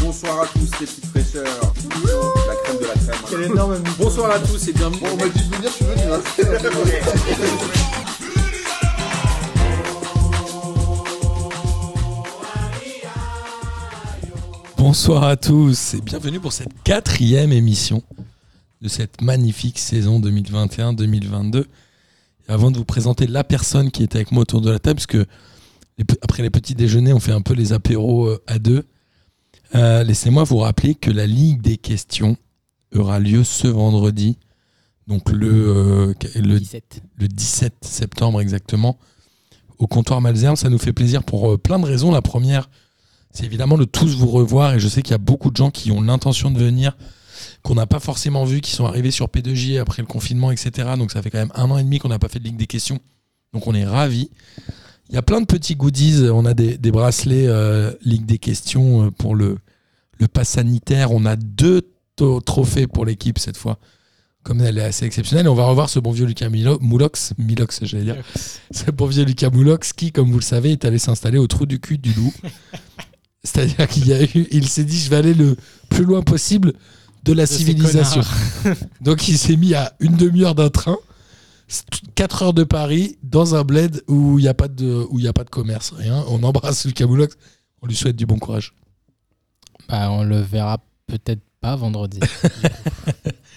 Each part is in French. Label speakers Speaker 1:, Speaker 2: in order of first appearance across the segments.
Speaker 1: Bonsoir à tous les petites fraîcheurs. La crème de la crème.
Speaker 2: Quel énorme ami.
Speaker 3: Bonsoir à tous et bienvenue.
Speaker 1: On m'a dit de venir, tu veux, tu vas.
Speaker 3: Bonsoir à tous et bienvenue pour cette quatrième émission de cette magnifique saison 2021-2022. Et Avant de vous présenter la personne qui était avec moi autour de la table, parce que les pe- après les petits déjeuners, on fait un peu les apéros euh, à deux. euh, Laissez-moi vous rappeler que la Ligue des questions aura lieu ce vendredi, donc le, euh, le
Speaker 4: 17.
Speaker 3: le 17 septembre exactement, au comptoir Malzerne. Ça nous fait plaisir pour euh, plein de raisons. La première, c'est évidemment de tous vous revoir. Et je sais qu'il y a beaucoup de gens qui ont l'intention de venir, qu'on n'a pas forcément vu, qui sont arrivés sur P2J après le confinement, etc. Donc ça fait quand même un an et demi qu'on n'a pas fait de Ligue des questions. Donc on est ravis. Il y a plein de petits goodies. On a des, des bracelets euh, Ligue des questions euh, pour le, le pass sanitaire. On a deux to- trophées pour l'équipe cette fois comme elle est assez exceptionnelle. Et on va revoir ce bon vieux Lucas Milo- Moulox, Milox, j'allais dire. Ce bon vieux Lucas Moulox qui, comme vous le savez, est allé s'installer au trou du cul du loup. C'est-à-dire qu'il y a eu, il s'est dit, je vais aller le plus loin possible de la
Speaker 4: ces
Speaker 3: civilisation. Donc il s'est mis à une demi-heure d'un train, 4 heures de Paris, dans un bled où il n'y a pas de, où il y a pas de commerce, rien. On embrasse Lucas Moulox, on lui souhaite du bon courage.
Speaker 4: Bah, on le verra peut-être pas vendredi.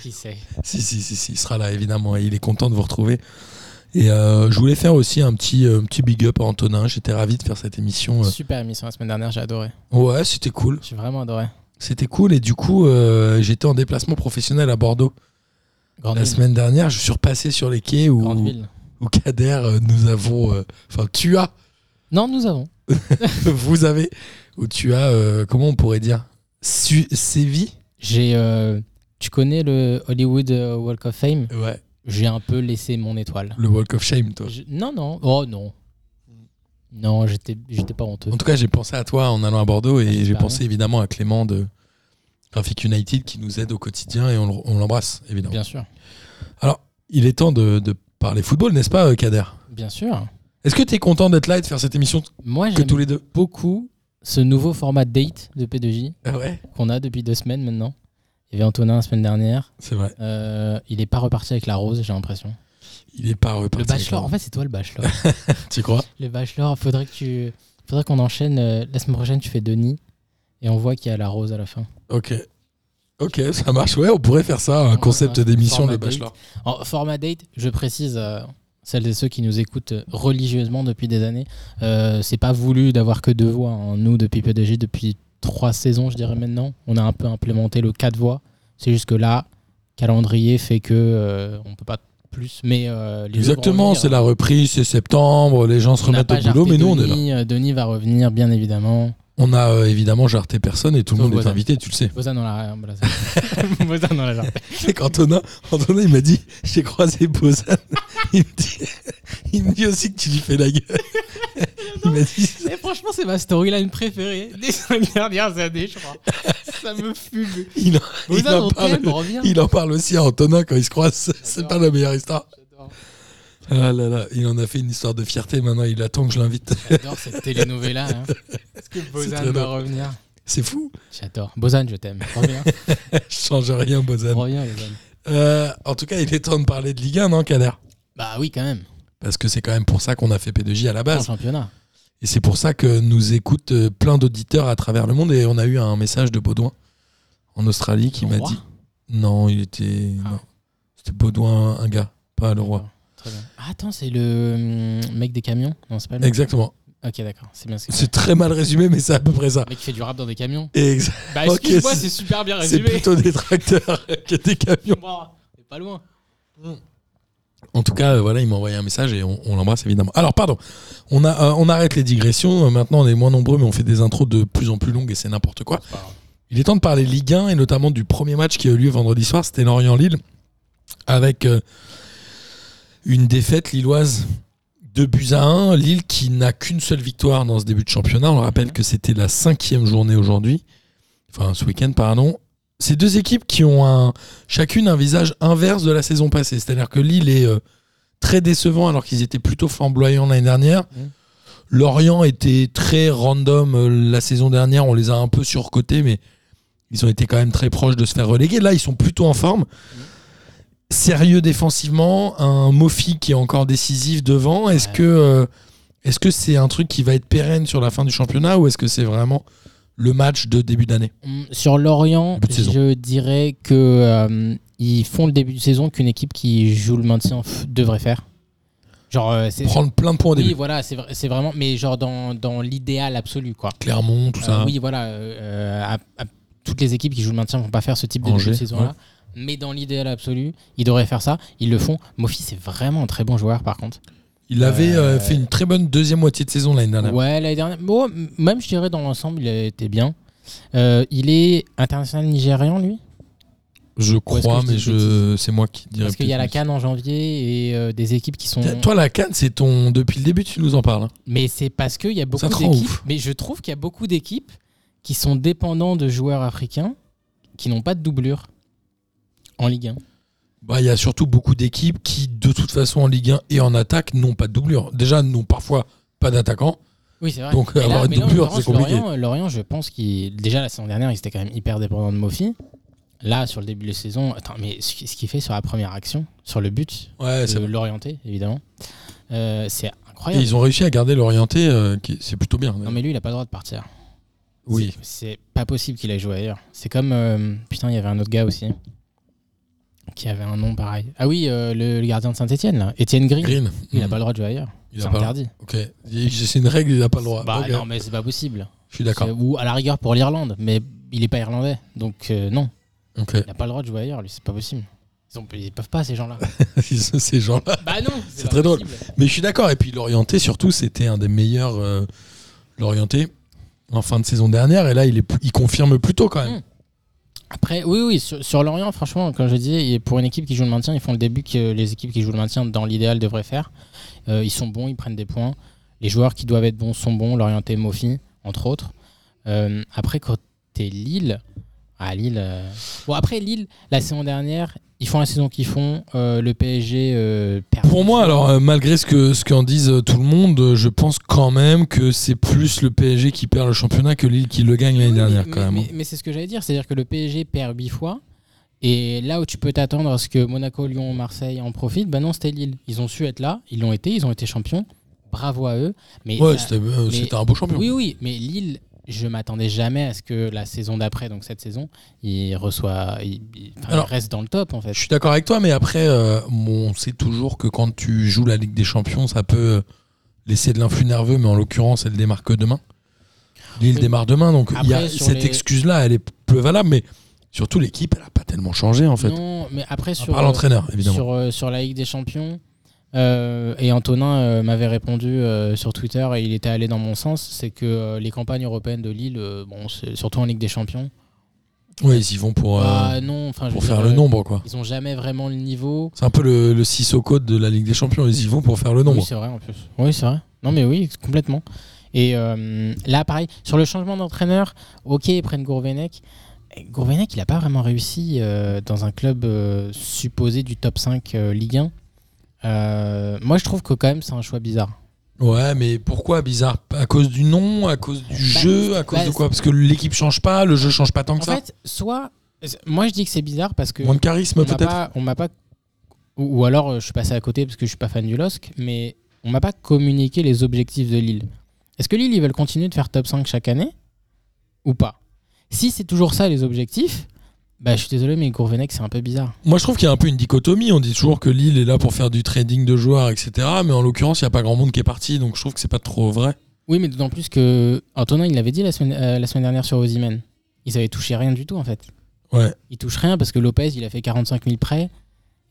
Speaker 4: Qui sait
Speaker 3: Si, si, si, si, il sera là, évidemment. et il est content de vous retrouver. Et euh, je voulais faire aussi un petit, euh, petit big up à Antonin. J'étais ravi de faire cette émission. euh.
Speaker 4: Super émission la semaine dernière, j'ai adoré.
Speaker 3: Ouais, c'était cool.
Speaker 4: J'ai vraiment adoré.
Speaker 3: C'était cool. Et du coup, euh, j'étais en déplacement professionnel à Bordeaux.
Speaker 4: Grande,
Speaker 3: La
Speaker 4: ville,
Speaker 3: semaine dernière, je suis repassé sur les quais
Speaker 4: grande
Speaker 3: où,
Speaker 4: ville.
Speaker 3: où Kader, euh, nous avons. euh, Enfin, tu as.
Speaker 4: Non, nous avons.
Speaker 3: vous avez. Où tu as. euh, comment on pourrait dire Su- Sévi
Speaker 4: J'ai. euh, tu connais le Hollywood euh, Walk of Fame
Speaker 3: Ouais.
Speaker 4: J'ai un peu laissé mon étoile.
Speaker 3: Le Walk of Shame, toi.
Speaker 4: Je- Non, non. Oh non. Non, j'étais j'étais pas honteux.
Speaker 3: En tout cas, j'ai pensé à toi en allant à Bordeaux
Speaker 4: Ah,
Speaker 3: et j'ai
Speaker 4: j'espère
Speaker 3: pensé évidemment à Clément de Graphic United qui nous aide au quotidien et on le- on l'embrasse évidemment.
Speaker 4: Bien sûr.
Speaker 3: Alors, il est temps de, de parler football, n'est-ce pas, euh, Kader
Speaker 4: Bien sûr.
Speaker 3: Est-ce que tu es content d'être là et de faire cette émission
Speaker 4: Moi,
Speaker 3: que
Speaker 4: j'aime
Speaker 3: tous les deux
Speaker 4: beaucoup ce nouveau format date de P2J
Speaker 3: Ouais,
Speaker 4: qu'on a depuis deux semaines maintenant. Il y avait Antonin la semaine dernière.
Speaker 3: c'est vrai.
Speaker 4: Euh, il est pas reparti avec la rose, j'ai l'impression.
Speaker 3: Il est pas reparti.
Speaker 4: Le bachelor, en fait, c'est toi le bachelor.
Speaker 3: tu crois
Speaker 4: le bachelor, faudrait que tu, faudrait qu'on enchaîne. euh, la semaine prochaine, tu fais Denis et on voit qu'il y a la rose à la fin.
Speaker 3: Ok. Ok, ça marche. Ouais, on pourrait faire ça, un
Speaker 4: Ouais,
Speaker 3: concept
Speaker 4: ouais,
Speaker 3: d'émission,
Speaker 4: format
Speaker 3: le bachelor.
Speaker 4: En format date, je précise. euh, celles et ceux qui nous écoutent euh, religieusement depuis des années, euh, c'est pas voulu d'avoir que deux voix. hein. Nous, depuis PDG, depuis trois saisons, je dirais maintenant, on a un peu implémenté le quatre voix. C'est juste que là, calendrier fait que euh, on peut pas plus. Mais euh, les deux vont
Speaker 3: Exactement,
Speaker 4: revenir.
Speaker 3: c'est la reprise, c'est septembre, les gens se
Speaker 4: On n'a
Speaker 3: remettent au
Speaker 4: pas
Speaker 3: boulot, mais
Speaker 4: jarté
Speaker 3: nous, on est là.
Speaker 4: Denis, euh, Denis va revenir, bien évidemment.
Speaker 3: On a euh, évidemment jarté personne et tout le
Speaker 4: Sauf
Speaker 3: monde est
Speaker 4: Wazam.
Speaker 3: invité, tu le sais.
Speaker 4: Bosan dans
Speaker 3: hein,
Speaker 4: la. euh, voilà, c'est- Bosan dans la jartelle.
Speaker 3: C'est qu'Antonin, Antonin, il m'a dit, j'ai croisé Bozan. Il me dit, il me dit aussi que tu lui fais la gueule. Il m'a dit,
Speaker 4: Et franchement, c'est ma storyline préférée des cinq dernières années, je crois. Ça me fume.
Speaker 3: il en, il
Speaker 4: Bosan,
Speaker 3: en
Speaker 4: on
Speaker 3: parle,
Speaker 4: t'aime, reviens.
Speaker 3: il en parle aussi à Antonin quand ils se croisent. C'est pas la meilleure histoire.
Speaker 4: J'adore-
Speaker 3: Ah là là, il en a fait une histoire de fierté. Maintenant, il attend que je l'invite.
Speaker 4: J'adore cette telenovela. hein. Est-ce que
Speaker 3: C'est
Speaker 4: Bosan
Speaker 3: très
Speaker 4: va
Speaker 3: drôle.
Speaker 4: revenir
Speaker 3: C'est fou.
Speaker 4: J'adore. Bosan, je t'aime. Reviens.
Speaker 3: Je change rien, Bozan.
Speaker 4: Reviens, Bosan.
Speaker 3: Euh, en tout cas, il est temps de parler de Ligue 1, non, Kader
Speaker 4: Bah oui, quand même.
Speaker 3: Parce que c'est quand même pour ça qu'on a fait P2J à la
Speaker 4: En
Speaker 3: base.
Speaker 4: championnat.
Speaker 3: Et c'est pour ça que nous écoutent euh, plein d'auditeurs à travers le monde. Et on a eu un message de Baudouin en Australie qui
Speaker 4: Le
Speaker 3: m'a
Speaker 4: roi
Speaker 3: dit. Non, il était.
Speaker 4: Ah.
Speaker 3: non. C'était Baudouin, un gars, pas le roi.
Speaker 4: D'accord. Très bien. Ah, attends, c'est le hum, mec des camions Non, c'est pas le
Speaker 3: Exactement.
Speaker 4: Ok, d'accord. C'est bien ce que
Speaker 3: C'est très mal résumé, mais c'est à peu près ça.
Speaker 4: Le mec qui fait du rap dans des camions.
Speaker 3: Et ex-
Speaker 4: Bah
Speaker 3: Ok,
Speaker 4: excuse-moi,
Speaker 3: c'est-
Speaker 4: c'est super bien
Speaker 3: c'est
Speaker 4: résumé.
Speaker 3: plutôt des tracteurs que des camions.
Speaker 4: Bon, c'est pas loin.
Speaker 3: En tout cas, euh, voilà, il m'a envoyé un message et on, on l'embrasse évidemment. Alors, pardon, on, a, euh, on arrête les digressions. Euh, Maintenant, on est moins nombreux, mais on fait des intros de plus en plus longues et c'est n'importe quoi.
Speaker 4: C'est pas grave.
Speaker 3: Il est temps de parler Ligue 1 et notamment du premier match qui a eu lieu vendredi soir. C'était Lorient-Lille avec euh, une défaite lilloise de buts à 1. Lille qui n'a qu'une seule victoire dans ce début de championnat. On rappelle que c'était la cinquième journée aujourd'hui, enfin ce week-end, pardon. Ces deux équipes qui ont un- chacune un visage inverse de la saison passée. C'est-à-dire que Lille est euh, très décevant alors qu'ils étaient plutôt flamboyants l'année dernière.
Speaker 4: Mhm.
Speaker 3: Lorient était très random euh, la saison dernière. On les a un peu surcotés, mais Ils ont été quand même très proches de se faire reléguer. Là, ils sont plutôt en forme. Sérieux défensivement, un Mofi qui est encore décisif devant. Est-ce
Speaker 4: Ouais.
Speaker 3: que euh, est-ce que c'est un truc qui va être pérenne sur la fin du championnat ou est-ce que c'est vraiment le match de début d'année
Speaker 4: Mm, Sur Lorient,
Speaker 3: Début de saison.
Speaker 4: je dirais que euh, ils font le début de saison qu'une équipe qui joue le maintien f- devrait faire. Genre, euh, c'est.
Speaker 3: Prendre plein de points au
Speaker 4: Oui,
Speaker 3: début.
Speaker 4: voilà, c'est vrai- c'est vraiment, mais genre dans, dans l'idéal absolu, quoi.
Speaker 3: Clermont, tout
Speaker 4: Euh,
Speaker 3: ça. hein.
Speaker 4: oui, voilà. euh, euh, à- à- toutes les équipes qui jouent le maintien vont pas faire ce type de début
Speaker 3: Angers,
Speaker 4: de saison-là. Mais dans l'idéal absolu, ils devraient faire ça. Ils le font. Mofi, c'est vraiment un très bon joueur, par contre.
Speaker 3: Il avait euh,
Speaker 4: Euh,
Speaker 3: fait une très bonne deuxième moitié de saison l'année dernière.
Speaker 4: Ouais, l'année dernière. Bon, m- même, je dirais, dans l'ensemble, il était bien. Euh, il est international nigérian, lui
Speaker 3: Je
Speaker 4: que
Speaker 3: crois,
Speaker 4: je dis
Speaker 3: mais
Speaker 4: une
Speaker 3: je c'est moi qui dirais.
Speaker 4: Parce qu'il y a la
Speaker 3: peut-être.
Speaker 4: Cannes en janvier et euh, des équipes qui sont.
Speaker 3: Toi, la canne, c'est ton. Depuis le début, tu nous en parles. hein.
Speaker 4: Mais c'est parce qu'il y a beaucoup
Speaker 3: Ça te rend
Speaker 4: d'équipes.
Speaker 3: ouf.
Speaker 4: Mais je trouve qu'il y a beaucoup d'équipes qui sont dépendants de joueurs africains qui n'ont pas de doublure en Ligue 1.
Speaker 3: Bah, il y a surtout beaucoup d'équipes qui, de toute façon, en Ligue 1 et en attaque, n'ont pas de doublure. Déjà, n'ont parfois pas d'attaquant.
Speaker 4: Oui, c'est vrai.
Speaker 3: Donc,
Speaker 4: Mais là-
Speaker 3: avoir une
Speaker 4: mais là, en
Speaker 3: doublure,
Speaker 4: l'occurrence,
Speaker 3: c'est compliqué.
Speaker 4: Lorient, Lorient, euh, je pense qu'il. Déjà, la saison dernière, ils étaient quand même hyper dépendants de Mofi. Là, sur le début de saison, attends, mais ce qui- ce qu'il fait sur la première action, sur le but,
Speaker 3: Ouais, c'est
Speaker 4: de
Speaker 3: vrai.
Speaker 4: l'orienter, évidemment, euh, c'est
Speaker 3: Et
Speaker 4: incroyable.
Speaker 3: ils ont réussi à garder l'orienté, euh, qui- c'est plutôt bien.
Speaker 4: Non, mais lui, il a pas le droit de partir.
Speaker 3: oui.
Speaker 4: C'est- C'est pas possible qu'il ait joué ailleurs. C'est comme. euh, putain, il y avait un autre gars aussi. Qui avait un nom pareil. Ah oui, euh, le, le gardien de Saint-Etienne, là. Etienne Green.
Speaker 3: Green.
Speaker 4: Il a
Speaker 3: Mm.
Speaker 4: pas le droit de jouer ailleurs.
Speaker 3: Il a
Speaker 4: C'est
Speaker 3: pas le-
Speaker 4: interdit.
Speaker 3: Ok. Il- C'est une règle, il n'a pas le droit.
Speaker 4: Bah
Speaker 3: Ok.
Speaker 4: non, mais c'est pas possible.
Speaker 3: Je suis d'accord.
Speaker 4: C'est- Ou à la rigueur pour l'Irlande, mais il est pas irlandais. Donc euh, non,
Speaker 3: Ok.
Speaker 4: il a pas le droit de jouer ailleurs, lui. C'est pas possible. Ils, ont- ils peuvent pas, ces gens-là.
Speaker 3: Ces gens-là.
Speaker 4: bah non
Speaker 3: C'est
Speaker 4: pas
Speaker 3: très drôle.
Speaker 4: possible.
Speaker 3: Mais je suis d'accord. Et puis l'orienté, surtout, c'était un des meilleurs euh, l'orienté en fin de saison dernière. Et là, il, est, il confirme plutôt quand même.
Speaker 4: Mm. Après, oui, oui, sur, sur Lorient, franchement, comme je disais, il- pour une équipe qui joue le maintien, ils font le début que les équipes qui jouent le maintien, dans l'idéal, devraient faire. Euh, ils sont bons, ils prennent des points. Les joueurs qui doivent être bons sont bons, l'orienté Mofi, entre autres. Euh, après, quand t'es Lille, à Lille. euh, Bon, après, Lille, la saison dernière, ils font la saison qu'ils font. euh, le PSG euh, perd.
Speaker 3: Pour moi, alors, euh, malgré ce que ce qu'en disent euh, tout le monde, euh, je pense quand même que c'est plus le PSG qui perd le championnat que Lille qui le gagne l'année
Speaker 4: Oui, mais-
Speaker 3: dernière,
Speaker 4: mais,
Speaker 3: quand même. hein.
Speaker 4: mais- mais c'est ce que j'allais dire, c'est-à-dire que le PSG perd 8 fois. Et là où tu peux t'attendre à ce que Monaco, Lyon, Marseille en profitent, bah non, c'était Lille. Ils ont su être là, ils l'ont été, ils ont été champions. Bravo à eux. Mais
Speaker 3: Ouais,
Speaker 4: ça-
Speaker 3: c'était euh,
Speaker 4: mais-
Speaker 3: c'était un beau champion.
Speaker 4: oui, oui, mais Lille, je m'attendais jamais à ce que la saison d'après, donc cette saison, il reçoit, il, il- enfin, il
Speaker 3: Alors-
Speaker 4: reste dans le top en fait.
Speaker 3: Je suis d'accord avec toi, mais après, euh, bon, on sait toujours que quand tu joues la Ligue des Champions, ça peut euh, laisser de l'influx nerveux, mais en l'occurrence, elle démarre que demain. Lille
Speaker 4: Oui.
Speaker 3: démarre demain, donc il y a
Speaker 4: Après, sur
Speaker 3: cette
Speaker 4: les-
Speaker 3: excuse-là, elle est peu valable, mais surtout l'équipe, elle n'a pas tellement changé en fait.
Speaker 4: Non, mais après
Speaker 3: à
Speaker 4: sur
Speaker 3: part l'entraîneur, évidemment.
Speaker 4: sur, euh, sur la Ligue des Champions. euh, et Antonin euh, m'avait répondu euh, sur Twitter et il était allé dans mon sens, c'est que euh, les campagnes européennes de Lille, euh, bon, c'est surtout en Ligue des Champions,
Speaker 3: Oui, ils y vont pour, euh,
Speaker 4: bah, non, enfin, je
Speaker 3: pour
Speaker 4: veux
Speaker 3: faire
Speaker 4: dire,
Speaker 3: le
Speaker 4: euh,
Speaker 3: nombre, quoi.
Speaker 4: Ils ont jamais vraiment le niveau.
Speaker 3: C'est un peu le, le Sissoko de la Ligue des Champions, ils y vont pour faire le
Speaker 4: Oui,
Speaker 3: nombre.
Speaker 4: c'est vrai en plus. Oui, c'est vrai. Non, mais oui, complètement. Et euh, là, pareil, sur le changement d'entraîneur, ok, ils prennent Gourvenec. Eh, Gourvenec, il n'a pas vraiment réussi euh, dans un club euh, supposé du top 5 euh, Ligue 1. Euh, moi, je trouve que quand même, c'est un choix bizarre.
Speaker 3: Ouais, mais pourquoi bizarre À cause du nom, à cause du
Speaker 4: Bah,
Speaker 3: jeu, à cause
Speaker 4: bah,
Speaker 3: de quoi Parce que l'équipe change pas, le jeu change pas tant que
Speaker 4: En
Speaker 3: ça.
Speaker 4: fait, soit. Moi, je dis que c'est bizarre parce que.
Speaker 3: Moins de
Speaker 4: on
Speaker 3: charisme
Speaker 4: m'a
Speaker 3: peut-être.
Speaker 4: pas- on m'a pas. Ou, ou alors, euh, je suis passé à côté parce que je suis pas fan du LOSC, mais on m'a pas communiqué les objectifs de Lille. Est-ce que Lille, ils veulent continuer de faire top 5 chaque année Ou pas Si c'est toujours ça, les objectifs, bah, je suis désolé, mais Gourvenec, c'est un peu bizarre.
Speaker 3: Moi, je trouve qu'il y a un peu une dichotomie. On dit toujours que Lille est là pour faire du trading de joueurs, etc. Mais en l'occurrence, il n'y a pas grand monde qui est parti, donc je trouve que c'est pas trop vrai.
Speaker 4: Oui, mais d'autant plus que Antonin, il l'avait dit la semaine, euh, la semaine dernière sur Ozymen. Ils avaient touché rien du tout, en fait.
Speaker 3: Ouais.
Speaker 4: Ils touchent rien parce que Lopez, il a fait 45 000 prêts.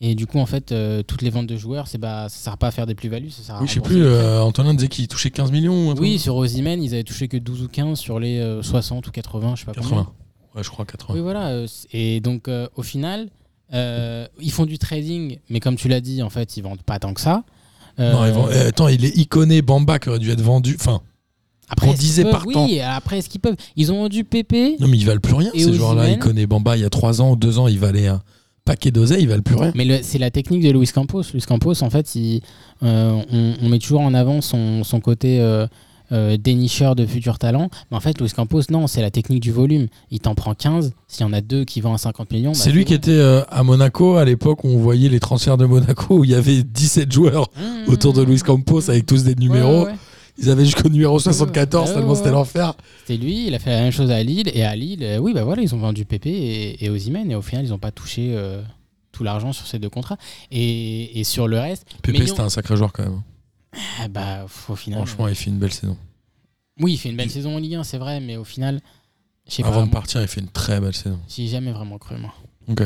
Speaker 4: Et du coup, en fait, euh, toutes les ventes de joueurs, c'est bah, ça sert pas à faire des plus-values. ça sert à
Speaker 3: Oui, je sais
Speaker 4: rembourser
Speaker 3: plus.
Speaker 4: les prêts.
Speaker 3: euh, Antonin disait qu'il touchait 15 millions. ou un truc
Speaker 4: Ah, Oui, sur Ozymen, ils avaient touché que 12 ou 15 sur les euh, 60 ou 80, je sais pas
Speaker 3: comme ça.
Speaker 4: combien.
Speaker 3: 80. Ouais, je crois 80.
Speaker 4: Oui, voilà. euh, c- Et donc, euh, au final, euh, ils font du trading, mais comme tu l'as dit, en fait, ils vendent pas tant que ça. Euh,
Speaker 3: Non, ils vont- eh, attends, il est iconé Bamba qui aurait dû être vendu. Enfin,
Speaker 4: après,
Speaker 3: on
Speaker 4: est-ce qu'ils
Speaker 3: disait
Speaker 4: peuvent-
Speaker 3: partant.
Speaker 4: Oui, après, est-ce qu'ils peuvent Ils ont vendu PP,
Speaker 3: non, mais ils valent plus rien
Speaker 4: Et
Speaker 3: ces joueurs-là.
Speaker 4: Osimhen
Speaker 3: Iconé Bamba, il y a 3 ans ou 2 ans, il valait un paquet d'oseilles, ils valent plus rien.
Speaker 4: mais le- c'est la technique de Luis Campos. Luis Campos, en fait, il- euh, on, on met toujours en avant son, son côté. euh, euh, dénicheur de futurs talents. Mais en fait, Luis Campos, non, c'est la technique du volume. Il t'en prend 15. S'il y en a deux qui vendent à 50 millions, bah,
Speaker 3: C'est lui
Speaker 4: bon.
Speaker 3: qui était euh, à Monaco à l'époque où on voyait les transferts de Monaco où il y avait 17 joueurs
Speaker 4: Mmh.
Speaker 3: autour de Luis Campos avec tous des numéros.
Speaker 4: Ouais, ouais, ouais.
Speaker 3: Ils avaient jusqu'au numéro 74
Speaker 4: Ouais,
Speaker 3: tellement
Speaker 4: ouais,
Speaker 3: c'était
Speaker 4: ouais.
Speaker 3: l'enfer.
Speaker 4: C'était lui, il a fait la même chose à Lille. Et à Lille, euh, oui, bah voilà, ils ont vendu Pépé et, et Osimhen. Et au final, ils n'ont pas touché euh, tout l'argent sur ces deux contrats. Et, et sur le reste,
Speaker 3: Pépé
Speaker 4: Maignan-
Speaker 3: c'était un sacré joueur quand même.
Speaker 4: ah bah, pff, au final.
Speaker 3: Franchement, il fait une belle saison.
Speaker 4: euh, oui, il fait une belle saison en Ligue 1, c'est vrai, mais au final, je sais pas.
Speaker 3: Avant de
Speaker 4: moi,
Speaker 3: partir, il fait une très belle saison.
Speaker 4: J'y ai jamais vraiment cru, moi.
Speaker 3: Ok.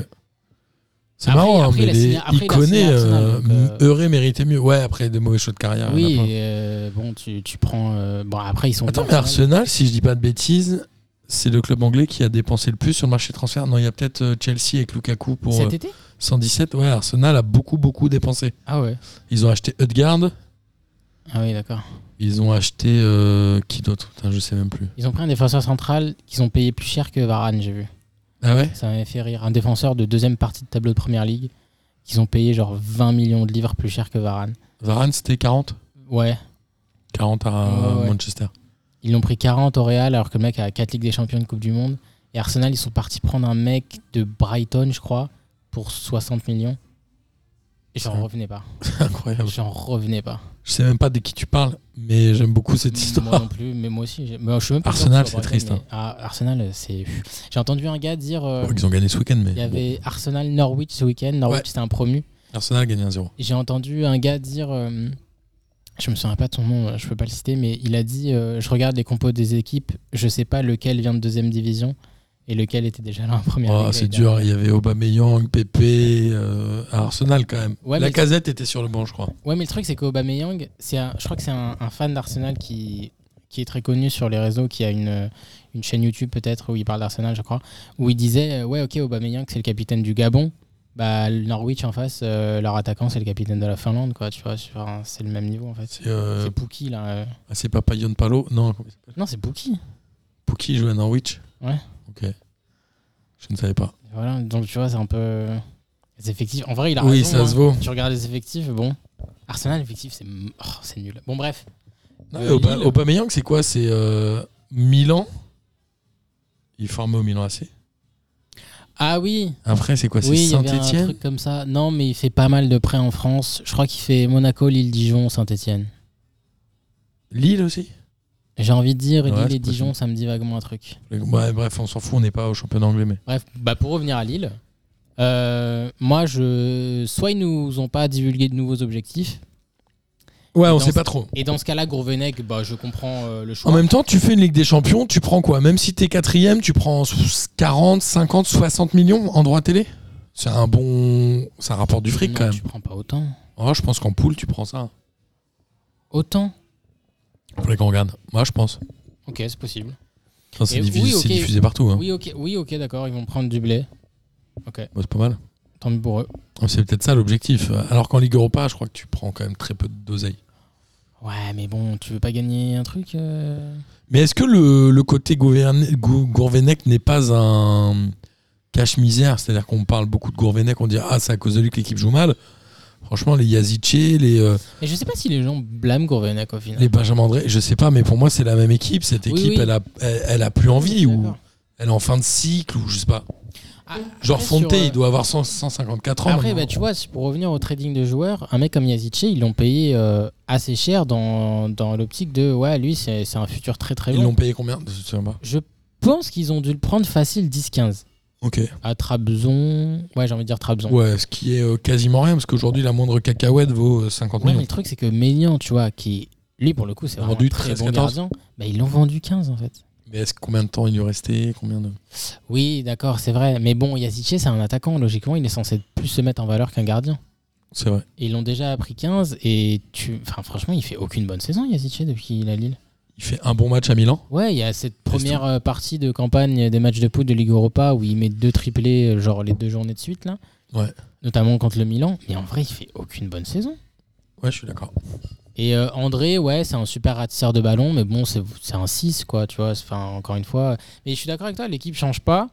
Speaker 3: C'est
Speaker 4: Après-
Speaker 3: marrant, hein,
Speaker 4: après, il
Speaker 3: mais
Speaker 4: a
Speaker 3: les
Speaker 4: signé- après, il a
Speaker 3: iconés,
Speaker 4: signé à Arsenal,
Speaker 3: euh,
Speaker 4: donc, euh,
Speaker 3: heureux méritait mieux. Ouais, après des mauvais choix de carrière. il y en a
Speaker 4: Oui,
Speaker 3: plein.
Speaker 4: euh, bon, tu, tu prends. euh, bon, après, ils sont.
Speaker 3: Attends,
Speaker 4: bons,
Speaker 3: mais
Speaker 4: Arsenal.
Speaker 3: Arsenal, si je dis pas de bêtises, c'est le club anglais qui a dépensé le plus sur le marché de transfert. Non, il y a peut-être euh, Chelsea avec Lukaku pour euh,
Speaker 4: Cet été
Speaker 3: 117. Ouais, Arsenal a beaucoup, beaucoup dépensé.
Speaker 4: Ah ouais.
Speaker 3: Ils ont acheté Ødegaard,
Speaker 4: Ah oui, d'accord.
Speaker 3: ils ont acheté euh, qui d'autre Putain, je sais même plus.
Speaker 4: Ils ont pris un défenseur central qu'ils ont payé plus cher que Varane, j'ai vu.
Speaker 3: Ah ouais
Speaker 4: Ça m'avait fait rire. Un défenseur de deuxième partie de tableau de première ligue qu'ils ont payé genre 20 millions de livres plus cher que Varane.
Speaker 3: Varane, c'était 40
Speaker 4: Ouais.
Speaker 3: 40 à
Speaker 4: Ah Ouais, ouais.
Speaker 3: Manchester.
Speaker 4: Ils l'ont pris 40 au Real alors que le mec a 4 Ligues des Champions de Coupe du Monde. Et Arsenal, ils sont partis prendre un mec de Brighton, je crois, pour 60 millions. Et j'en
Speaker 3: Ouais. Ah
Speaker 4: revenais pas.
Speaker 3: Incroyable.
Speaker 4: J'en revenais pas.
Speaker 3: Je sais même pas de qui tu parles, mais j'aime beaucoup cette
Speaker 4: Moi
Speaker 3: histoire.
Speaker 4: non plus, mais moi aussi. j'ai- mais je suis même pas
Speaker 3: Arsenal,
Speaker 4: sûr que
Speaker 3: c'est
Speaker 4: ce
Speaker 3: triste,
Speaker 4: soit
Speaker 3: hein.
Speaker 4: Brighton, mais- Ah, Arsenal, c'est. J'ai entendu un gars dire. euh,
Speaker 3: Bon, ils ont gagné ce week-end, mais
Speaker 4: Il y
Speaker 3: bon.
Speaker 4: avait Arsenal Norwich ce week-end. Norwich,
Speaker 3: Ouais.
Speaker 4: c'était un promu.
Speaker 3: Arsenal a gagné 1-0.
Speaker 4: J'ai entendu un gars dire, euh, je me souviens pas de son nom, euh, je peux pas le citer, mais il a dit, euh, je regarde les compos des équipes, je sais pas lequel vient de deuxième division et lequel était déjà là en première.
Speaker 3: Oh,
Speaker 4: ligue
Speaker 3: c'est
Speaker 4: l'année
Speaker 3: dur,
Speaker 4: dernière.
Speaker 3: il y avait Aubameyang, Pépé, euh, à Arsenal quand même.
Speaker 4: Ouais,
Speaker 3: la
Speaker 4: mais-
Speaker 3: casette était sur le banc, je crois.
Speaker 4: Ouais, mais le truc c'est qu'Aubameyang, c'est, un- je crois que c'est un, un fan d'Arsenal qui qui est très connu sur les réseaux, qui a une une chaîne YouTube peut-être où il parle d'Arsenal, je crois, où il disait, euh, ouais, ok, Aubameyang, c'est le capitaine du Gabon. Bah, le Norwich en face, euh, leur attaquant, c'est le capitaine de la Finlande, quoi. Tu vois, tu vois, c'est le même niveau en fait.
Speaker 3: C'est euh,
Speaker 4: C'est Pouki là. euh.
Speaker 3: ah, c'est pas Payon Palo Non,
Speaker 4: Non, c'est Pouki.
Speaker 3: Pouki joue à Norwich
Speaker 4: Ouais.
Speaker 3: Ok. Je ne savais pas.
Speaker 4: Voilà, donc tu vois, c'est un peu. Les effectifs. En vrai, il a
Speaker 3: oui,
Speaker 4: raison.
Speaker 3: ça
Speaker 4: hein.
Speaker 3: se vaut.
Speaker 4: Tu regardes les effectifs, bon. Arsenal, l'effectif, c'est m- oh, c'est nul. Bon, bref.
Speaker 3: Non,
Speaker 4: Euh,
Speaker 3: mais Ah, Auba-
Speaker 4: Lille.
Speaker 3: Aubameyang, c'est quoi C'est euh, Milan Il forme au Milan AC.
Speaker 4: Ah oui
Speaker 3: Après, c'est quoi C'est
Speaker 4: Oui, il y avait un
Speaker 3: Saint-Etienne
Speaker 4: truc comme ça. Non, mais il fait pas mal de prêts en France. Je crois qu'il fait Monaco, Lille, Dijon, Saint-Etienne.
Speaker 3: Lille aussi
Speaker 4: J'ai envie de dire
Speaker 3: Ouais,
Speaker 4: Lille
Speaker 3: c'est
Speaker 4: et Dijon, ça me dit vaguement un truc.
Speaker 3: Ouais, Bref, on s'en fout, on n'est pas au championnat anglais, mais.
Speaker 4: Bref, bah pour revenir à Lille, euh, moi, je. Soit ils nous ont pas divulgué de nouveaux objectifs.
Speaker 3: Ouais, on
Speaker 4: dans-
Speaker 3: sait pas trop.
Speaker 4: Et dans ce cas-là, Gourvenec, bah, je comprends euh, le choix.
Speaker 3: En même temps, tu fais une Ligue des Champions, tu prends quoi Même si t'es quatrième, tu prends 40, 50, 60 millions en droit télé C'est un bon. Ça rapporte du fric
Speaker 4: Non,
Speaker 3: quand même.
Speaker 4: Tu prends pas autant.
Speaker 3: Oh, je pense qu'en poule, tu prends ça.
Speaker 4: Autant
Speaker 3: Faudrait qu'on regarde. Moi, je pense.
Speaker 4: Ok, c'est possible.
Speaker 3: Enfin, c'est
Speaker 4: Et
Speaker 3: diffusé,
Speaker 4: oui, ok.
Speaker 3: c'est diffusé partout. hein.
Speaker 4: Oui, ok, oui, ok, d'accord, ils vont prendre du blé. Ok,
Speaker 3: Bah, c'est pas mal. Ah,
Speaker 4: tant mieux pour eux.
Speaker 3: C'est peut-être ça l'objectif. Alors qu'en Ligue Europa, je crois que tu prends quand même très peu d'oseille.
Speaker 4: Ouais, mais bon, tu veux pas gagner un truc euh
Speaker 3: Mais est-ce que le, le côté gouverné- Gou- Gourvenec n'est pas un cache-misère C'est-à-dire qu'on parle beaucoup de Gourvenec, on dit Ah, c'est à cause de lui que l'équipe joue mal. Franchement, les Yazice, les, euh,
Speaker 4: Mais je sais pas si les gens blâment Gourvenac au final.
Speaker 3: les Benjamin André, je sais pas, mais pour moi, c'est la même équipe. Cette
Speaker 4: Oui,
Speaker 3: équipe,
Speaker 4: oui.
Speaker 3: Elle, a, elle, elle a plus envie ou
Speaker 4: D'accord.
Speaker 3: elle est en fin de cycle ou je sais pas.
Speaker 4: Ah,
Speaker 3: Genre
Speaker 4: après,
Speaker 3: Fonté,
Speaker 4: sur, euh,
Speaker 3: il doit avoir 100 154 ans.
Speaker 4: Après,
Speaker 3: maintenant.
Speaker 4: bah, tu vois, si- pour revenir au trading de joueurs, un mec comme Yazice, ils l'ont payé euh, assez cher dans, dans l'optique de ouais, lui, c'est c'est un futur très très
Speaker 3: Ils
Speaker 4: long.
Speaker 3: l'ont payé combien Je sais pas.
Speaker 4: Je pense qu'ils ont dû le prendre facile 10-15.
Speaker 3: Ok.
Speaker 4: À Trabzon. Ouais, j'ai envie de dire Trabzon.
Speaker 3: Ouais, ce qui est euh, quasiment rien, parce qu'aujourd'hui, la moindre cacahuète vaut euh, 50
Speaker 4: Ouais, mais
Speaker 3: millions.
Speaker 4: le truc, c'est que Ménian, tu vois, qui lui, pour le coup, c'est vraiment
Speaker 3: Vendu
Speaker 4: un très
Speaker 3: 13,
Speaker 4: bon
Speaker 3: 14.
Speaker 4: gardien, bah, ils l'ont vendu 15 en fait.
Speaker 3: Mais est-ce combien de temps il lui restait Combien de...
Speaker 4: Oui, d'accord, c'est vrai. Mais bon, Yazice, c'est un attaquant. Logiquement, il est censé plus se mettre en valeur qu'un gardien.
Speaker 3: C'est vrai.
Speaker 4: Et ils l'ont déjà appris 15. Et tu. Enfin, franchement, il fait aucune bonne saison, Yazice, depuis qu'il est à Lille.
Speaker 3: Il fait un bon match à Milan.
Speaker 4: Ouais, il y a cette première euh, partie de campagne des matchs de poule de Ligue Europa où il met deux triplés, euh, genre les deux journées de suite, là.
Speaker 3: Ouais.
Speaker 4: Notamment contre le Milan. Mais en vrai, il fait aucune bonne saison.
Speaker 3: Ouais, je suis d'accord.
Speaker 4: Et euh, André, ouais, c'est un super ratisseur de ballon, mais bon, c'est c'est un 6, quoi, tu vois. c'est- Enfin, encore une fois. Mais je suis d'accord avec toi, l'équipe change pas.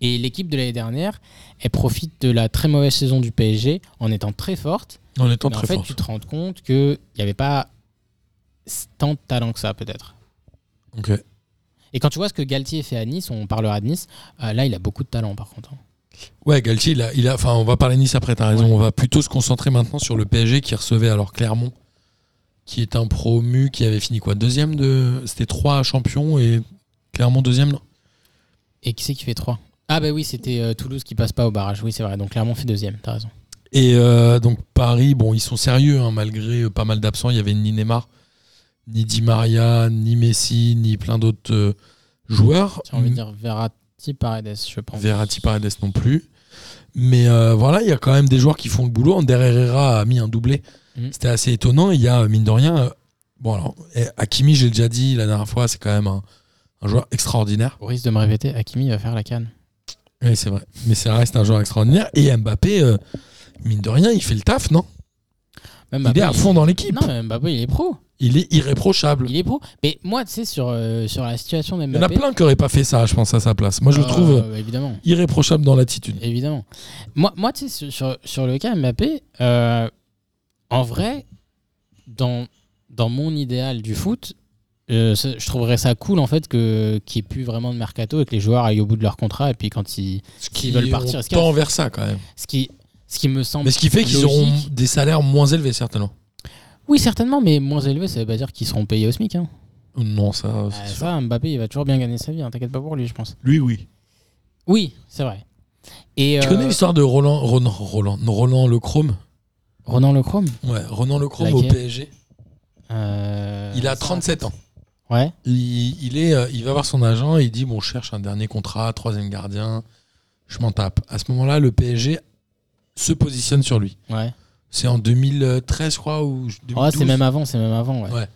Speaker 4: Et l'équipe de l'année dernière, elle profite de la très mauvaise saison du PSG en étant très forte.
Speaker 3: En étant
Speaker 4: Mais en
Speaker 3: très
Speaker 4: fait,
Speaker 3: fort.
Speaker 4: tu te rends compte qu'il n'y avait pas tant de talent que ça, peut-être.
Speaker 3: Ok.
Speaker 4: Et quand tu vois ce que Galtier fait à Nice, on parlera de Nice, euh, là, il a beaucoup de talent, par contre. hein.
Speaker 3: Ouais, Galtier, il a, il a- enfin, on va parler Nice après, t'as raison.
Speaker 4: Ouais.
Speaker 3: On va plutôt se concentrer maintenant sur le PSG qui recevait alors Clermont, qui est un promu qui avait fini quoi Deuxième de. C'était trois champions et Clermont deuxième, non
Speaker 4: Et qui c'est qui fait 3 Ah, bah oui, c'était euh, Toulouse qui passe pas au barrage. Oui, c'est vrai. Donc, Clermont fait deuxième, t'as raison.
Speaker 3: Et euh, donc Paris, bon, ils sont sérieux hein, malgré euh, pas mal d'absents. Il y avait ni Neymar, ni Di Maria, ni Messi, ni plein d'autres euh, joueurs.
Speaker 4: J'ai envie de dire Verratti, Paredes, je pense.
Speaker 3: Mhm. Verratti Paredes non plus. Mais euh, voilà, il y a quand même des joueurs qui font le boulot. Ander Herrera a mis un doublé.
Speaker 4: Mhm.
Speaker 3: C'était assez étonnant. Il y a, euh, mine de rien, euh, bon alors, eh, Hakimi, j'ai déjà dit la dernière fois, c'est quand même un, un joueur extraordinaire.
Speaker 4: Au risque de me répéter, Hakimi va faire la canne.
Speaker 3: Oui, c'est vrai. Mais ça reste un joueur extraordinaire. Et Mbappé, euh, mine de rien, il fait le taf, non
Speaker 4: Même
Speaker 3: Il est à fond dans l'équipe.
Speaker 4: Non, mais Mbappé, il est pro.
Speaker 3: Il est irréprochable.
Speaker 4: Il est pro. Mais moi, tu sais, sur, euh, sur la situation
Speaker 3: Il y en a
Speaker 4: d'Mbappé.
Speaker 3: plein qui n'auraient pas fait ça, je pense, à sa place. Moi, je le
Speaker 4: euh,
Speaker 3: trouve euh,
Speaker 4: bah, évidemment.
Speaker 3: irréprochable dans l'attitude.
Speaker 4: Évidemment. Moi, moi tu sais, sur- sur, sur le cas Mbappé, euh, en vrai, dans, dans mon idéal du foot, euh, ça- je trouverais ça cool en fait que- qu'il n'y ait plus vraiment de mercato et que les joueurs aillent au bout de leur contrat et puis quand ils.
Speaker 3: Ce
Speaker 4: qui veulent partir, est-ce qu'il y a-
Speaker 3: tend vers ça, quand même.
Speaker 4: Ce qui, ce qui me semble.
Speaker 3: Mais ce qui fait qu'ils auront
Speaker 4: Logique.
Speaker 3: des salaires moins élevés, certainement.
Speaker 4: Oui, certainement, mais moins élevé, ça veut pas dire qu'ils seront payés au SMIC. hein.
Speaker 3: Euh, Non, ça. c'est
Speaker 4: Ah,
Speaker 3: sûr.
Speaker 4: ça, Mbappé, il va toujours bien gagner sa vie, hein, t'inquiète pas pour lui, je pense.
Speaker 3: Lui, oui.
Speaker 4: Oui, c'est vrai. Et,
Speaker 3: Tu
Speaker 4: euh,
Speaker 3: connais l'histoire de Roland, Ronan- Roland, non, Roland le Chrome
Speaker 4: Ronan Le Chrome
Speaker 3: Ouais, Ronan le Chrome au
Speaker 4: Laquelle
Speaker 3: PSG.
Speaker 4: euh,
Speaker 3: Il a
Speaker 4: ça-
Speaker 3: 37 ans.
Speaker 4: Ouais.
Speaker 3: Il, il est, euh, il va voir son agent et il dit Bon, je cherche un dernier contrat, troisième gardien, je m'en tape. À ce moment-là, le PSG se positionne sur lui.
Speaker 4: Ouais.
Speaker 3: C'est en 2013, je crois, ou je- 2012.
Speaker 4: Ouais, c'est même avant, c'est même avant. ouais.
Speaker 3: Ouais.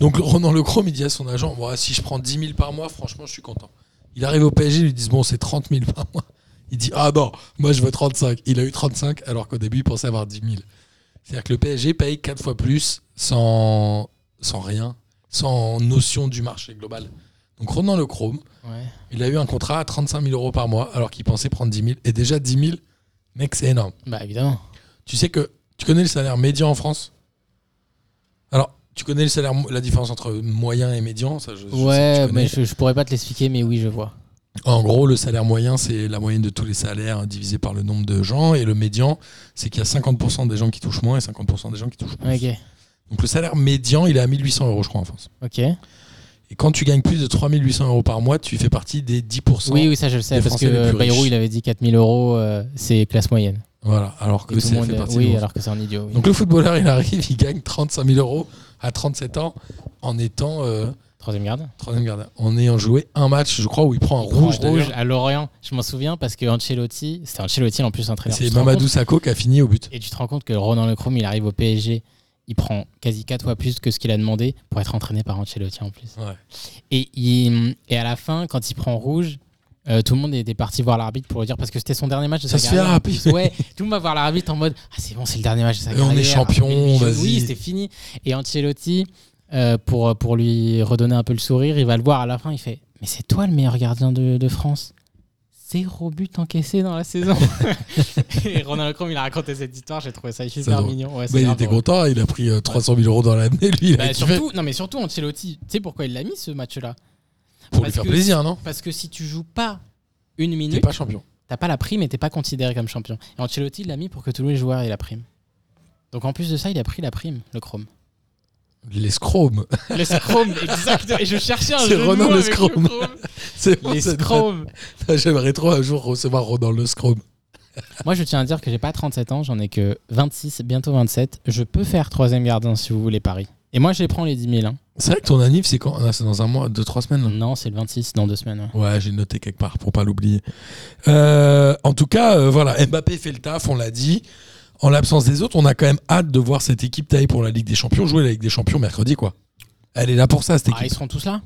Speaker 3: Donc Ronan Le Chrome, il dit à son agent Ouais, Si je prends 10 000 par mois, franchement, je suis content. Il arrive au PSG, ils lui disent Bon, c'est 30 000 par mois. Il dit Ah non, moi je veux 35. Il a eu 35, alors qu'au début, il pensait avoir 10 000. C'est-à-dire que le PSG paye 4 fois plus sans, sans rien, sans notion du marché global. Donc Ronan Le Chrome,
Speaker 4: Ouais.
Speaker 3: il a eu un contrat à 35 000 euros par mois, alors qu'il pensait prendre 10 000. Et déjà, 10 000, mec, c'est énorme.
Speaker 4: Bah évidemment.
Speaker 3: Tu sais que tu connais le salaire médian en France Alors, tu connais le salaire, mo- la différence entre moyen et médian ça, je- je sais que tu
Speaker 4: ouais,
Speaker 3: connais.
Speaker 4: mais je, je pourrais pas te l'expliquer, mais oui, je vois.
Speaker 3: En gros, le salaire moyen, c'est la moyenne de tous les salaires hein, divisé par le nombre de gens. Et le médian, c'est qu'il y a 50% des gens qui touchent moins et 50% des gens qui touchent plus.
Speaker 4: Ok,
Speaker 3: Donc, le salaire médian, il est à 1800 euros, je crois, en France.
Speaker 4: ok.
Speaker 3: Et quand tu gagnes plus de 3800 euros par mois, tu fais partie des 10%.
Speaker 4: Oui, oui, ça je le sais,
Speaker 3: les
Speaker 4: parce
Speaker 3: Français
Speaker 4: que
Speaker 3: les plus
Speaker 4: euh, Bayrou,
Speaker 3: riches.
Speaker 4: il avait dit 4000 euros, euh, c'est classe moyenne.
Speaker 3: Voilà, alors que
Speaker 4: Et tout
Speaker 3: ça
Speaker 4: le monde,
Speaker 3: fait
Speaker 4: euh,
Speaker 3: partie
Speaker 4: oui,
Speaker 3: des
Speaker 4: alors que c'est un idiot. oui.
Speaker 3: Donc le footballeur, il arrive, il gagne 35 000 euros à 37 ans en étant euh,
Speaker 4: Troisième garde.
Speaker 3: troisième gardien, en ayant joué un match, je crois, où il prend un rouge.
Speaker 4: En rouge
Speaker 3: d'ailleurs.
Speaker 4: à Lorient, je m'en souviens, parce que Ancelotti, c'était Ancelotti en plus entraîneur. Tu
Speaker 3: C'est
Speaker 4: te rends
Speaker 3: Mamadou
Speaker 4: compte-
Speaker 3: Sakho qui a fini au but.
Speaker 4: Et tu te rends compte que Ronan Lecrom, il arrive au PSG, il prend quasi 4 fois plus que ce qu'il a demandé pour être entraîné par Ancelotti en plus.
Speaker 3: Ouais.
Speaker 4: Et, il- et à la fin, quand il prend rouge, euh, tout le monde était parti voir l'arbitre pour lui dire parce que c'était son dernier match de
Speaker 3: Ça
Speaker 4: sa
Speaker 3: se fait
Speaker 4: carrière.
Speaker 3: rapide.
Speaker 4: Ouais, tout le monde va voir l'arbitre en mode Ah, c'est bon, c'est le dernier match de sa
Speaker 3: Et on
Speaker 4: carrière.
Speaker 3: est champion,
Speaker 4: Oui,
Speaker 3: vas-y.
Speaker 4: Oui, c'est fini. Et Ancelotti, euh, pour, pour lui redonner un peu le sourire, il va le voir à la fin. Il fait Mais c'est toi le meilleur gardien de, de France. Zéro but encaissé dans la saison. et Ronald Chrome, il a raconté cette histoire. J'ai trouvé ça super
Speaker 3: drôle.
Speaker 4: mignon. Ouais, c'est
Speaker 3: Bah, il
Speaker 4: grave
Speaker 3: était
Speaker 4: drôle.
Speaker 3: content, il a pris euh, 300 000 euros dans l'année, lui, il
Speaker 4: Bah,
Speaker 3: a kiffé
Speaker 4: surtout, non, mais surtout Ancelotti, tu sais pourquoi il l'a mis ce match-là
Speaker 3: pour lui
Speaker 4: parce
Speaker 3: faire
Speaker 4: que-
Speaker 3: plaisir, non
Speaker 4: Parce que si tu joues pas une
Speaker 3: T'es
Speaker 4: minute,
Speaker 3: pas champion.
Speaker 4: t'as pas la prime et t'es pas considéré comme champion. Et Ancelotti l'a mis pour que tous les joueurs aient la prime. Donc en plus de ça, il a pris la prime, le Chrome.
Speaker 3: L'escrome.
Speaker 4: Le Chrome, exact. Et je cherchais un
Speaker 3: C'est
Speaker 4: genou
Speaker 3: Ronan le
Speaker 4: avec
Speaker 3: Scrum. C'est bon,
Speaker 4: Les
Speaker 3: c'est-
Speaker 4: Scrum.
Speaker 3: Ah, J'aimerais trop un jour recevoir Ronan le Scrum.
Speaker 4: Moi, je tiens à dire que j'ai pas 37 ans, j'en ai que 26, bientôt 27. Je peux faire troisième gardien si vous voulez Paris. Et moi, je les prends les 10 000. hein.
Speaker 3: C'est vrai que ton anniv, c'est quand Ah, C'est dans un mois, deux, trois semaines là.
Speaker 4: Non, c'est le 26 dans deux semaines. ouais.
Speaker 3: Ouais, j'ai noté quelque part pour pas l'oublier. Euh, en tout cas, euh, voilà, Mbappé fait le taf, on l'a dit. En l'absence des autres, on a quand même hâte de voir cette équipe taillée pour la Ligue des Champions jouer la Ligue des Champions mercredi, quoi. Elle est là pour ça, cette
Speaker 4: Ah, ils
Speaker 3: équipe.
Speaker 4: seront tous là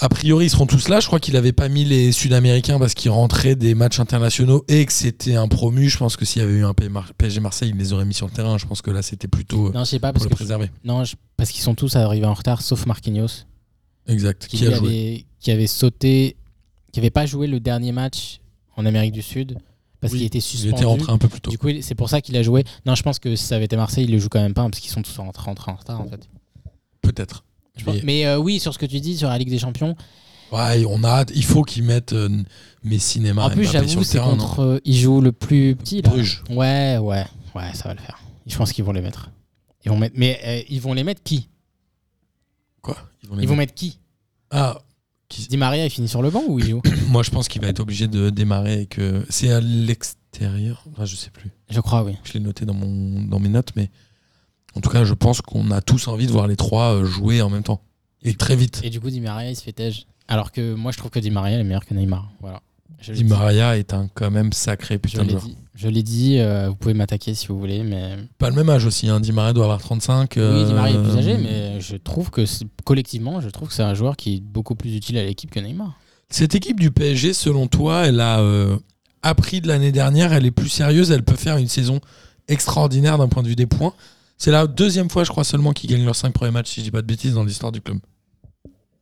Speaker 3: A priori, ils seront tous là. Je crois qu'il avait pas mis les Sud-Américains parce qu'ils rentraient des matchs internationaux et que c'était un promu. Je pense que s'il y avait eu un PSG Marseille, il les aurait mis sur le terrain. Je pense que là, c'était plutôt euh,
Speaker 4: Non, je sais pas
Speaker 3: pour
Speaker 4: parce
Speaker 3: le
Speaker 4: que
Speaker 3: préserver.
Speaker 4: non, je- parce qu'ils sont tous arrivés en retard, sauf Marquinhos.
Speaker 3: Exact. Qui,
Speaker 4: qui,
Speaker 3: a
Speaker 4: lui
Speaker 3: joué
Speaker 4: avait, qui avait sauté, qui avait pas joué le dernier match en Amérique du Sud parce
Speaker 3: Oui,
Speaker 4: qu'il était
Speaker 3: Il
Speaker 4: suspendu.
Speaker 3: était rentré un peu plus tôt.
Speaker 4: Du coup, il- hein, c'est pour ça qu'il a joué. Non, je pense que si ça avait été Marseille, il le joue quand même pas parce qu'ils sont tous rentrés, rentrés en retard en fait.
Speaker 3: peut-être.
Speaker 4: Je pense-
Speaker 3: Mais-
Speaker 4: Mais euh, oui, sur ce que tu dis sur la Ligue des Champions,
Speaker 3: Ouais, on a hâte. Il faut qu'ils mettent euh, Messi, Neymar,
Speaker 4: en plus,
Speaker 3: Mbappé sur
Speaker 4: j'avoue,
Speaker 3: le
Speaker 4: c'est
Speaker 3: terrain.
Speaker 4: contre. euh, ils jouent le plus petit.
Speaker 3: non
Speaker 4: là.
Speaker 3: Bruges.
Speaker 4: Ouais, ouais, ouais, ça va le faire. Je pense qu'ils vont les mettre. Ils vont mettre... Mais euh, ils vont les mettre qui
Speaker 3: Quoi Ils vont les
Speaker 4: Ils vont
Speaker 3: mettre-
Speaker 4: mettre qui
Speaker 3: Ah,
Speaker 4: Di Maria, il finit sur le banc ou il joue
Speaker 3: moi je pense qu'il va être obligé de démarrer et que c'est à l'extérieur. Ah, je sais plus.
Speaker 4: Je crois, oui.
Speaker 3: Je l'ai noté dans, mon, dans mes notes, mais en tout cas, je pense qu'on a tous envie de voir les trois euh, jouer en même temps. Et très vite.
Speaker 4: Et du coup, Di Maria, il se fait tège. Alors que moi, je trouve que Di Maria est meilleur que Neymar. Voilà. Je l'ai
Speaker 3: Di
Speaker 4: dit.
Speaker 3: Maria est un quand même sacré
Speaker 4: Je
Speaker 3: putain de
Speaker 4: l'ai
Speaker 3: joueur.
Speaker 4: dit. Je l'ai dit, euh, vous pouvez m'attaquer si vous voulez, mais.
Speaker 3: Pas le même âge aussi, hein. Di Maria doit avoir 35.
Speaker 4: Oui, Di Maria est plus
Speaker 3: euh,
Speaker 4: âgé, mais je trouve que c'est- collectivement, je trouve que c'est un joueur qui est beaucoup plus utile à l'équipe que Neymar.
Speaker 3: Cette équipe du PSG, selon toi, elle a euh, appris de l'année dernière, elle est plus sérieuse, elle peut faire une saison extraordinaire d'un point de vue des points. C'est la deuxième fois, je crois seulement, qu'ils gagnent leurs 5 premiers matchs, si je dis pas de bêtises, dans l'histoire du club.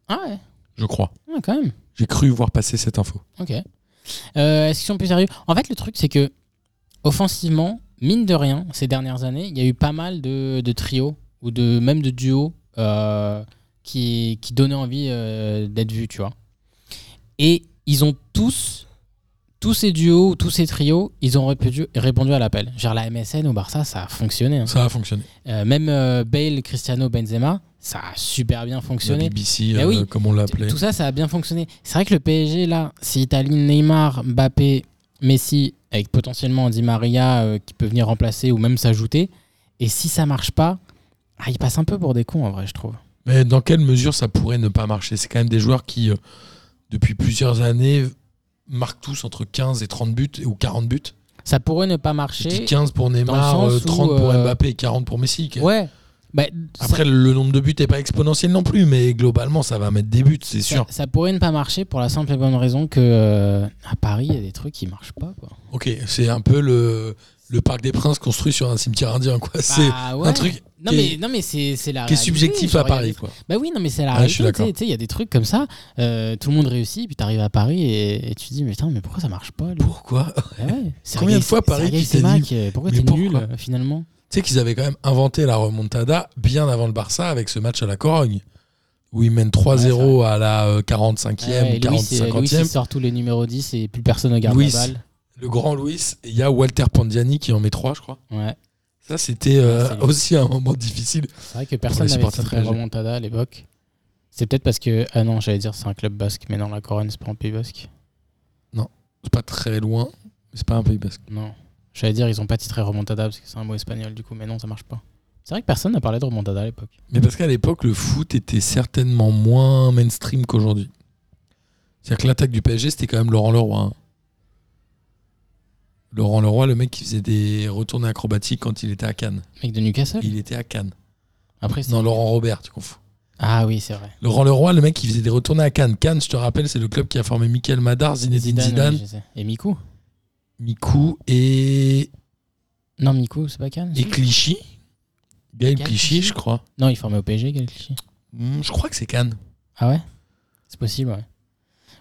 Speaker 4: Ah ouais,
Speaker 3: Je crois.
Speaker 4: Ah, quand même.
Speaker 3: J'ai cru voir passer cette info.
Speaker 4: Ok. Euh, Est-ce qu'ils sont plus sérieux En fait, le truc, c'est que, offensivement, mine de rien, ces dernières années, il y a eu pas mal de, de trios, ou de, même de duos, euh, qui, qui donnaient envie euh, d'être vus, tu vois. Et ils ont tous, tous ces duos, tous ces trios, ils ont répondu, répondu à l'appel. Genre la MSN au Barça, ça a fonctionné. hein.
Speaker 3: Ça a fonctionné.
Speaker 4: Euh, même euh, Bale, Cristiano, Benzema, ça a super bien
Speaker 3: La
Speaker 4: fonctionné.
Speaker 3: BBC,
Speaker 4: Mais
Speaker 3: euh,
Speaker 4: oui.
Speaker 3: comme on l'appelait.
Speaker 4: Tout ça, ça a bien fonctionné. C'est vrai que le PSG, là, si Italie, Neymar, Mbappé, Messi, avec potentiellement Di Maria euh, qui peut venir remplacer ou même s'ajouter, et si ça marche pas, ah, ils passent un peu pour des cons en vrai, je trouve.
Speaker 3: Mais dans quelle mesure ça pourrait ne pas marcher C'est quand même des joueurs qui, euh, depuis plusieurs années, marquent tous entre 15 et 30 buts ou 40 buts.
Speaker 4: Ça pourrait ne pas
Speaker 3: Je dis
Speaker 4: marcher.
Speaker 3: 15 pour Neymar,
Speaker 4: sens
Speaker 3: euh,
Speaker 4: où,
Speaker 3: 30 pour
Speaker 4: euh,
Speaker 3: Mbappé et 40 pour Messi.
Speaker 4: Ouais. Bah, ça-
Speaker 3: Après, le nombre de buts n'est pas exponentiel non plus, mais globalement, ça va mettre des buts, c'est
Speaker 4: ça,
Speaker 3: sûr.
Speaker 4: ça pourrait ne pas marcher pour la simple et bonne raison que euh, à Paris, il y a des trucs qui marchent pas. Quoi.
Speaker 3: Ok, c'est un peu le, le Parc des Princes construit sur un cimetière indien, quoi. c'est
Speaker 4: Bah, ouais.
Speaker 3: un truc
Speaker 4: Non
Speaker 3: qui
Speaker 4: mais,
Speaker 3: est-
Speaker 4: non, mais c'est c'est la
Speaker 3: qui est
Speaker 4: réalité,
Speaker 3: subjectif
Speaker 4: genre,
Speaker 3: à
Speaker 4: il y a des
Speaker 3: Paris, quoi.
Speaker 4: Bah oui, non, mais c'est la
Speaker 3: Ouais, Ah, je suis
Speaker 4: réalité. tu
Speaker 3: d'accord.
Speaker 4: sais, tu sais, Il y a des trucs comme ça, euh, tout le monde réussit, puis t'arrives à Paris et, et tu te dis, mais putain, mais pourquoi ça marche pas lui
Speaker 3: Pourquoi
Speaker 4: Ah ouais, Sergei-
Speaker 3: Combien de fois Paris,
Speaker 4: Sergei
Speaker 3: tu t'es
Speaker 4: Semak, euh, Pourquoi
Speaker 3: mais
Speaker 4: t'es
Speaker 3: pourquoi
Speaker 4: nul euh, finalement
Speaker 3: Tu sais qu'ils avaient quand même inventé la remontada bien avant le Barça avec ce match à la Corogne, où ils mènent 3-0 à la euh, 45e
Speaker 4: Ouais,
Speaker 3: ou
Speaker 4: Louis, c'est- euh, Louis, il
Speaker 3: 40-50e.
Speaker 4: sort tous les numéros 10 et plus personne ne garde
Speaker 3: Louis.
Speaker 4: la balle.
Speaker 3: Le grand Louis, et il y a Walter Pandiani qui en met 3, je crois.
Speaker 4: Ouais.
Speaker 3: Ça, c'était euh,
Speaker 4: Ouais, c'est lui.
Speaker 3: aussi un moment difficile.
Speaker 4: C'est vrai que personne
Speaker 3: les
Speaker 4: n'avait
Speaker 3: supporters
Speaker 4: titré
Speaker 3: de PSG.
Speaker 4: remontada à l'époque. C'est peut-être parce que. Ah non, j'allais dire c'est un club basque, mais non, la Corogne, c'est pas un pays basque.
Speaker 3: C'est pas très loin, mais c'est pas un pays basque.
Speaker 4: Non. J'allais dire ils ont pas titré remontada parce que c'est un mot espagnol du coup, mais non, ça marche pas. C'est vrai que personne n'a parlé de remontada à l'époque.
Speaker 3: Mais parce qu'à l'époque, le foot était certainement moins mainstream qu'aujourd'hui. C'est-à-dire que l'attaque du PSG, c'était quand même Laurent Leroy. hein. Laurent Leroy, le mec qui faisait des retournées acrobatiques quand il était à Cannes.
Speaker 4: Mec de Newcastle
Speaker 3: Il était à Cannes.
Speaker 4: Après, c'est-
Speaker 3: Non, Laurent Robert, tu confonds.
Speaker 4: Ah oui, c'est vrai.
Speaker 3: Laurent Leroy, le mec qui faisait des retournées à Cannes. Cannes, je te rappelle, c'est le club qui a formé Michael Madar, Zinedine
Speaker 4: Zidane,
Speaker 3: Zidane,
Speaker 4: oui, je sais. Et Miku
Speaker 3: Mikou et,
Speaker 4: Non, Miku, c'est pas Cannes
Speaker 3: et
Speaker 4: si
Speaker 3: Clichy. Gaël
Speaker 4: Gaël
Speaker 3: Clichy,
Speaker 4: Clichy.
Speaker 3: je crois.
Speaker 4: Non, il formait au PSG, quel cliché.
Speaker 3: Hmm, je crois que c'est Cannes.
Speaker 4: Ah ouais C'est possible, ouais.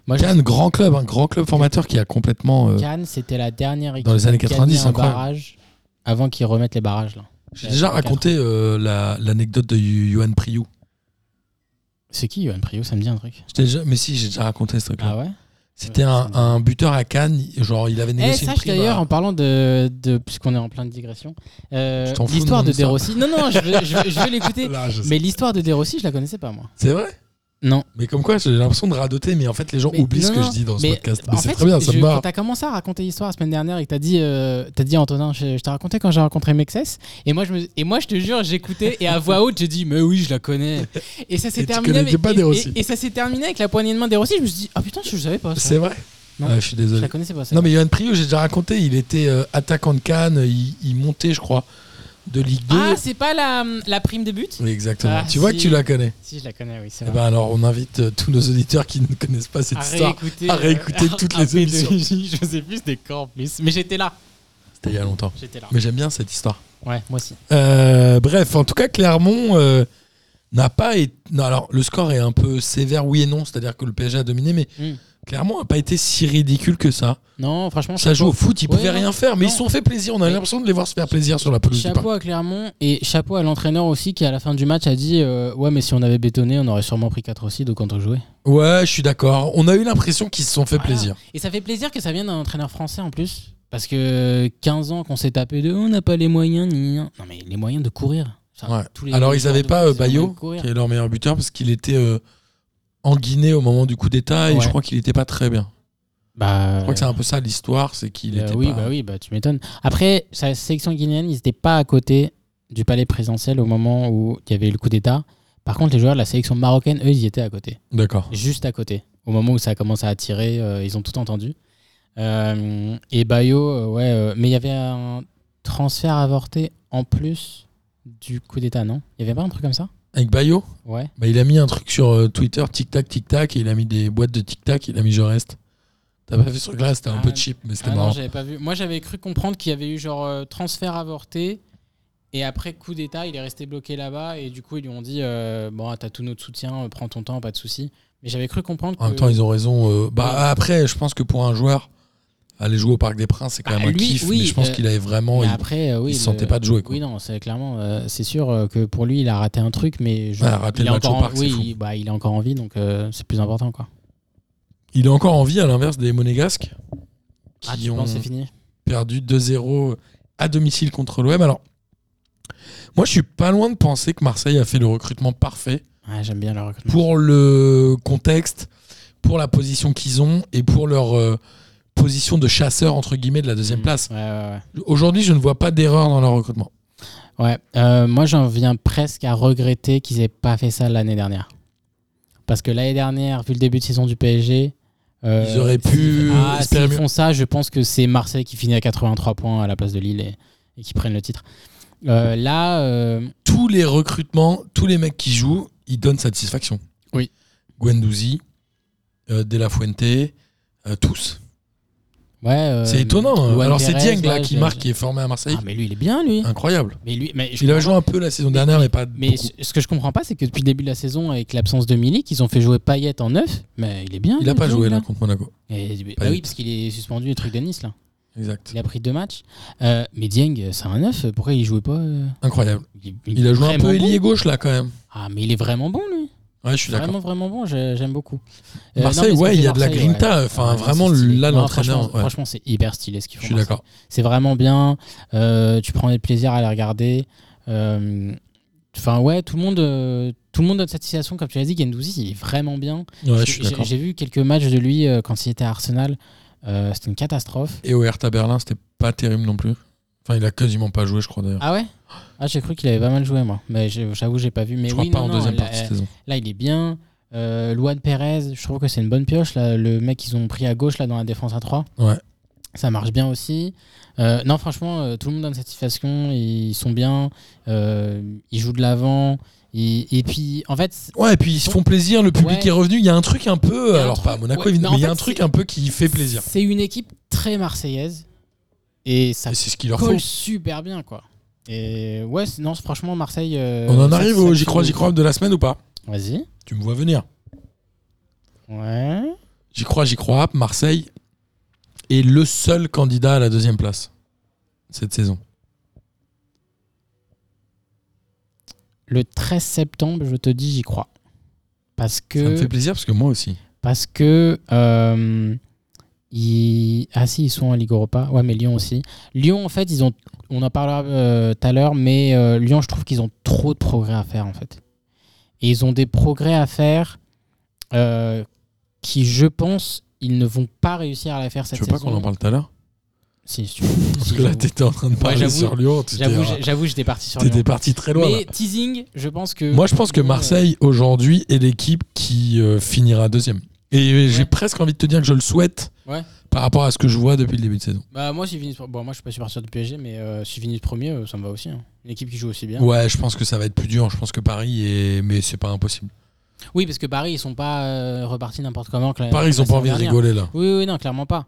Speaker 4: Moi, je-
Speaker 3: Cannes, grand club, un grand club formateur qui a complètement. euh,
Speaker 4: Cannes, c'était la dernière équipe
Speaker 3: Dans les années
Speaker 4: qui gagnait
Speaker 3: 90,
Speaker 4: un
Speaker 3: incroyable.
Speaker 4: barrage avant qu'ils remettent les barrages, là.
Speaker 3: J'ai déjà raconté euh, la- l'anecdote de Yo- Johan Priou.
Speaker 4: C'est qui, Yohan Prio Ça me dit un truc.
Speaker 3: Je t'ai déjà- Mais si, j'ai déjà raconté ce truc-là.
Speaker 4: Ah ouais
Speaker 3: C'était un, un buteur à Cannes, genre il avait
Speaker 4: Eh,
Speaker 3: négocié une
Speaker 4: sache
Speaker 3: prime.
Speaker 4: d'ailleurs,
Speaker 3: à-
Speaker 4: en parlant de. de- Puisqu'on est en pleine digression, euh,
Speaker 3: Je t'en fous de
Speaker 4: l'histoire
Speaker 3: mon
Speaker 4: de, De
Speaker 3: histoire.
Speaker 4: Rossi. Non, non, je veux, je veux- je veux l'écouter.
Speaker 3: Ah, Là, je sais.
Speaker 4: Mais l'histoire de De Rossi, je la connaissais pas, moi.
Speaker 3: C'est vrai
Speaker 4: Non.
Speaker 3: Mais comme quoi, j'ai l'impression de radoter, mais en fait, les gens
Speaker 4: Mais
Speaker 3: oublient Oh, ce
Speaker 4: non,
Speaker 3: que
Speaker 4: non,
Speaker 3: je dis dans ce
Speaker 4: mais
Speaker 3: podcast.
Speaker 4: en
Speaker 3: Mais c'est
Speaker 4: fait,
Speaker 3: très bien, ça
Speaker 4: je-
Speaker 3: me
Speaker 4: Quand
Speaker 3: marre.
Speaker 4: t'as commencé à raconter l'histoire la semaine dernière et que t'as dit, euh, t'as dit Antonin, je, je t'ai raconté quand j'ai rencontré Mexès, et moi je me, et moi je te jure, j'écoutais et à voix haute j'ai dit, mais oui, je la connais. Et ça
Speaker 3: Et
Speaker 4: s'est
Speaker 3: tu
Speaker 4: terminé.
Speaker 3: connaissais
Speaker 4: avec-
Speaker 3: pas
Speaker 4: et-
Speaker 3: des Rossi.
Speaker 4: et, et ça s'est terminé avec la poignée de main des Rossi. Je me suis dit, ah putain, je savais pas. ça.
Speaker 3: C'est vrai
Speaker 4: Non.
Speaker 3: Ouais, Je suis
Speaker 4: Je
Speaker 3: désolé.
Speaker 4: la connaissais pas. ça.
Speaker 3: Non, mais Johan Priou, j'ai déjà raconté, il était euh, attaquant de Cannes, il, il montait, je crois, de Ligue 2.
Speaker 4: Ah, c'est pas la, la prime des buts
Speaker 3: oui, exactement.
Speaker 4: Ah,
Speaker 3: tu vois
Speaker 4: si. Ah.
Speaker 3: que tu la connais.
Speaker 4: Si, je la connais, oui, c'est
Speaker 3: Eh
Speaker 4: vrai.
Speaker 3: ben alors, on invite euh, tous nos auditeurs qui ne connaissent pas cette
Speaker 4: à
Speaker 3: histoire.
Speaker 4: réécouter,
Speaker 3: à réécouter
Speaker 4: euh,
Speaker 3: toutes
Speaker 4: à
Speaker 3: les
Speaker 4: P2J,
Speaker 3: émissions.
Speaker 4: Je sais plus c'était quand en plus, mais j'étais là.
Speaker 3: C'était il y a longtemps.
Speaker 4: J'étais là.
Speaker 3: Mais j'aime bien cette histoire.
Speaker 4: Ouais, moi aussi.
Speaker 3: Euh, bref, en tout cas, Clermont, euh, n'a pas été. Non, alors le score est un peu sévère, oui et non, c'est-à-dire que le PSG a dominé, mais
Speaker 4: Mm.
Speaker 3: clairement n'a pas été si ridicule que ça.
Speaker 4: Non, franchement,
Speaker 3: Ça joue
Speaker 4: chapeau.
Speaker 3: au foot, ils
Speaker 4: Ah, Ouais,
Speaker 3: pouvaient
Speaker 4: non,
Speaker 3: rien faire, mais
Speaker 4: non.
Speaker 3: ils se sont fait plaisir. On a
Speaker 4: Mais-
Speaker 3: l'impression de les voir se faire plaisir sur la pelouse du
Speaker 4: Chapeau
Speaker 3: parc.
Speaker 4: à Clermont et chapeau à l'entraîneur aussi qui à la fin du match a dit euh, ouais mais si on avait bétonné on aurait sûrement pris 4 aussi donc on doit jouer.
Speaker 3: Ouais, je suis d'accord. On a eu l'impression qu'ils se sont fait
Speaker 4: Voilà.
Speaker 3: plaisir.
Speaker 4: Et ça fait plaisir que ça vienne d'un entraîneur français en plus. Parce que 15 ans qu'on s'est tapé de on n'a pas les moyens. ni rien. Non, mais les moyens de courir. Ça,
Speaker 3: Ouais.
Speaker 4: tous les
Speaker 3: Alors, ils
Speaker 4: joueurs
Speaker 3: n'avaient
Speaker 4: de
Speaker 3: pas
Speaker 4: foot,
Speaker 3: euh,
Speaker 4: c'est les moyens
Speaker 3: Bayo,
Speaker 4: de courir.
Speaker 3: qui est leur meilleur buteur, parce qu'il était euh, en Guinée au moment du coup d'État, et
Speaker 4: Ouais.
Speaker 3: je crois qu'il n'était pas très bien.
Speaker 4: Bah,
Speaker 3: Je crois que c'est un peu ça l'histoire, c'est qu'il
Speaker 4: euh,
Speaker 3: était
Speaker 4: oui,
Speaker 3: pas-
Speaker 4: bah oui, bah tu m'étonnes. Après, sa sélection guinéenne, ils n'étaient pas à côté du palais présidentiel au moment où il y avait eu le coup d'État. Par contre, les joueurs de la sélection marocaine, eux, ils y étaient à côté.
Speaker 3: D'accord.
Speaker 4: juste à côté. Au moment où ça a commencé à tirer, euh, ils ont tout entendu. Euh, et Bayo, euh, ouais, euh, mais il y avait un transfert avorté en plus du coup d'État, non Il y avait pas un truc comme ça
Speaker 3: Avec Bayo,
Speaker 4: Ouais.
Speaker 3: bah, il a mis un truc sur euh, Twitter, tic-tac, tic-tac, et il a mis des boîtes de tic-tac, il a mis je reste. T'as pas vu ce truc-là, c'était un
Speaker 4: Ah,
Speaker 3: peu cheap, mais c'était
Speaker 4: Ah non,
Speaker 3: marrant.
Speaker 4: j'avais pas vu. Moi, j'avais cru comprendre qu'il y avait eu genre euh, transfert avorté et après coup d'État, il est resté bloqué là-bas et du coup, ils lui ont dit euh, bon, t'as tout notre soutien, euh, prends ton temps, pas de souci. Mais j'avais cru comprendre
Speaker 3: En même
Speaker 4: que-
Speaker 3: temps, ils ont raison. euh, bah, Après, je pense que pour un joueur, aller jouer au Parc des Princes, c'est quand
Speaker 4: Bah,
Speaker 3: même un
Speaker 4: lui,
Speaker 3: kiff.
Speaker 4: oui,
Speaker 3: mais je pense
Speaker 4: euh,
Speaker 3: qu'il avait vraiment.
Speaker 4: Mais
Speaker 3: il-
Speaker 4: après, euh, oui,
Speaker 3: il se
Speaker 4: le-
Speaker 3: sentait pas de jouer, quoi.
Speaker 4: Oui, non, c'est clairement, euh, c'est sûr euh, que pour lui, il a raté un truc, mais je-
Speaker 3: Ouais, rater
Speaker 4: il
Speaker 3: le
Speaker 4: a
Speaker 3: match au
Speaker 4: encore en-
Speaker 3: parc, c'est
Speaker 4: oui,
Speaker 3: fou.
Speaker 4: il- bah, il est encore en vie, donc euh, c'est plus important, quoi.
Speaker 3: Il est encore en vie, à l'inverse des Monégasques, qui
Speaker 4: ah, tu
Speaker 3: ont
Speaker 4: penses c'est fini
Speaker 3: perdu 2-0 à domicile contre l'OM. Alors, moi, je suis pas loin de penser que Marseille a fait le recrutement parfait
Speaker 4: Ouais, J'aime bien le recrutement.
Speaker 3: pour le contexte, pour la position qu'ils ont et pour leur euh, position de chasseur, entre guillemets, de la deuxième place.
Speaker 4: Ouais, ouais, ouais.
Speaker 3: Aujourd'hui, je ne vois pas d'erreur dans leur recrutement.
Speaker 4: Ouais, euh, moi, j'en viens presque à regretter qu'ils aient pas fait ça l'année dernière, parce que l'année dernière, vu le début de saison du PSG, euh,
Speaker 3: Ils auraient pu
Speaker 4: s'ils- ah,
Speaker 3: espérer
Speaker 4: s'ils
Speaker 3: mieux.
Speaker 4: font ça, je pense que c'est Marseille qui finit à 83 points à la place de Lille et, et qui prennent le titre. Euh, là, euh,
Speaker 3: tous les recrutements, tous les mecs qui jouent, ils donnent satisfaction.
Speaker 4: Oui.
Speaker 3: Guendouzi, euh, De La Fuente, euh, tous.
Speaker 4: ouais. euh,
Speaker 3: c'est étonnant. hein.
Speaker 4: Juan
Speaker 3: Alors c'est
Speaker 4: Perez,
Speaker 3: Dieng là
Speaker 4: je
Speaker 3: qui
Speaker 4: l'ai-
Speaker 3: marque, qui est formé à Marseille.
Speaker 4: Ah, mais lui, il est bien, lui.
Speaker 3: Incroyable.
Speaker 4: Mais lui, mais je
Speaker 3: Il a
Speaker 4: comprends-
Speaker 3: joué un peu la saison dernière, mais pas.
Speaker 4: mais
Speaker 3: beaucoup.
Speaker 4: ce ce que je comprends pas, c'est que depuis le début de la saison, avec l'absence de Milik, ils ont fait jouer Payet en neuf. Mais il est bien.
Speaker 3: Il n'a
Speaker 4: lui,
Speaker 3: pas
Speaker 4: Dieng,
Speaker 3: joué là contre Monaco.
Speaker 4: Et- bah
Speaker 3: Payet.
Speaker 4: oui, parce qu'il est suspendu le truc de Nice là.
Speaker 3: Exact.
Speaker 4: Il a pris deux matchs. Euh, mais Dieng, c'est un neuf. Pourquoi il jouait pas euh,
Speaker 3: Incroyable.
Speaker 4: il,
Speaker 3: Il a joué un peu
Speaker 4: vraiment
Speaker 3: ailier
Speaker 4: bon.
Speaker 3: gauche là quand même.
Speaker 4: Ah, mais il est vraiment bon lui.
Speaker 3: Ouais, je suis d'accord.
Speaker 4: Vraiment vraiment bon. j'ai- J'aime beaucoup. Euh,
Speaker 3: Marseille,
Speaker 4: non, mais ce
Speaker 3: ouais, Ah,
Speaker 4: que
Speaker 3: il y
Speaker 4: fait
Speaker 3: a de la
Speaker 4: Marseille, ouais.
Speaker 3: grinta. Enfin,
Speaker 4: Ouais,
Speaker 3: vraiment
Speaker 4: c'est stylé.
Speaker 3: là
Speaker 4: Non,
Speaker 3: l'entraîneur.
Speaker 4: franchement,
Speaker 3: ouais.
Speaker 4: Franchement, c'est hyper stylé ce qu'ils
Speaker 3: Je
Speaker 4: font.
Speaker 3: suis
Speaker 4: Marseille.
Speaker 3: d'accord.
Speaker 4: C'est vraiment bien. euh, tu prends du plaisir à la regarder. euh, Enfin, ouais, tout le monde. euh, tout le monde donne satisfaction, comme tu l'as dit, Gendouzi, il est vraiment bien.
Speaker 3: Ouais, je
Speaker 4: J'ai-
Speaker 3: suis
Speaker 4: J'ai
Speaker 3: d'accord.
Speaker 4: j'ai vu quelques matchs de lui euh, quand il était à Arsenal. Euh, C'était une catastrophe.
Speaker 3: Et au Hertha Berlin, c'était pas terrible non plus. Enfin, il a quasiment pas joué, je crois d'ailleurs.
Speaker 4: Ah ouais Ah, j'ai cru qu'il avait pas mal joué, moi. Mais j'ai- j'avoue, j'ai pas vu. Mais
Speaker 3: je crois
Speaker 4: oui,
Speaker 3: pas
Speaker 4: non,
Speaker 3: en
Speaker 4: non,
Speaker 3: deuxième
Speaker 4: là,
Speaker 3: partie
Speaker 4: euh,
Speaker 3: de saison.
Speaker 4: là, il est bien. Euh, Luan Perez, je trouve que c'est une bonne pioche. Là, le mec qu'ils ont pris à gauche là dans la défense à 3.
Speaker 3: Ouais.
Speaker 4: Ça marche bien aussi. Euh, non, franchement, euh, tout le monde donne satisfaction. Ils sont bien. Euh, ils jouent de l'avant. ils- Et puis, en fait, c'est-
Speaker 3: Ouais, et puis ils se font plaisir, le public
Speaker 4: Ouais.
Speaker 3: est revenu. Il y a un truc un
Speaker 4: Il y
Speaker 3: peu.
Speaker 4: a un
Speaker 3: alors,
Speaker 4: truc-
Speaker 3: pas à Monaco,
Speaker 4: ouais,
Speaker 3: évidemment,
Speaker 4: mais
Speaker 3: mais
Speaker 4: en
Speaker 3: il y a
Speaker 4: fait,
Speaker 3: un truc
Speaker 4: c'est-
Speaker 3: un peu qui fait plaisir.
Speaker 4: c'est une équipe très marseillaise. Et ça
Speaker 3: Et c'est ce qu'il leur faut.
Speaker 4: colle super bien, quoi. Et ouais, c'est- non, c'est- franchement, Marseille. euh,
Speaker 3: On en
Speaker 4: ça-
Speaker 3: arrive
Speaker 4: ça-
Speaker 3: au J'y crois, j'y crois de la semaine ou pas
Speaker 4: Vas-y.
Speaker 3: Tu me vois venir.
Speaker 4: Ouais.
Speaker 3: J'y crois, j'y crois. Marseille est le seul candidat à la deuxième place cette saison.
Speaker 4: Le 13 septembre, je te dis, j'y crois. Parce que.
Speaker 3: Ça me fait plaisir parce que moi aussi.
Speaker 4: Parce que. euh, ils... Ah si, ils sont en Ligue Europa. Ouais, mais Lyon aussi. Lyon, en fait, ils ont. On en parlera euh, tout à l'heure, mais euh, Lyon, je trouve qu'ils ont trop de progrès à faire, en fait. Et ils ont des progrès à faire euh, qui, je pense, ils ne vont pas réussir à la faire cette
Speaker 3: tu veux pas
Speaker 4: saison.
Speaker 3: qu'on en parle tout à l'heure
Speaker 4: Si, si tu veux.
Speaker 3: Parce
Speaker 4: Si,
Speaker 3: que là,
Speaker 4: j'avoue.
Speaker 3: t'étais en train de parler
Speaker 4: j'avoue,
Speaker 3: sur Lyon. t'étais,
Speaker 4: J'avoue,
Speaker 3: euh,
Speaker 4: j'ai- j'avoue, j'étais parti sur Lyon.
Speaker 3: T'étais parti très loin.
Speaker 4: Mais
Speaker 3: là.
Speaker 4: teasing, je pense que.
Speaker 3: Moi, je pense que
Speaker 4: Lyon, euh,
Speaker 3: Marseille, aujourd'hui, est l'équipe qui euh, finira deuxième. Et euh, j'ai
Speaker 4: Ouais.
Speaker 3: presque envie de te dire que je le souhaite
Speaker 4: Ouais.
Speaker 3: par rapport à ce que je vois depuis le début de saison.
Speaker 4: Bah moi si Vinicius bon moi je suis pas supporter du PSG mais euh, si Vinicius premier euh, ça me va aussi hein. une équipe qui joue aussi bien.
Speaker 3: Ouais, je pense que ça va être plus dur. Je pense que Paris est. Mais c'est pas impossible.
Speaker 4: Oui parce que Paris ils sont pas euh, repartis n'importe comment. que la-
Speaker 3: Paris,
Speaker 4: que
Speaker 3: ils
Speaker 4: la
Speaker 3: ont pas
Speaker 4: saison
Speaker 3: envie de
Speaker 4: dernière.
Speaker 3: rigoler là.
Speaker 4: Oui oui non clairement pas.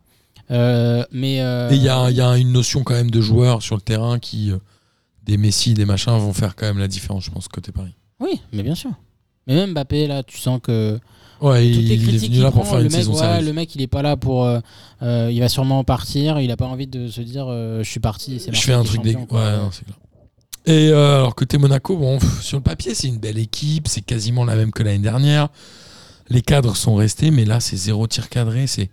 Speaker 4: Euh, mais euh,
Speaker 3: Et il y a, il y a une notion quand même de joueurs sur le terrain qui. euh, Des Messi, des machins vont faire quand même la différence, je pense, côté Paris.
Speaker 4: Oui, mais bien sûr. Mais même Mbappé, là, tu sens que
Speaker 3: Ouais,
Speaker 4: toutes
Speaker 3: il,
Speaker 4: les
Speaker 3: il est
Speaker 4: critiques
Speaker 3: venu
Speaker 4: qu'il
Speaker 3: là
Speaker 4: prend,
Speaker 3: pour faire
Speaker 4: le
Speaker 3: une
Speaker 4: mec,
Speaker 3: saison
Speaker 4: ouais,
Speaker 3: sérieuse.
Speaker 4: le mec, il est pas là pour. euh, euh, il va sûrement partir. Il a pas envie de se dire, euh, je suis parti.
Speaker 3: Je
Speaker 4: c'est Marseille
Speaker 3: fais un
Speaker 4: qui est
Speaker 3: truc dégueu.
Speaker 4: champion, quoi.
Speaker 3: Ouais, non, c'est clair. Et euh, alors, côté Monaco, bon, pff, sur le papier, c'est une belle équipe. C'est quasiment la même que l'année dernière. Les cadres sont restés, mais là, c'est zéro tir cadré. C'est...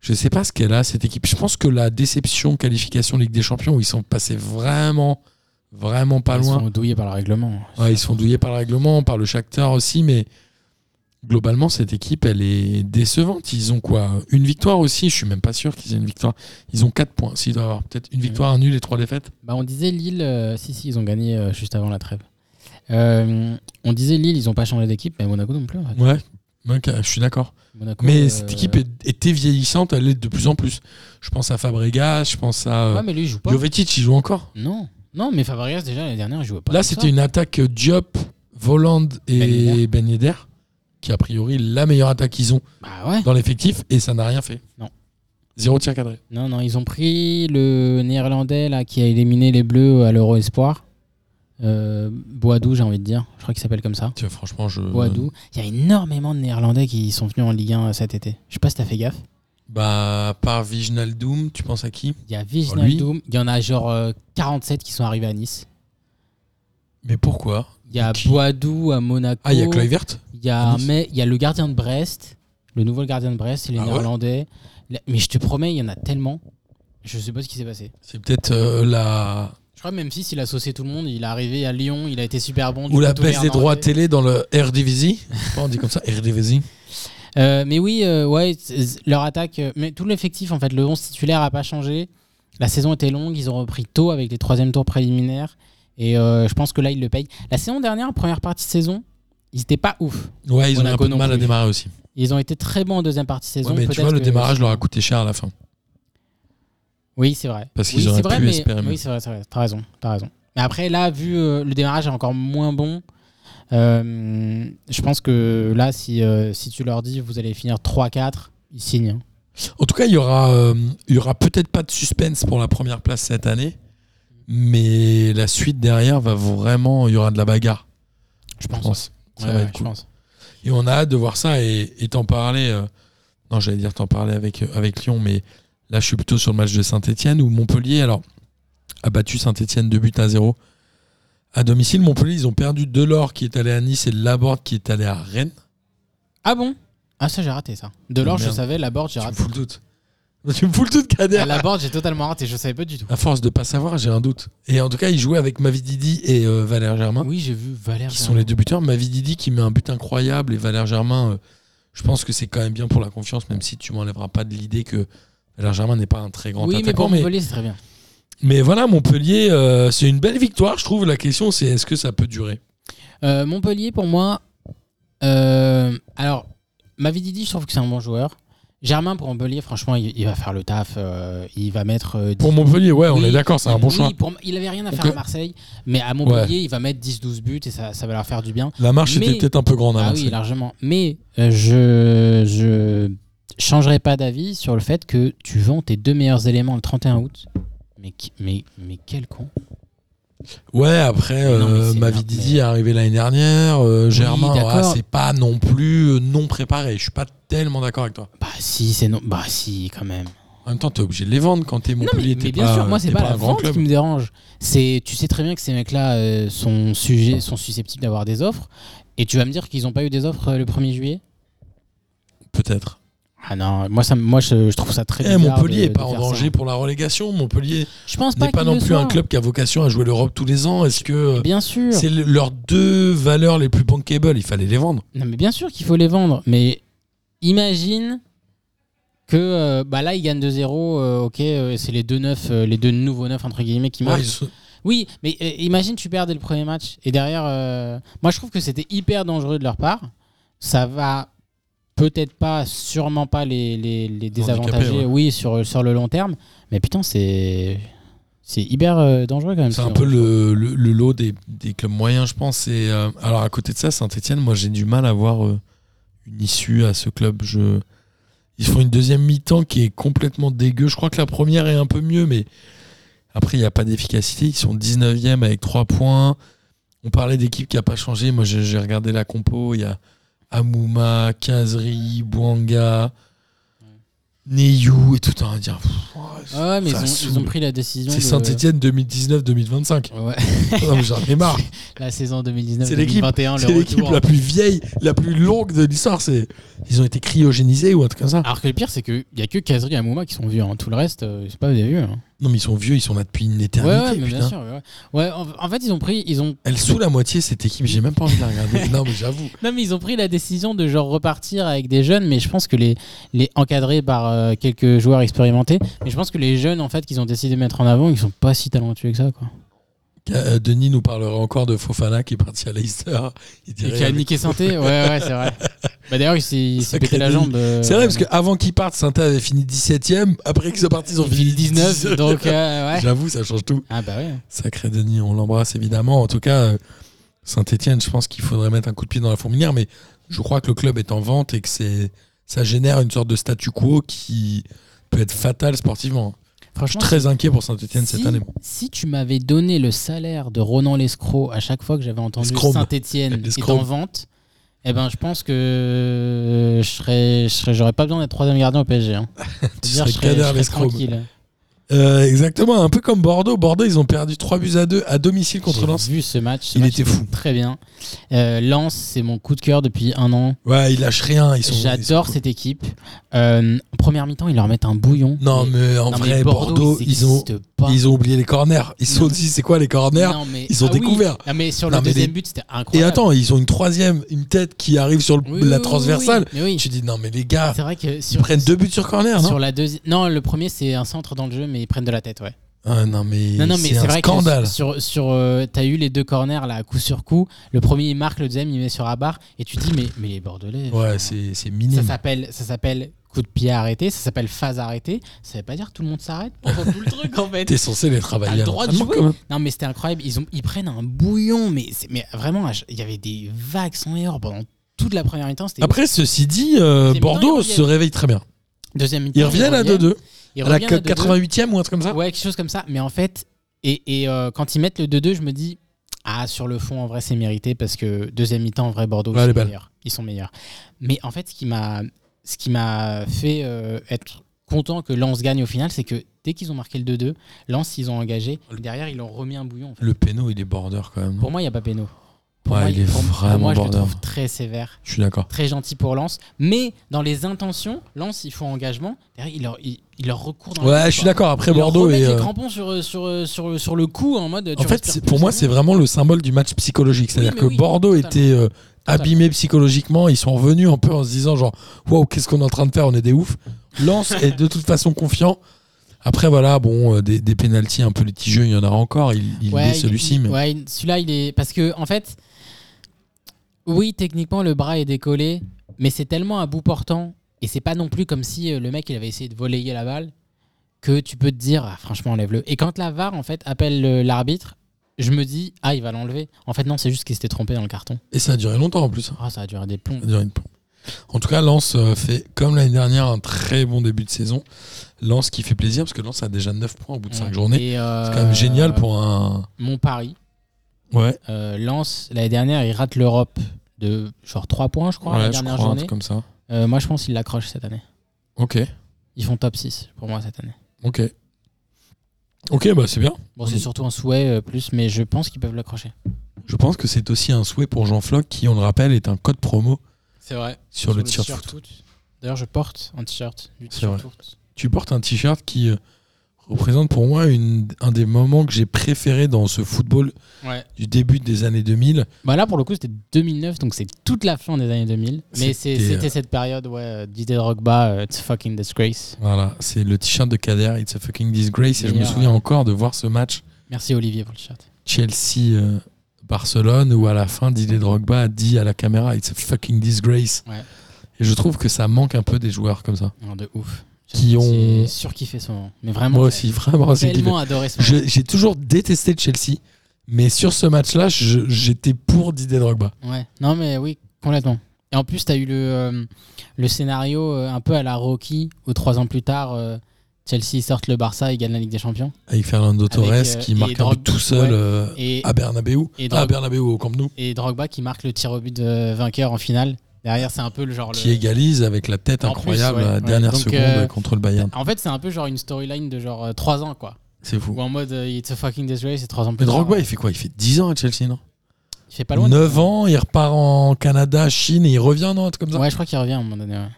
Speaker 3: Je sais pas ce qu'elle a, cette équipe. Je pense que la déception qualification Ligue des Champions, où ils sont passés vraiment, vraiment pas
Speaker 4: Ils
Speaker 3: loin.
Speaker 4: sont douillés par le règlement.
Speaker 3: Ouais, ils sont douillés par le règlement, par le Shakhtar aussi, mais globalement, cette équipe, elle est décevante. Ils ont quoi Une victoire aussi Je suis même pas sûr qu'ils aient une victoire. Ils ont 4 points. S'ils doivent avoir peut-être une victoire, un nul et 3 défaites.
Speaker 4: Bah, on disait Lille, euh, si, si, ils ont gagné euh, juste avant la trêve. Euh, on disait Lille, ils ont pas changé d'équipe, mais Monaco non plus. en fait.
Speaker 3: Ouais, ok, je suis d'accord.
Speaker 4: Monaco,
Speaker 3: Mais
Speaker 4: euh,
Speaker 3: cette équipe est- était vieillissante, elle est de plus en plus. Je pense à Fabregas, je pense à. euh,
Speaker 4: Ouais, mais lui, il joue pas.
Speaker 3: Jovetic, il joue encore.
Speaker 4: Non, non, mais Fabregas, déjà, l'année dernière, il jouait pas.
Speaker 3: Là,
Speaker 4: comme ça.
Speaker 3: c'était une attaque euh, Diop, Voland
Speaker 4: Ben
Speaker 3: et
Speaker 4: Yedder.
Speaker 3: Ben Yedder, qui est a priori la meilleure attaque qu'ils ont
Speaker 4: Bah ouais.
Speaker 3: dans l'effectif, et ça n'a rien fait.
Speaker 4: Non.
Speaker 3: Zéro tir cadré.
Speaker 4: Non, non, ils ont pris le néerlandais là, qui a éliminé les Bleus à l'Euro Espoir. Euh, Boadou, j'ai envie de dire. Je crois qu'il s'appelle comme ça.
Speaker 3: Tu vois, franchement, je.
Speaker 4: Boadou. Il y a énormément de néerlandais qui sont venus en Ligue 1 cet été. Je sais pas si t'as fait gaffe.
Speaker 3: Bah, par Doom, tu penses à qui
Speaker 4: Il y a
Speaker 3: Oh, lui.
Speaker 4: Wijnaldum. Il y en a genre euh, 47 qui sont arrivés à Nice.
Speaker 3: Mais pourquoi
Speaker 4: Il y a
Speaker 3: Qui
Speaker 4: Boadou à Monaco.
Speaker 3: Ah, il y a Kluivert
Speaker 4: Il y a,
Speaker 3: Nice.
Speaker 4: mais, il y a le gardien de Brest, le nouveau gardien de Brest, c'est les
Speaker 3: Ah ouais
Speaker 4: Néerlandais. La- Mais je te promets, il y en a tellement. Je sais pas ce qui s'est passé.
Speaker 3: C'est peut-être euh, la.
Speaker 4: Je crois même si s'il a saucé tout le monde, il est arrivé à Lyon, il a été super bon. du
Speaker 3: Ou
Speaker 4: coup,
Speaker 3: la
Speaker 4: tout
Speaker 3: baisse des
Speaker 4: Néerlandais.
Speaker 3: droits télé dans le RDVZ. on dit comme ça, RDVZ.
Speaker 4: Euh, mais oui, euh, ouais, c- c- leur attaque, euh, mais tout l'effectif en fait, le 11 titulaire a pas changé. La saison était longue, ils ont repris tôt avec les troisième tours préliminaires, et euh, je pense que là ils le payent. La saison dernière, en première partie de saison, ils étaient pas ouf.
Speaker 3: Ouais, ils ont eu un
Speaker 4: Monaco
Speaker 3: peu de
Speaker 4: non
Speaker 3: mal à
Speaker 4: plus.
Speaker 3: démarrer aussi.
Speaker 4: Ils ont été très bons en deuxième partie de saison.
Speaker 3: Ouais, mais tu
Speaker 4: peut-être
Speaker 3: vois, le
Speaker 4: que-
Speaker 3: démarrage leur a coûté cher à la fin.
Speaker 4: Oui, c'est vrai.
Speaker 3: Parce
Speaker 4: Oui,
Speaker 3: qu'ils auraient
Speaker 4: c'est vrai,
Speaker 3: pu
Speaker 4: mais-
Speaker 3: espérer mieux.
Speaker 4: Oui, c'est vrai, c'est vrai. T'as raison, t'as raison. Mais après, là, vu euh, le démarrage est encore moins bon, euh, je pense que là, si, euh, si tu leur dis vous allez finir 3-4, ils signent. hein.
Speaker 3: En tout cas, il y aura, euh, il y aura peut-être pas de suspense pour la première place cette année. Mais la suite derrière va vraiment. Il y aura de la bagarre,
Speaker 4: Je
Speaker 3: je
Speaker 4: pense.
Speaker 3: pense. Ça
Speaker 4: Ouais,
Speaker 3: va
Speaker 4: ouais,
Speaker 3: être
Speaker 4: je
Speaker 3: cool.
Speaker 4: pense.
Speaker 3: Et on a hâte de voir ça et et t'en parler. euh, non, j'allais dire t'en parler avec, euh, avec Lyon, mais là, je suis plutôt sur le match de Saint-Etienne où Montpellier alors, a battu Saint-Etienne 2 buts à 0 à domicile. Montpellier, ils ont perdu Delors qui est allé à Nice et Laborde qui est allé à Rennes.
Speaker 4: Ah bon Ah, ça, j'ai raté ça. De l'or,
Speaker 3: Ah,
Speaker 4: je
Speaker 3: merde.
Speaker 4: savais, la board, j'ai
Speaker 3: Tu me
Speaker 4: raté.
Speaker 3: fous le doute. Tu me fous le doute, Kader.
Speaker 4: Ah, La board, j'ai totalement raté, je savais pas du tout.
Speaker 3: À force de pas savoir, j'ai un doute. Et en tout cas, ils jouaient avec Mavididi et euh, Valère Germain.
Speaker 4: Oui, j'ai vu Valère.
Speaker 3: qui sont les deux buteurs. Mavididi qui met un but incroyable et Valère Germain, euh, je pense que c'est quand même bien pour la confiance, même si tu m'enlèveras pas de l'idée que Valère Germain n'est pas un très grand
Speaker 4: Oui, mais
Speaker 3: attaquant.
Speaker 4: pour
Speaker 3: Mais,
Speaker 4: Montpellier, c'est très bien.
Speaker 3: mais voilà, Montpellier, euh, c'est une belle victoire, je trouve. La question, c'est est-ce que ça peut durer
Speaker 4: Euh, Montpellier, pour moi. euh, alors, Mavididi, je trouve que c'est un bon joueur. Germain pour Montpellier, franchement, il, il va faire le taf. euh, il va mettre. euh,
Speaker 3: Pour
Speaker 4: 10
Speaker 3: Montpellier, ouais, on
Speaker 4: Oui,
Speaker 3: est d'accord, c'est un
Speaker 4: oui,
Speaker 3: bon choix. euh,
Speaker 4: pour- il avait rien à faire
Speaker 3: Ok.
Speaker 4: à Marseille, mais à Montpellier, il va mettre 10-12 buts et ça, ça va leur faire du bien.
Speaker 3: La marche
Speaker 4: Mais-
Speaker 3: était peut-être un peu grande à
Speaker 4: Ah
Speaker 3: Marseille.
Speaker 4: oui, largement. Mais euh, je je changerai pas d'avis sur le fait que tu vends tes deux meilleurs éléments le 31 août. Mais qui- mais mais quel con.
Speaker 3: Ouais, après,
Speaker 4: Mais non, mais
Speaker 3: euh,
Speaker 4: c'est-
Speaker 3: Mavididi
Speaker 4: mais-
Speaker 3: est arrivé l'année dernière. euh, Germain, ouais,
Speaker 4: d'accord.
Speaker 3: c'est pas non plus euh, non préparé. Je suis pas tellement d'accord avec toi.
Speaker 4: Bah si, c'est non. Bah si, quand même.
Speaker 3: En même temps, t'es obligé de les vendre quand t'es
Speaker 4: Non
Speaker 3: Montpellier.
Speaker 4: mais,
Speaker 3: t'es
Speaker 4: mais bien
Speaker 3: pas-
Speaker 4: sûr, moi c'est
Speaker 3: t'es
Speaker 4: pas, la
Speaker 3: un grand
Speaker 4: vente
Speaker 3: club.
Speaker 4: qui me dérange. C'est tu sais très bien que ces mecs-là euh, sont sujets sont susceptibles d'avoir des offres et tu vas me dire qu'ils ont pas eu des offres euh, le 1er juillet
Speaker 3: Peut-être.
Speaker 4: Ah non, moi ça me- moi je, je trouve ça très
Speaker 3: Eh,
Speaker 4: bizarre.
Speaker 3: Montpellier
Speaker 4: de-
Speaker 3: n'est
Speaker 4: euh, de
Speaker 3: pas en
Speaker 4: faire ça.
Speaker 3: danger pour la relégation. Montpellier
Speaker 4: Je pense pas
Speaker 3: n'est pas
Speaker 4: qu'ils
Speaker 3: non
Speaker 4: le
Speaker 3: plus
Speaker 4: soient.
Speaker 3: un club qui a vocation à jouer l'Europe tous les ans. Est-ce que
Speaker 4: Bien sûr.
Speaker 3: c'est le- leurs deux valeurs les plus bankable Il fallait les vendre.
Speaker 4: Non, mais bien sûr qu'il faut les vendre, mais imagine que euh, bah là, ils gagnent 2-0, euh, ok, euh, c'est les deux neufs, euh, les deux nouveaux neufs, entre guillemets, qui marquent.
Speaker 3: Ouais, ils sont-
Speaker 4: Oui, mais euh, imagine tu perds dès le premier match, et derrière, euh, moi je trouve que c'était hyper dangereux de leur part. Ça va peut-être pas, sûrement pas les, les, les désavantager,
Speaker 3: ouais.
Speaker 4: oui, sur, sur le long terme, mais putain, c'est. C'est hyper euh, dangereux quand même.
Speaker 3: C'est un
Speaker 4: sinon.
Speaker 3: peu le, le- le lot des, des clubs moyens, je pense. Et, euh, alors, à côté de ça, Saint-Etienne, moi, j'ai du mal à voir euh, une issue à ce club. Je... Ils font une deuxième mi-temps qui est complètement dégueu. Je crois que la première est un peu mieux, mais après, il n'y a pas d'efficacité. Ils sont 19e avec 3 points. On parlait d'équipe qui n'a pas changé. Moi, j'ai j'ai regardé la compo. Il y a Amouma, Kazri, Bouanga, Neyou et tout. On va dire, pff, oh,
Speaker 4: Ah ouais, mais ils
Speaker 3: ça
Speaker 4: ont, ils ont
Speaker 3: saoule.
Speaker 4: pris la décision.
Speaker 3: C'est
Speaker 4: de-
Speaker 3: Saint-Etienne 2019-2025.
Speaker 4: Ouais,
Speaker 3: Non, mais J'en ai marre.
Speaker 4: la saison
Speaker 3: C'est l'équipe-
Speaker 4: 2019-2021,
Speaker 3: C'est
Speaker 4: le
Speaker 3: l'équipe
Speaker 4: retour.
Speaker 3: la plus vieille, la plus longue de l'histoire. C'est Ils ont été cryogénisés ou un truc comme ça.
Speaker 4: Alors que le pire, c'est qu'il n'y a que Kazri et Amouma qui sont vieux. hein. Tout le reste, euh, je sais pas, vous avez vu. hein.
Speaker 3: Non, mais ils sont vieux, ils sont là depuis une
Speaker 4: Ouais,
Speaker 3: éternité.
Speaker 4: ouais, mais bien
Speaker 3: putain.
Speaker 4: sûr. Ouais, ouais. Ouais, en, en fait, ils ont pris, ils ont,
Speaker 3: Elle sous la moitié cette équipe, j'ai même pas envie de la regarder. non, mais j'avoue.
Speaker 4: non, mais ils ont pris la décision de genre repartir avec des jeunes, mais je pense que les, les encadrés par euh, quelques joueurs expérimentés, mais je pense que les jeunes en fait qu'ils ont décidé de mettre en avant, ils sont pas si talentueux que ça, quoi.
Speaker 3: Euh, Denis nous parlera encore de Fofana qui est parti à Leicester. Il
Speaker 4: Et
Speaker 3: dirait-
Speaker 4: qui a niqué Santé, ouais, ouais, c'est vrai. Bah d'ailleurs, il s'est il s'est
Speaker 3: Sacré
Speaker 4: pété la
Speaker 3: Denis.
Speaker 4: jambe. euh,
Speaker 3: C'est vrai, parce qu'avant qu'ils partent, saint avait fini 17ème. Après qu'ils soient partis, ils ont
Speaker 4: il
Speaker 3: fini
Speaker 4: finit 19,
Speaker 3: 19.
Speaker 4: donc euh, ouais.
Speaker 3: J'avoue, ça change tout.
Speaker 4: Ah bah ouais.
Speaker 3: Sacré Denis, on l'embrasse évidemment. En tout cas, euh, Saint-Etienne, je pense qu'il faudrait mettre un coup de pied dans la fourmilière, mais je crois que le club est en vente et que c'est ça génère une sorte de statu quo qui peut être fatal sportivement. Je suis
Speaker 4: Franchement,
Speaker 3: très inquiet pour Saint-Etienne cette année. moi.
Speaker 4: si tu m'avais donné le salaire de Ronan Lescroc à chaque fois que j'avais entendu
Speaker 3: L'escroc.
Speaker 4: Saint-Etienne est
Speaker 3: L'escroc.
Speaker 4: en vente, eh ben, je pense que je serais, je serais- j'aurais pas besoin d'être troisième gardien au PSG. hein.
Speaker 3: Tu
Speaker 4: C'est-à-dire,
Speaker 3: serais cadre, l'escroc.
Speaker 4: tranquille.
Speaker 3: Euh, exactement, un peu comme Bordeaux. Bordeaux, ils ont perdu 3 buts à 2 à domicile contre
Speaker 4: J'ai
Speaker 3: Lens.
Speaker 4: vu ce match. ce
Speaker 3: Il
Speaker 4: match
Speaker 3: était fou.
Speaker 4: Très bien. Euh, Lens, c'est mon coup de cœur depuis un an.
Speaker 3: Ouais, ils lâchent rien. Ils sont, ils
Speaker 4: J'adore
Speaker 3: sont-
Speaker 4: cette équipe. Euh, en première mi-temps, ils leur mettent un bouillon.
Speaker 3: Non,
Speaker 4: Mais-
Speaker 3: mais en
Speaker 4: non,
Speaker 3: vrai,
Speaker 4: mais
Speaker 3: Bordeaux, ils, ont,
Speaker 4: existent pas.
Speaker 3: ils ont oublié les corners. Ils se sont
Speaker 4: Non.
Speaker 3: dit, c'est quoi les corners
Speaker 4: Non, mais-
Speaker 3: ils ont
Speaker 4: ah oui.
Speaker 3: découvert.
Speaker 4: Ah, mais sur
Speaker 3: Non,
Speaker 4: le
Speaker 3: mais
Speaker 4: deuxième
Speaker 3: les-
Speaker 4: but, c'était
Speaker 3: Et
Speaker 4: incroyable.
Speaker 3: attends, ils ont une troisième, une tête qui arrive sur le-
Speaker 4: Oui, oui,
Speaker 3: la
Speaker 4: oui,
Speaker 3: transversale.
Speaker 4: oui, oui.
Speaker 3: Tu dis, non, mais les gars,
Speaker 4: C'est vrai que
Speaker 3: ils
Speaker 4: sur,
Speaker 3: prennent deux buts sur corner, non
Speaker 4: sur la deuxième. Non, le premier c'est un centre dans le jeu, mais ils prennent de la tête, ouais.
Speaker 3: Ah, Non, mais,
Speaker 4: non, non, mais
Speaker 3: c'est un
Speaker 4: vrai
Speaker 3: scandale.
Speaker 4: que sur, sur, sur, euh, t'as eu les deux corners là, coup sur coup. Le premier il marque, le deuxième il met sur Abar, et tu te dis mais mais les Bordelais.
Speaker 3: Ouais,
Speaker 4: enfin,
Speaker 3: c'est c'est
Speaker 4: ça
Speaker 3: minime.
Speaker 4: s'appelle ça s'appelle coup de pied arrêté, ça s'appelle phase arrêtée. Ça veut pas dire que tout le monde s'arrête pendant tout le truc en fait.
Speaker 3: T'es censé les travailler.
Speaker 4: T'as le
Speaker 3: à
Speaker 4: droit de
Speaker 3: l'entraînement,
Speaker 4: jouer.
Speaker 3: quand même.
Speaker 4: Non mais c'était incroyable, ils, ont, ils prennent un bouillon, mais, c'est- mais vraiment, il y avait des vagues sans erreur pendant toute la première mi-temps. c'était-
Speaker 3: Après, ceci dit, euh,
Speaker 4: C'est
Speaker 3: Bordeaux
Speaker 4: mi-temps, ils
Speaker 3: se réveille très bien.
Speaker 4: deuxième mi-temps,
Speaker 3: Ils reviennent à 2-2.
Speaker 4: Ils
Speaker 3: À la
Speaker 4: reviennent à 2-2.
Speaker 3: 88e ou un truc comme ça
Speaker 4: Ouais, quelque chose comme ça. Mais en fait, et, et, euh, quand ils mettent le 2-2, je me dis, ah, sur le fond, en vrai, c'est mérité parce que deuxième mi-temps, en vrai, Bordeaux,
Speaker 3: Ouais,
Speaker 4: ils,
Speaker 3: les
Speaker 4: sont
Speaker 3: balles.
Speaker 4: meilleurs. ils sont meilleurs. Mais en fait, ce qui m'a, ce qui m'a fait euh, être content que Lens gagne au final, c'est que dès qu'ils ont marqué le 2-2, Lens, ils ont engagé. Et derrière, ils ont remis un bouillon. en fait.
Speaker 3: Le péno, il est border quand même.
Speaker 4: Pour moi, il n'y a pas péno. Pour
Speaker 3: Ouais,
Speaker 4: moi,
Speaker 3: il est
Speaker 4: pour- pour
Speaker 3: vraiment
Speaker 4: moi, je le
Speaker 3: border.
Speaker 4: trouve très sévère
Speaker 3: Je suis d'accord.
Speaker 4: très gentil pour Lance, mais dans les intentions, Lance, il faut engagement. Derrière, il leur, il, il leur recourt dans le
Speaker 3: Ouais,
Speaker 4: cou,
Speaker 3: je suis
Speaker 4: quoi.
Speaker 3: d'accord. Après,
Speaker 4: Ils leur
Speaker 3: Bordeaux
Speaker 4: remettent
Speaker 3: est.
Speaker 4: les
Speaker 3: euh,
Speaker 4: crampons sur, sur, sur, sur le cou hein, en mode. tu
Speaker 3: En fait,
Speaker 4: respires
Speaker 3: c'est-
Speaker 4: plus,
Speaker 3: pour moi, c'est
Speaker 4: bien.
Speaker 3: vraiment le symbole du match psychologique. C'est-à-dire
Speaker 4: mais
Speaker 3: que
Speaker 4: oui,
Speaker 3: Bordeaux
Speaker 4: totalement.
Speaker 3: était euh, abîmé psychologiquement. Ils sont revenus un peu en se disant genre, waouh, qu'est-ce qu'on est en train de faire On est des oufs. Lens est de toute façon confiant. Après, voilà, bon, euh, des, des pénalties un peu litigieux, il y en aura encore. Il, il
Speaker 4: Ouais,
Speaker 3: est celui-ci,
Speaker 4: il-
Speaker 3: mais
Speaker 4: ouais, celui-là, il est. Parce que, en fait, oui, techniquement, le bras est décollé, mais c'est tellement à bout portant. Et c'est pas non plus comme si euh, le mec, il avait essayé de volayer la balle, que tu peux te dire, ah, franchement, enlève-le. Et quand la VAR, en fait, appelle euh, l'arbitre, je me dis, ah, il va l'enlever. En fait, non, c'est juste qu'il s'était trompé dans le carton.
Speaker 3: et ça a duré longtemps en plus. hein.
Speaker 4: Ah, ça a duré des plombs.
Speaker 3: Ça a duré une pompe. En tout cas, Lens euh, fait comme l'année dernière un très bon début de saison. Lens qui fait plaisir parce que Lens a déjà 9 points au bout de 5
Speaker 4: Ouais.
Speaker 3: journées.
Speaker 4: Et, euh,
Speaker 3: C'est quand même génial pour un.
Speaker 4: Mon pari,
Speaker 3: Ouais,
Speaker 4: euh, Lens, l'année dernière, il rate l'Europe de genre 3 points, je crois,
Speaker 3: ouais,
Speaker 4: la
Speaker 3: je
Speaker 4: dernière
Speaker 3: crois, un
Speaker 4: journée.
Speaker 3: truc comme ça.
Speaker 4: Euh, moi, je pense qu'ils l'accrochent cette année.
Speaker 3: Ok.
Speaker 4: Ils font top 6 pour moi cette année.
Speaker 3: Ok. Ok, bah c'est bien.
Speaker 4: Bon, c'est
Speaker 3: Mm.
Speaker 4: surtout un souhait euh, plus, mais je pense qu'ils peuvent l'accrocher.
Speaker 3: Je pense que c'est aussi un souhait pour Jean Floc qui, on le rappelle, est un code promo
Speaker 4: C'est vrai.
Speaker 3: sur, le t-shirt foot.
Speaker 4: D'ailleurs, je porte un t-shirt du
Speaker 3: C'est t-shirt
Speaker 4: t-shirt foot.
Speaker 3: Tu portes un t-shirt qui euh, représente pour moi une- un des moments que j'ai préféré dans ce football
Speaker 4: Ouais.
Speaker 3: du début des années 2000.
Speaker 4: Bah là, pour le coup, c'était 2009, donc c'est toute la fin des années 2000. Mais c'est-
Speaker 3: C'était,
Speaker 4: c'était cette période, ouais, euh, d'idée de Rockba, euh, It's fucking disgrace.
Speaker 3: Voilà, c'est le t-shirt de Kader, It's a fucking disgrace. Et je me
Speaker 4: Meilleur.
Speaker 3: souviens encore de voir ce match
Speaker 4: Merci Olivier pour le t-shirt.
Speaker 3: Chelsea-Barcelone où à la fin, Didier Drogba a dit à la caméra It's a fucking disgrace.
Speaker 4: Ouais.
Speaker 3: Et je trouve que ça manque un peu des joueurs comme ça.
Speaker 4: Non, de ouf.
Speaker 3: Qui ont-
Speaker 4: J'ai surkiffé ce moment. Mais vraiment.
Speaker 3: Moi
Speaker 4: j'ai
Speaker 3: aussi, vraiment, c'est kiffé.
Speaker 4: Tellement adoré ce moment.
Speaker 3: Je- J'ai toujours détesté Chelsea, mais sur ce match-là, je- j'étais pour Didier Drogba.
Speaker 4: Ouais, non mais oui, complètement. Et en plus, t'as eu le, euh, le scénario euh, un peu à la Rocky, où trois ans plus tard, euh, Chelsea sorte le Barça et gagne la Ligue des Champions.
Speaker 3: Avec Fernando Torres
Speaker 4: Avec, euh,
Speaker 3: qui
Speaker 4: et
Speaker 3: marque un
Speaker 4: Drog-
Speaker 3: but tout seul
Speaker 4: ouais.
Speaker 3: euh,
Speaker 4: Et,
Speaker 3: à Bernabeu.
Speaker 4: et Oh
Speaker 3: Ah,
Speaker 4: Drog-
Speaker 3: Bernabeu au Camp Nou.
Speaker 4: et Drogba qui marque le tir au but de vainqueur en finale. Derrière, c'est un peu le genre.
Speaker 3: Qui
Speaker 4: le-
Speaker 3: égalise avec la tête
Speaker 4: En
Speaker 3: incroyable
Speaker 4: plus, ouais,
Speaker 3: à la
Speaker 4: ouais.
Speaker 3: dernière
Speaker 4: Donc,
Speaker 3: seconde
Speaker 4: euh,
Speaker 3: contre le Bayern.
Speaker 4: En fait, c'est un peu genre une storyline de genre 3 ans, quoi.
Speaker 3: C'est fou.
Speaker 4: Ou en mode euh, It's a fucking disgrace, c'est 3 ans plus
Speaker 3: Mais
Speaker 4: tard.
Speaker 3: Drogba, il fait quoi Il fait 10 ans à Chelsea, non
Speaker 4: Il fait pas loin.
Speaker 3: 9 ans, il repart en Canada, Chine et il revient, non un truc comme ça
Speaker 4: Ouais, je crois qu'il revient à un moment donné. ouais.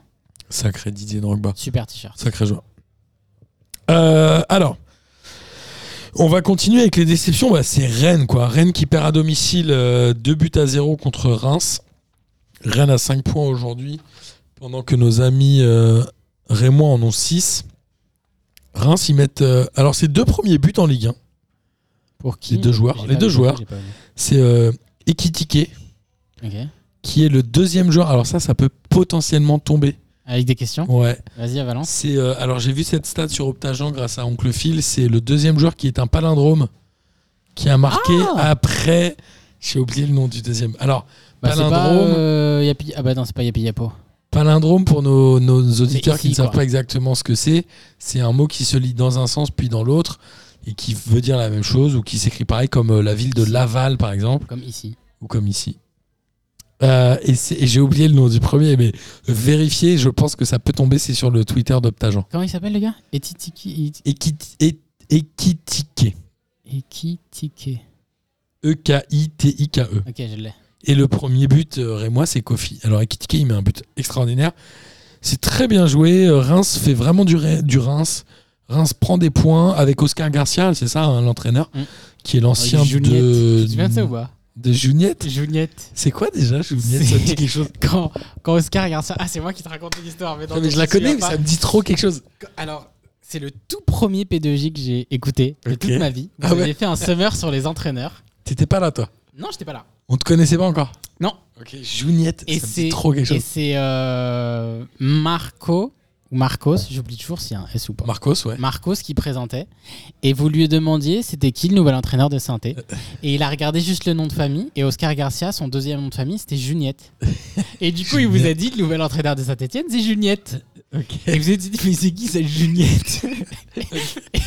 Speaker 3: Sacré Didier Drogba.
Speaker 4: Super t-shirt.
Speaker 3: Sacré joueur. Euh, alors, on va continuer avec les déceptions. Bah, c'est Rennes, quoi. Rennes qui perd à domicile 2 buts à 0 contre Reims. Rennes à 5 points aujourd'hui, pendant que nos amis euh, Rémois en ont 6. Reims, ils mettent. euh, alors, c'est deux premiers buts en Ligue 1.
Speaker 4: Pour qui
Speaker 3: Les deux joueurs.
Speaker 4: J'ai
Speaker 3: Les
Speaker 4: pas
Speaker 3: deux
Speaker 4: vu,
Speaker 3: joueurs.
Speaker 4: j'ai pas vu.
Speaker 3: C'est euh, Ekitike,
Speaker 4: Ok.
Speaker 3: qui est le deuxième joueur. Alors, ça, ça peut potentiellement tomber.
Speaker 4: Avec des questions
Speaker 3: Ouais.
Speaker 4: Vas-y, à Valence.
Speaker 3: C'est euh, alors j'ai vu cette stat sur Optagen grâce à Oncle Phil. C'est le deuxième joueur qui est un palindrome qui a marqué
Speaker 4: Ah
Speaker 3: après. J'ai oublié le nom du deuxième. Alors
Speaker 4: Bah, c'est pas.
Speaker 3: palindrome,
Speaker 4: euh, Yapi- Ah bah non, c'est pas Yapi Yapo.
Speaker 3: palindrome pour nos, nos auditeurs
Speaker 4: ici,
Speaker 3: qui ne savent
Speaker 4: quoi.
Speaker 3: pas exactement ce que c'est. C'est un mot qui se lit dans un sens puis dans l'autre et qui veut dire la même chose ou qui s'écrit pareil comme euh, la ville de Laval par exemple
Speaker 4: Comme ici.
Speaker 3: ou comme ici. Euh, et c'est- et j'ai oublié le nom du premier, mais vérifiez. Je pense que ça peut tomber. C'est sur le Twitter d'Optagen.
Speaker 4: Comment il s'appelle le gars Etitiki.
Speaker 3: Et qui et, et qui tiquait.
Speaker 4: Ekitike.
Speaker 3: E E-K-I-T-I-K-E.
Speaker 4: Ok, je l'ai.
Speaker 3: E. Et le premier but, euh, Rémois, c'est Kofi. Alors, Ekitike, il met un but extraordinaire. C'est très bien joué. Euh, Reims fait vraiment du, Re- du Reims. Reims prend des points avec Oscar Garcia, c'est ça, hein, l'entraîneur,
Speaker 4: Mm.
Speaker 3: qui est l'ancien
Speaker 4: Avec Juniette.
Speaker 3: de,
Speaker 4: Tu te souviens de ça ou pas
Speaker 3: de Juniette.
Speaker 4: Juniette.
Speaker 3: C'est quoi déjà, Juniette Ça me dit
Speaker 4: C'est-
Speaker 3: quelque chose.
Speaker 4: Quand, quand Oscar regarde ça. Ah, c'est moi qui te raconte une histoire. Mais, non,
Speaker 3: Non, mais
Speaker 4: tu
Speaker 3: je la
Speaker 4: te souviens
Speaker 3: connais, mais
Speaker 4: pas.
Speaker 3: ça me dit trop quelque chose.
Speaker 4: Alors, c'est le tout premier P2J que j'ai écouté de
Speaker 3: Ok.
Speaker 4: toute ma vie.
Speaker 3: Ah
Speaker 4: Vous avez
Speaker 3: ouais.
Speaker 4: fait un summer sur les entraîneurs.
Speaker 3: T'étais pas là, toi
Speaker 4: Non, j'étais pas là.
Speaker 3: On te connaissait pas encore
Speaker 4: Non.
Speaker 3: Ok, Juniette,
Speaker 4: Et
Speaker 3: ça me
Speaker 4: c'est
Speaker 3: dit trop quelque
Speaker 4: et
Speaker 3: chose.
Speaker 4: c'est euh, Marco ou Marcos, j'oublie toujours s'il y a un S ou pas.
Speaker 3: Marcos, ouais.
Speaker 4: Marcos qui présentait et vous lui demandiez c'était qui le nouvel entraîneur de saint et il a regardé juste le nom de famille et Oscar Garcia son deuxième nom de famille c'était Juniette et du coup il vous a dit le nouvel entraîneur de Saint-Etienne c'est Juniette et vous étiez dit mais c'est qui cette Juniette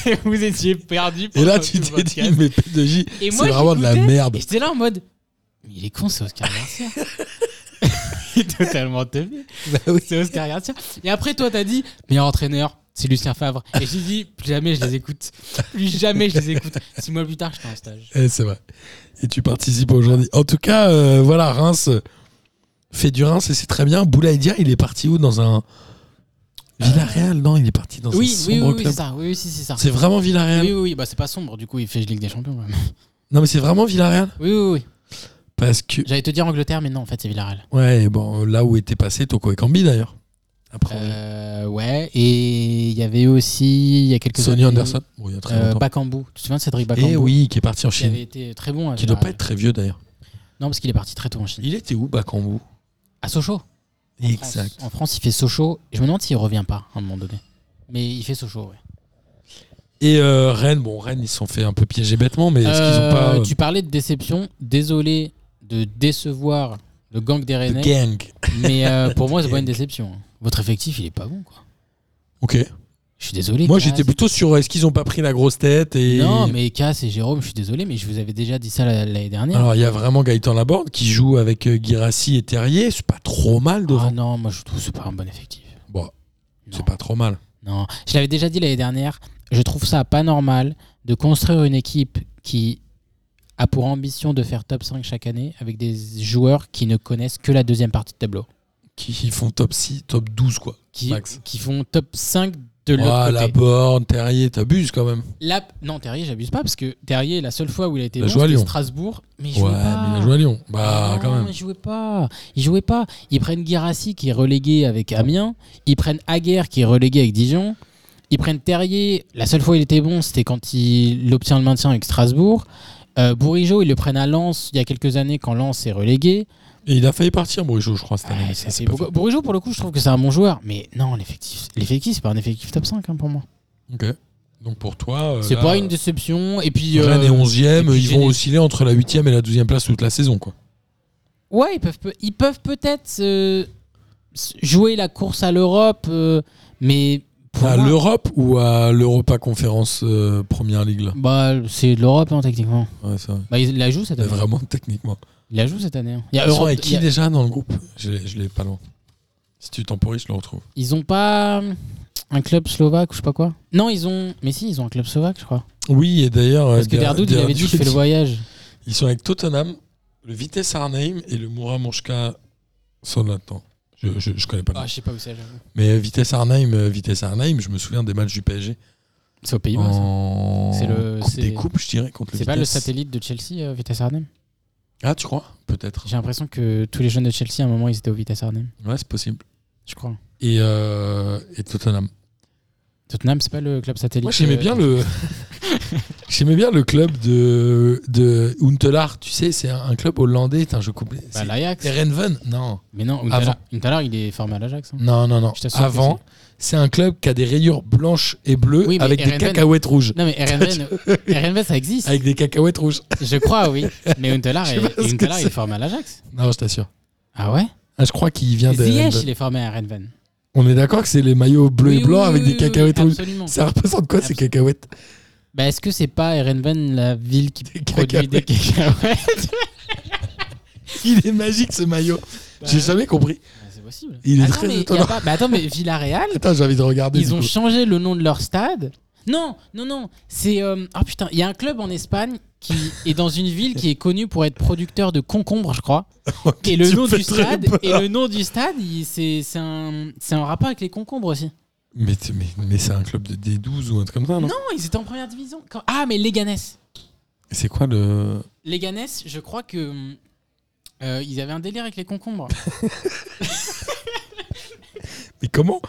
Speaker 4: et vous étiez perdu
Speaker 3: Et là,
Speaker 4: pendant
Speaker 3: tu
Speaker 4: tout
Speaker 3: t'es
Speaker 4: le
Speaker 3: dit,
Speaker 4: podcast.
Speaker 3: mais P2J,
Speaker 4: Et
Speaker 3: c'est
Speaker 4: moi,
Speaker 3: vraiment de la
Speaker 4: j'écoutais,
Speaker 3: merde.
Speaker 4: et j'étais là en mode mais il est con c'est Oscar Garcia il est totalement teubé
Speaker 3: Bah oui.
Speaker 4: c'est Oscar Garcia. Et après, toi, t'as dit meilleur entraîneur, c'est Lucien Favre. Et j'ai dit plus jamais je les écoute. Plus jamais je les écoute. Six mois plus tard, j'étais en stage.
Speaker 3: Eh, c'est vrai. Et tu participes aujourd'hui. En tout cas, euh, voilà, Reims euh, fait du Reims et c'est très bien. Boulaïdia, il est parti où Dans un. Villarreal Non, il est parti dans un
Speaker 4: Euh, Oui, oui, oui,
Speaker 3: sombre
Speaker 4: oui, c'est
Speaker 3: club.
Speaker 4: ça. Oui, oui, si, c'est ça.
Speaker 3: C'est vraiment Villarreal
Speaker 4: Oui, oui, oui, bah c'est pas sombre, du coup, il fait Ligue des Champions. quand même.
Speaker 3: Non, mais c'est vraiment Villarreal
Speaker 4: Oui, oui, oui.
Speaker 3: Parce que.
Speaker 4: J'allais te dire Angleterre, mais non, en fait, c'est Villarreal.
Speaker 3: Ouais, bon, là où était passé Toko et Cambi d'ailleurs. Après.
Speaker 4: Euh, ouais, et il y avait aussi, il y a quelques
Speaker 3: Sonny
Speaker 4: années,
Speaker 3: Anderson. Bon, il y a très
Speaker 4: euh,
Speaker 3: longtemps.
Speaker 4: Bakambu. Tu te souviens de Cédric Bakambu
Speaker 3: Et oui, qui est parti en
Speaker 4: Qui avait
Speaker 3: Chine.
Speaker 4: été très bon. à
Speaker 3: Qui doit pas
Speaker 4: Villarreal.
Speaker 3: être très vieux d'ailleurs.
Speaker 4: Non, parce qu'il est parti très tôt en Chine.
Speaker 3: Il était où, Bakambu
Speaker 4: À Sochaux France.
Speaker 3: Exact.
Speaker 4: En France, il fait Sochaux. Je me demande s'il revient pas à un moment donné. Mais il fait Sochaux, ouais.
Speaker 3: Et euh, Rennes, bon, Rennes, ils se sont fait un peu piéger bêtement, mais est-ce qu'ils ont
Speaker 4: Euh,
Speaker 3: pas. euh,
Speaker 4: Tu parlais de déception. Désolé de décevoir le gang des
Speaker 3: The
Speaker 4: Rennais,
Speaker 3: gang.
Speaker 4: mais euh, pour moi, c'est
Speaker 3: The
Speaker 4: pas une
Speaker 3: gang.
Speaker 4: déception. Votre effectif, il est pas bon, quoi.
Speaker 3: Ok.
Speaker 4: Je suis désolé.
Speaker 3: Moi,
Speaker 4: Cass.
Speaker 3: j'étais plutôt sur est-ce qu'ils ont pas pris la grosse tête et.
Speaker 4: Non, mais Cass et Jérôme, je suis désolé, mais je vous avais déjà dit ça la- l'année dernière.
Speaker 3: Alors, il y a vraiment Gaëtan Laborde qui joue avec euh, Guirassi et Terrier. C'est pas trop mal
Speaker 4: Ah
Speaker 3: devant.
Speaker 4: non, moi, je trouve que c'est pas un bon effectif.
Speaker 3: Bon,
Speaker 4: Ah, Non.
Speaker 3: c'est pas trop mal.
Speaker 4: Non, je l'avais déjà dit l'année dernière, je trouve ça pas normal de construire une équipe qui a pour ambition de faire top 5 chaque année avec des joueurs qui ne connaissent que la deuxième partie de tableau.
Speaker 3: Qui ils font top 6, top 12, quoi.
Speaker 4: Qui,
Speaker 3: Max.
Speaker 4: qui font top 5 de l'autre
Speaker 3: Ah,
Speaker 4: côté.
Speaker 3: Laborde, Terrier, t'abuses quand même.
Speaker 4: La- Non, Terrier, j'abuse pas parce que Terrier, la seule fois où il a été
Speaker 3: Il a
Speaker 4: bon,
Speaker 3: joué à
Speaker 4: c'était
Speaker 3: Lyon.
Speaker 4: Strasbourg, mais il
Speaker 3: ouais,
Speaker 4: jouait pas. Ah,
Speaker 3: mais il a joué à Lyon. Bah,
Speaker 4: Non,
Speaker 3: quand même.
Speaker 4: Ils jouaient pas. Ils jouaient pas. Ils prennent Guirassi qui est relégué avec Amiens. Ils prennent Aguerre qui est relégué avec Dijon. Ils prennent Terrier. La seule fois où il était bon, c'était quand il obtient le maintien avec Strasbourg. Euh, Bourigeau, ils le prennent à Lens il y a quelques années quand Lens est relégué.
Speaker 3: Et il a failli partir, Bourigeau, je crois, cette année.
Speaker 4: Ouais,
Speaker 3: Ah, mais
Speaker 4: ça,
Speaker 3: ça,
Speaker 4: c'est
Speaker 3: c'est pas
Speaker 4: beaucoup- Bourigeau, pour le coup, je trouve que c'est un bon joueur. Mais non, l'effectif, l'effectif c'est pas un effectif top 5 hein, pour moi.
Speaker 3: fait. Ok. Donc, pour toi. euh,
Speaker 4: C'est
Speaker 3: là,
Speaker 4: pas une déception. Et puis. euh,
Speaker 3: Rennes est 11ème,
Speaker 4: et puis
Speaker 3: ils vont
Speaker 4: Géné-
Speaker 3: osciller entre la 8ème et la 12ème place toute la saison, quoi.
Speaker 4: Ouais, ils peuvent, peut- ils peuvent peut-être euh, s- jouer la course à l'Europe, euh, mais pour
Speaker 3: à
Speaker 4: moi-
Speaker 3: l'Europe ou à l'Europa Conférence euh, Première Ligue là
Speaker 4: Bah, c'est l'Europe, hein, techniquement.
Speaker 3: Ouais, c'est vrai.
Speaker 4: Bah, il la joue cette
Speaker 3: Mais
Speaker 4: année.
Speaker 3: Vraiment techniquement.
Speaker 4: Il la joue cette année. hein. Il y a
Speaker 3: Ils sont
Speaker 4: Europe-
Speaker 3: avec
Speaker 4: il y
Speaker 3: qui
Speaker 4: a-
Speaker 3: déjà dans le groupe Je l'ai je l'ai pas loin. Si tu temporises, je le retrouve.
Speaker 4: Ils ont pas euh, un club slovaque ou je sais pas quoi Non, ils ont. Mais si, ils ont un club slovaque, je crois.
Speaker 3: Oui, et d'ailleurs.
Speaker 4: Parce que
Speaker 3: euh,
Speaker 4: Derdoud, il avait dit qu'il fait le voyage.
Speaker 3: Ils sont avec Tottenham, le Vitesse Arnhem et le Moura Mouchka Sonatan. Je, je, Ah, je connais pas. le nom.
Speaker 4: Ah, je sais pas où c'est, j'avoue.
Speaker 3: Mais Vitesse Arnhem, euh, Vitesse Arnhem, je me souviens des matchs du PSG.
Speaker 4: C'est aux Pays-Bas. ça.
Speaker 3: En...
Speaker 4: C'est le-
Speaker 3: Coupe
Speaker 4: c'est-
Speaker 3: des coupes, je dirais, contre le
Speaker 4: C'est pas le
Speaker 3: Vitesse.
Speaker 4: satellite de Chelsea, euh, Vitesse Arnhem
Speaker 3: Ah, tu crois Peut-être.
Speaker 4: J'ai l'impression que tous les jeunes de Chelsea, à un moment, ils étaient au Vitesse Arnhem.
Speaker 3: Ouais, c'est possible.
Speaker 4: Je crois.
Speaker 3: Et, euh, et Tottenham.
Speaker 4: Tottenham, c'est pas le club satellite.
Speaker 3: Moi, j'aimais
Speaker 4: euh,
Speaker 3: bien le. J'aimais bien le club de, de Huntelaar, tu sais, c'est un, un club hollandais, Putain, je coupe. les-
Speaker 4: Bah,
Speaker 3: c'est
Speaker 4: L'Ajax.
Speaker 3: Erenven Non,
Speaker 4: Mais non,
Speaker 3: Avant.
Speaker 4: Untalar, il est formé à l'Ajax. hein.
Speaker 3: non, non, non.
Speaker 4: Je t'assure que
Speaker 3: Avant, c'est un club qui a des rayures blanches et bleues
Speaker 4: Oui, mais
Speaker 3: avec des
Speaker 4: Erenven-
Speaker 3: cacahuètes rouges.
Speaker 4: Non, mais RNV, RNV, ça existe.
Speaker 3: Avec des cacahuètes rouges.
Speaker 4: Je crois, oui. Mais Untalar,
Speaker 3: Je sais pas ce que
Speaker 4: il est
Speaker 3: c'est.
Speaker 4: formé à l'Ajax.
Speaker 3: Non, je t'assure.
Speaker 4: Ah ouais
Speaker 3: Ah, je crois qu'il vient de.
Speaker 4: Ziyech, il est formé à Renven.
Speaker 3: On est d'accord que c'est les maillots bleus et blancs avec des cacahuètes rouges.
Speaker 4: Absolument.
Speaker 3: Ça représente quoi ces
Speaker 4: Absolument.
Speaker 3: cacahuètes
Speaker 4: Bah, est-ce que c'est pas Renven la ville qui
Speaker 3: Des
Speaker 4: produit des cacahuètes
Speaker 3: Il est magique ce maillot. J'ai jamais compris.
Speaker 4: Bah, C'est possible.
Speaker 3: Il est
Speaker 4: attends,
Speaker 3: très
Speaker 4: mais y a
Speaker 3: étonnant.
Speaker 4: pas- bah, attends, mais Villarreal,
Speaker 3: Attends, j'ai envie de regarder. du
Speaker 4: ils ont
Speaker 3: coup.
Speaker 4: changé le nom de leur stade. Non, non, non. C'est. euh, Ah putain, il y a un club en Espagne qui est dans une ville qui est connue pour être producteur de concombres, je crois. Et le
Speaker 3: Tu
Speaker 4: nom
Speaker 3: me fais
Speaker 4: du
Speaker 3: très
Speaker 4: stade,
Speaker 3: peur.
Speaker 4: et le nom du stade, il- c'est c'est un, c'est un rapport avec les concombres aussi.
Speaker 3: Mais, t- mais, mais c'est un club de D12 ou un truc comme ça, non,
Speaker 4: Non, ils étaient en première division. Quand- Ah, mais Leganés.
Speaker 3: C'est quoi le.
Speaker 4: Leganés, je crois que hum, euh, ils avaient un délire avec les concombres.
Speaker 3: Mais comment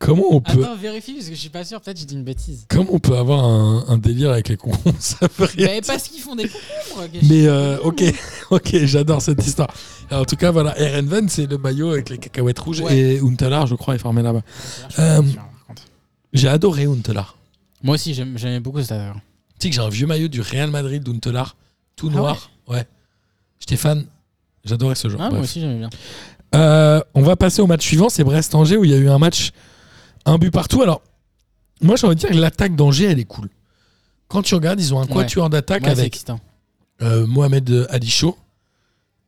Speaker 3: Comment on peut.
Speaker 4: Attends, vérifie parce que je suis pas sûr. Peut-être j'ai dit une bêtise.
Speaker 3: Comment on peut avoir un, un délire avec les cons Ça veut rien
Speaker 4: Mais
Speaker 3: dire.
Speaker 4: parce qu'ils font des concombres. gâchis.
Speaker 3: Mais euh, ok, ok, j'adore cette histoire. Alors, en tout cas, voilà, Erenven, c'est le maillot avec les cacahuètes rouges
Speaker 4: Ouais.
Speaker 3: et Untelar, je crois, est formé là-bas.
Speaker 4: Je
Speaker 3: Euh,
Speaker 4: suis sûr, par contre.
Speaker 3: J'ai adoré Untelar.
Speaker 4: Moi aussi, j'aime- j'aimais beaucoup cette erreur.
Speaker 3: Tu sais que j'ai un vieux maillot du Real Madrid d'Untelar, tout
Speaker 4: Ah
Speaker 3: noir. ouais. J'étais fan. J'adorais ce genre.
Speaker 4: Ah, moi
Speaker 3: Bref.
Speaker 4: aussi, j'aimais bien.
Speaker 3: Euh, on va passer au match suivant, c'est Brest-Angers où il y a eu un match, un but partout. Alors, moi j'ai envie de dire que l'attaque d'Angers, elle est cool. Quand tu regardes, ils ont un
Speaker 4: Ouais.
Speaker 3: quatuor d'attaque
Speaker 4: Moi, c'est
Speaker 3: avec
Speaker 4: excitant.
Speaker 3: euh, Mohamed Adicho,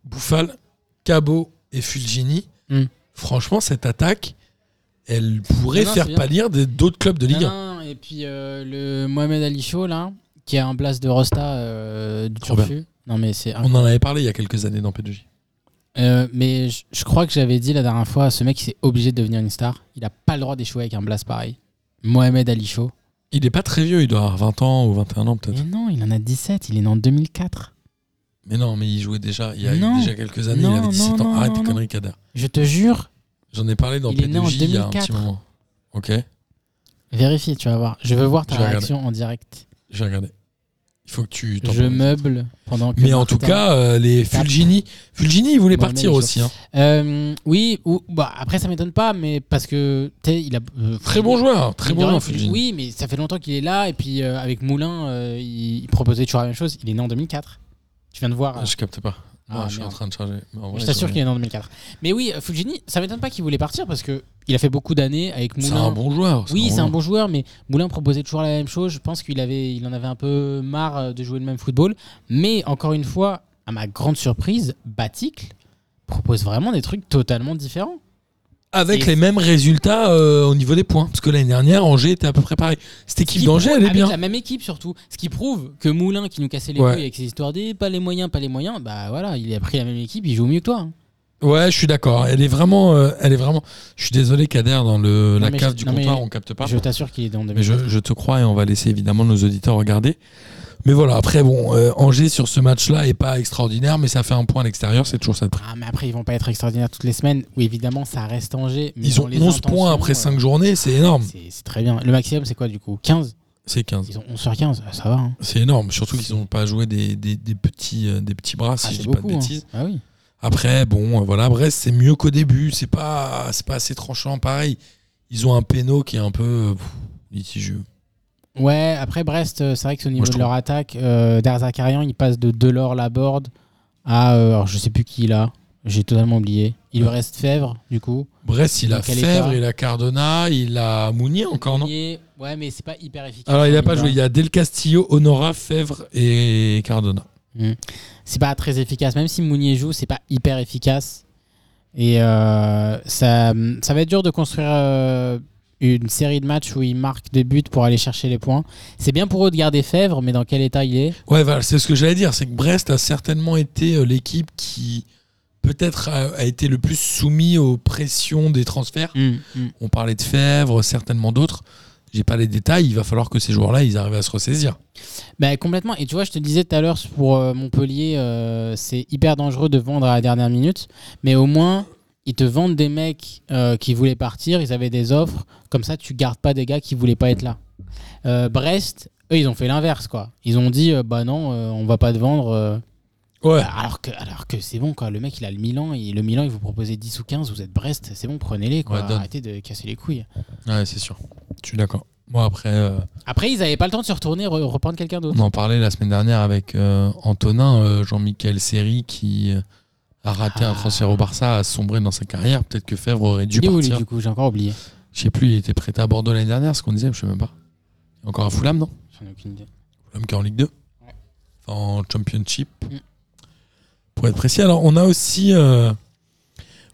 Speaker 3: Bouffal, Cabot et Fulgini.
Speaker 4: Mm.
Speaker 3: Franchement, cette attaque, elle pourrait
Speaker 4: Non, non,
Speaker 3: faire
Speaker 4: c'est bien.
Speaker 3: pâlir des- d'autres clubs de Ligue 1.
Speaker 4: Non, non, et puis euh, le Mohamed Ali Chaud, là, qui a un place de Rosta euh, du
Speaker 3: Trop bien.
Speaker 4: Turfu. Non, mais c'est.
Speaker 3: On en avait parlé il y a quelques années dans P2J.
Speaker 4: Euh, mais je, je crois que j'avais dit la dernière fois, ce mec, c'est obligé de devenir une star. Il a pas le droit d'échouer avec un blast pareil. Mohamed Ali Chaud.
Speaker 3: Il est pas très vieux, il doit avoir 20 ans ou 21 ans peut-être.
Speaker 4: Mais non, il en a 17, il est né en 2004.
Speaker 3: Mais non, mais il jouait déjà il y a
Speaker 4: Non.
Speaker 3: déjà quelques années,
Speaker 4: Non,
Speaker 3: il avait 17
Speaker 4: non,
Speaker 3: ans.
Speaker 4: non,
Speaker 3: Arrête
Speaker 4: non,
Speaker 3: tes
Speaker 4: non.
Speaker 3: conneries, Kader.
Speaker 4: Je te jure,
Speaker 3: J'en ai parlé dans
Speaker 4: Il est né en
Speaker 3: P2J il y a un
Speaker 4: 2004.
Speaker 3: petit moment. Ok,
Speaker 4: vérifie, tu vas voir. Je veux voir ta
Speaker 3: Je vais
Speaker 4: réaction en direct.
Speaker 3: j'ai regardé. Il faut que tu t'en
Speaker 4: Je
Speaker 3: parles.
Speaker 4: meuble pendant que.
Speaker 3: Mais en tout
Speaker 4: Martin-
Speaker 3: cas, euh, les
Speaker 4: Quatre.
Speaker 3: Fulgini, Fulgini, il voulait
Speaker 4: Bon,
Speaker 3: partir
Speaker 4: mais les
Speaker 3: aussi. hein.
Speaker 4: Euh, oui, ou, bah, après, ça m'étonne pas, mais parce que. tu sais, il a. euh,
Speaker 3: Très bon joueur, très
Speaker 4: mine
Speaker 3: bon
Speaker 4: de rien,
Speaker 3: joueur,
Speaker 4: Fulgini-
Speaker 3: Fulgini.
Speaker 4: Oui, mais ça fait longtemps qu'il est là, et puis euh, avec Moulin, euh, il, il proposait toujours la même chose. Il est né en 2004. Tu viens de voir. euh,
Speaker 3: Ah, Je capte pas. Moi,
Speaker 4: Ah,
Speaker 3: je suis en
Speaker 4: merde.
Speaker 3: train de charger. Mais en vrai,
Speaker 4: je t'assure
Speaker 3: c'est-
Speaker 4: qu'il est né en 2004. Mais oui, euh, Fulgini, ça m'étonne pas qu'il voulait partir parce que il a fait beaucoup d'années avec
Speaker 3: C'est
Speaker 4: Moulin.
Speaker 3: un bon joueur.
Speaker 4: Oui, c'est un bon joueur, mais Moulin proposait toujours la même chose. Je pense qu'il avait, il en avait un peu marre euh, de jouer le même football. Mais encore une fois, à ma grande surprise, Baticle propose vraiment des trucs totalement différents.
Speaker 3: Avec
Speaker 4: Et-
Speaker 3: les mêmes résultats euh, au niveau des points. Parce que l'année dernière, Angers était à peu près pareil. Cette équipe
Speaker 4: Qui
Speaker 3: d'Angers,
Speaker 4: prouve-
Speaker 3: elle est
Speaker 4: avec
Speaker 3: bien.
Speaker 4: la même équipe surtout. Ce qui prouve que Moulin, qui nous cassait les
Speaker 3: Ouais.
Speaker 4: couilles avec ses histoires des pas les moyens, pas les moyens, bah voilà, il a pris la même équipe, il joue mieux que toi. hein.
Speaker 3: Ouais, je suis d'accord. Elle est vraiment. euh, elle est vraiment... Je suis désolé, Kader, dans le... la
Speaker 4: mais
Speaker 3: cave
Speaker 4: je-
Speaker 3: du
Speaker 4: non, mais-
Speaker 3: comptoir, on capte pas.
Speaker 4: Je t'assure qu'il est dans
Speaker 3: Mais
Speaker 4: 2000.
Speaker 3: je, je te crois et on va laisser évidemment nos auditeurs regarder. Mais voilà, après, bon, euh, Angers sur ce match-là est pas extraordinaire, mais ça fait un point à l'extérieur, c'est toujours ça de prix.
Speaker 4: Ah, mais après, ils vont pas être extraordinaires toutes les semaines. Oui, évidemment, ça reste Angers. Mais
Speaker 3: Ils
Speaker 4: dans
Speaker 3: ont
Speaker 4: les
Speaker 3: 11 points
Speaker 4: intentions,
Speaker 3: après
Speaker 4: euh,
Speaker 3: 5 journées, c'est énorme.
Speaker 4: c'est- C'est très bien. Le maximum, c'est quoi du coup 15
Speaker 3: C'est 15.
Speaker 4: Ils ont 11 sur 15, ah, ça va. hein.
Speaker 3: C'est énorme, surtout qu'ils n'ont pas joué des, des, des petits, euh, des petits bras, si
Speaker 4: Ah,
Speaker 3: je
Speaker 4: c'est
Speaker 3: dis
Speaker 4: beaucoup.
Speaker 3: pas de
Speaker 4: hein.
Speaker 3: bêtises.
Speaker 4: Ah oui.
Speaker 3: Après, bon, euh, voilà, Brest, c'est mieux qu'au début, c'est pas, c'est pas assez tranchant, pareil. Ils ont un péno qui est un peu euh, pff, litigieux.
Speaker 4: Ouais, après Brest, euh, c'est vrai que au niveau
Speaker 3: je
Speaker 4: de leur attaque, euh, Derzakarian, il passe de Delors Laborde à. euh, alors, je sais plus qui il a. J'ai totalement oublié. Il lui reste Fèvre, du coup.
Speaker 3: Brest, il a
Speaker 4: Lequel est
Speaker 3: Fèvre,
Speaker 4: pas
Speaker 3: il a Cardona, il a Mounier encore, non
Speaker 4: Et- Ouais, mais c'est pas hyper efficace.
Speaker 3: Alors, il n'a pas
Speaker 4: Mounier.
Speaker 3: joué. Il y a Del Castillo, Honora, Fèvre et Cardona.
Speaker 4: C'est pas très efficace. Même si Mounier joue, c'est pas hyper efficace. Et euh, ça, ça va être dur de construire euh, une série de matchs où ils marquent des buts pour aller chercher les points. C'est bien pour eux de garder Fèvre, mais dans quel état il est
Speaker 3: Ouais, voilà, c'est ce que j'allais dire. C'est que Brest a certainement été euh, l'équipe qui, peut-être, a, a été le plus soumis aux pressions des transferts.
Speaker 4: Mm. Hmm.
Speaker 3: On parlait de Fèvre, certainement d'autres. J'ai pas les détails. Il va falloir que ces joueurs-là, ils arrivent à se ressaisir.
Speaker 4: Bah, complètement. Et tu vois, je te disais tout à l'heure pour euh, Montpellier, euh, c'est hyper dangereux de vendre à la dernière minute. Mais au moins, ils te vendent des mecs euh, qui voulaient partir, ils avaient des offres. Comme ça, tu gardes pas des gars qui voulaient pas être là. Euh, Brest, eux, ils ont fait l'inverse, quoi. Ils ont dit, euh, bah non, euh, on va pas te vendre. euh.
Speaker 3: Ouais.
Speaker 4: Alors que, alors que c'est bon, quoi. Le mec, il a le Milan, et le Milan, il vous proposait 10 ou 15, vous êtes Brest, c'est bon, prenez-les, quoi.
Speaker 3: Ouais, donne.
Speaker 4: Arrêtez de casser les couilles.
Speaker 3: Ouais, c'est sûr. Je suis d'accord. Moi, après. euh,
Speaker 4: Après, ils avaient pas le temps de se retourner, re- reprendre quelqu'un d'autre.
Speaker 3: On en parlait la semaine dernière avec euh, Antonin, euh, Jean-Michel Seri, qui euh, a raté un
Speaker 4: Ah.
Speaker 3: transfert au Barça, a sombré dans sa carrière. Peut-être que Fèvre aurait dû
Speaker 4: Il est où, lui,
Speaker 3: partir.
Speaker 4: du coup J'ai encore oublié.
Speaker 3: Je sais plus, il était prêté à Bordeaux l'année dernière, ce qu'on disait, je sais même pas. Encore à Fulham, non
Speaker 4: J'en ai aucune idée.
Speaker 3: Fulham qui est en Ligue 2 Enfin, en Championship.
Speaker 4: Mm.
Speaker 3: Pour être précis, alors on a aussi, euh,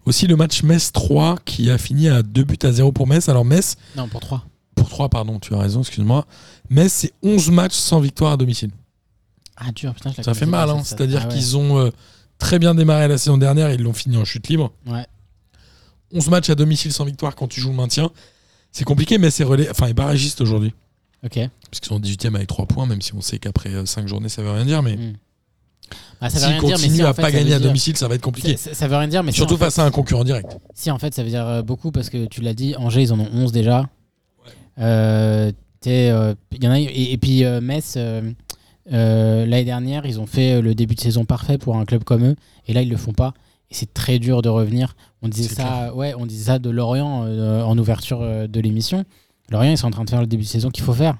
Speaker 3: aussi le match Metz 3 qui a fini à 2 buts à 0 pour Metz. Alors Metz,
Speaker 4: Non, pour 3.
Speaker 3: pour 3, pardon, tu as raison, excuse-moi. Metz, c'est 11 matchs sans victoire à domicile.
Speaker 4: Ah dur, putain, je la
Speaker 3: Ça
Speaker 4: connaissais
Speaker 3: fait mal,
Speaker 4: pas,
Speaker 3: hein.
Speaker 4: cette
Speaker 3: c'est-à-dire
Speaker 4: stat. Ah ouais.
Speaker 3: qu'ils ont euh, très bien démarré la saison dernière, ils l'ont fini en chute libre.
Speaker 4: Ouais.
Speaker 3: 11 matchs à domicile sans victoire quand tu joues le maintien, c'est compliqué, mais c'est relais. Enfin, ils barragiste aujourd'hui,
Speaker 4: Ok.
Speaker 3: puisqu'ils sont 18 e avec 3 points, même si on sait qu'après 5 journées ça veut rien dire, mais
Speaker 4: Mm. Ah, ça veut
Speaker 3: s'ils
Speaker 4: rien dire, mais
Speaker 3: continuent
Speaker 4: si, en
Speaker 3: à
Speaker 4: fait,
Speaker 3: pas
Speaker 4: ça veut
Speaker 3: gagner à
Speaker 4: dire-
Speaker 3: domicile, ça va être compliqué.
Speaker 4: Ça, ça- ça veut rien dire, mais si,
Speaker 3: Surtout
Speaker 4: en fait-
Speaker 3: face à un concurrent direct.
Speaker 4: si en fait ça veut dire euh, beaucoup parce que tu l'as dit, Angers ils en ont 11 déjà. Euh, t'es, euh, y en a, et, et puis euh, Metz, euh, euh, l'année dernière ils ont fait euh, le début de saison parfait pour un club comme eux et là ils le font pas. Et c'est très dur de revenir. On disait
Speaker 3: C'est
Speaker 4: ça, ouais, on disait ça de Lorient euh, en ouverture euh, de l'émission. Lorient ils sont en train de faire le début de saison qu'il faut faire.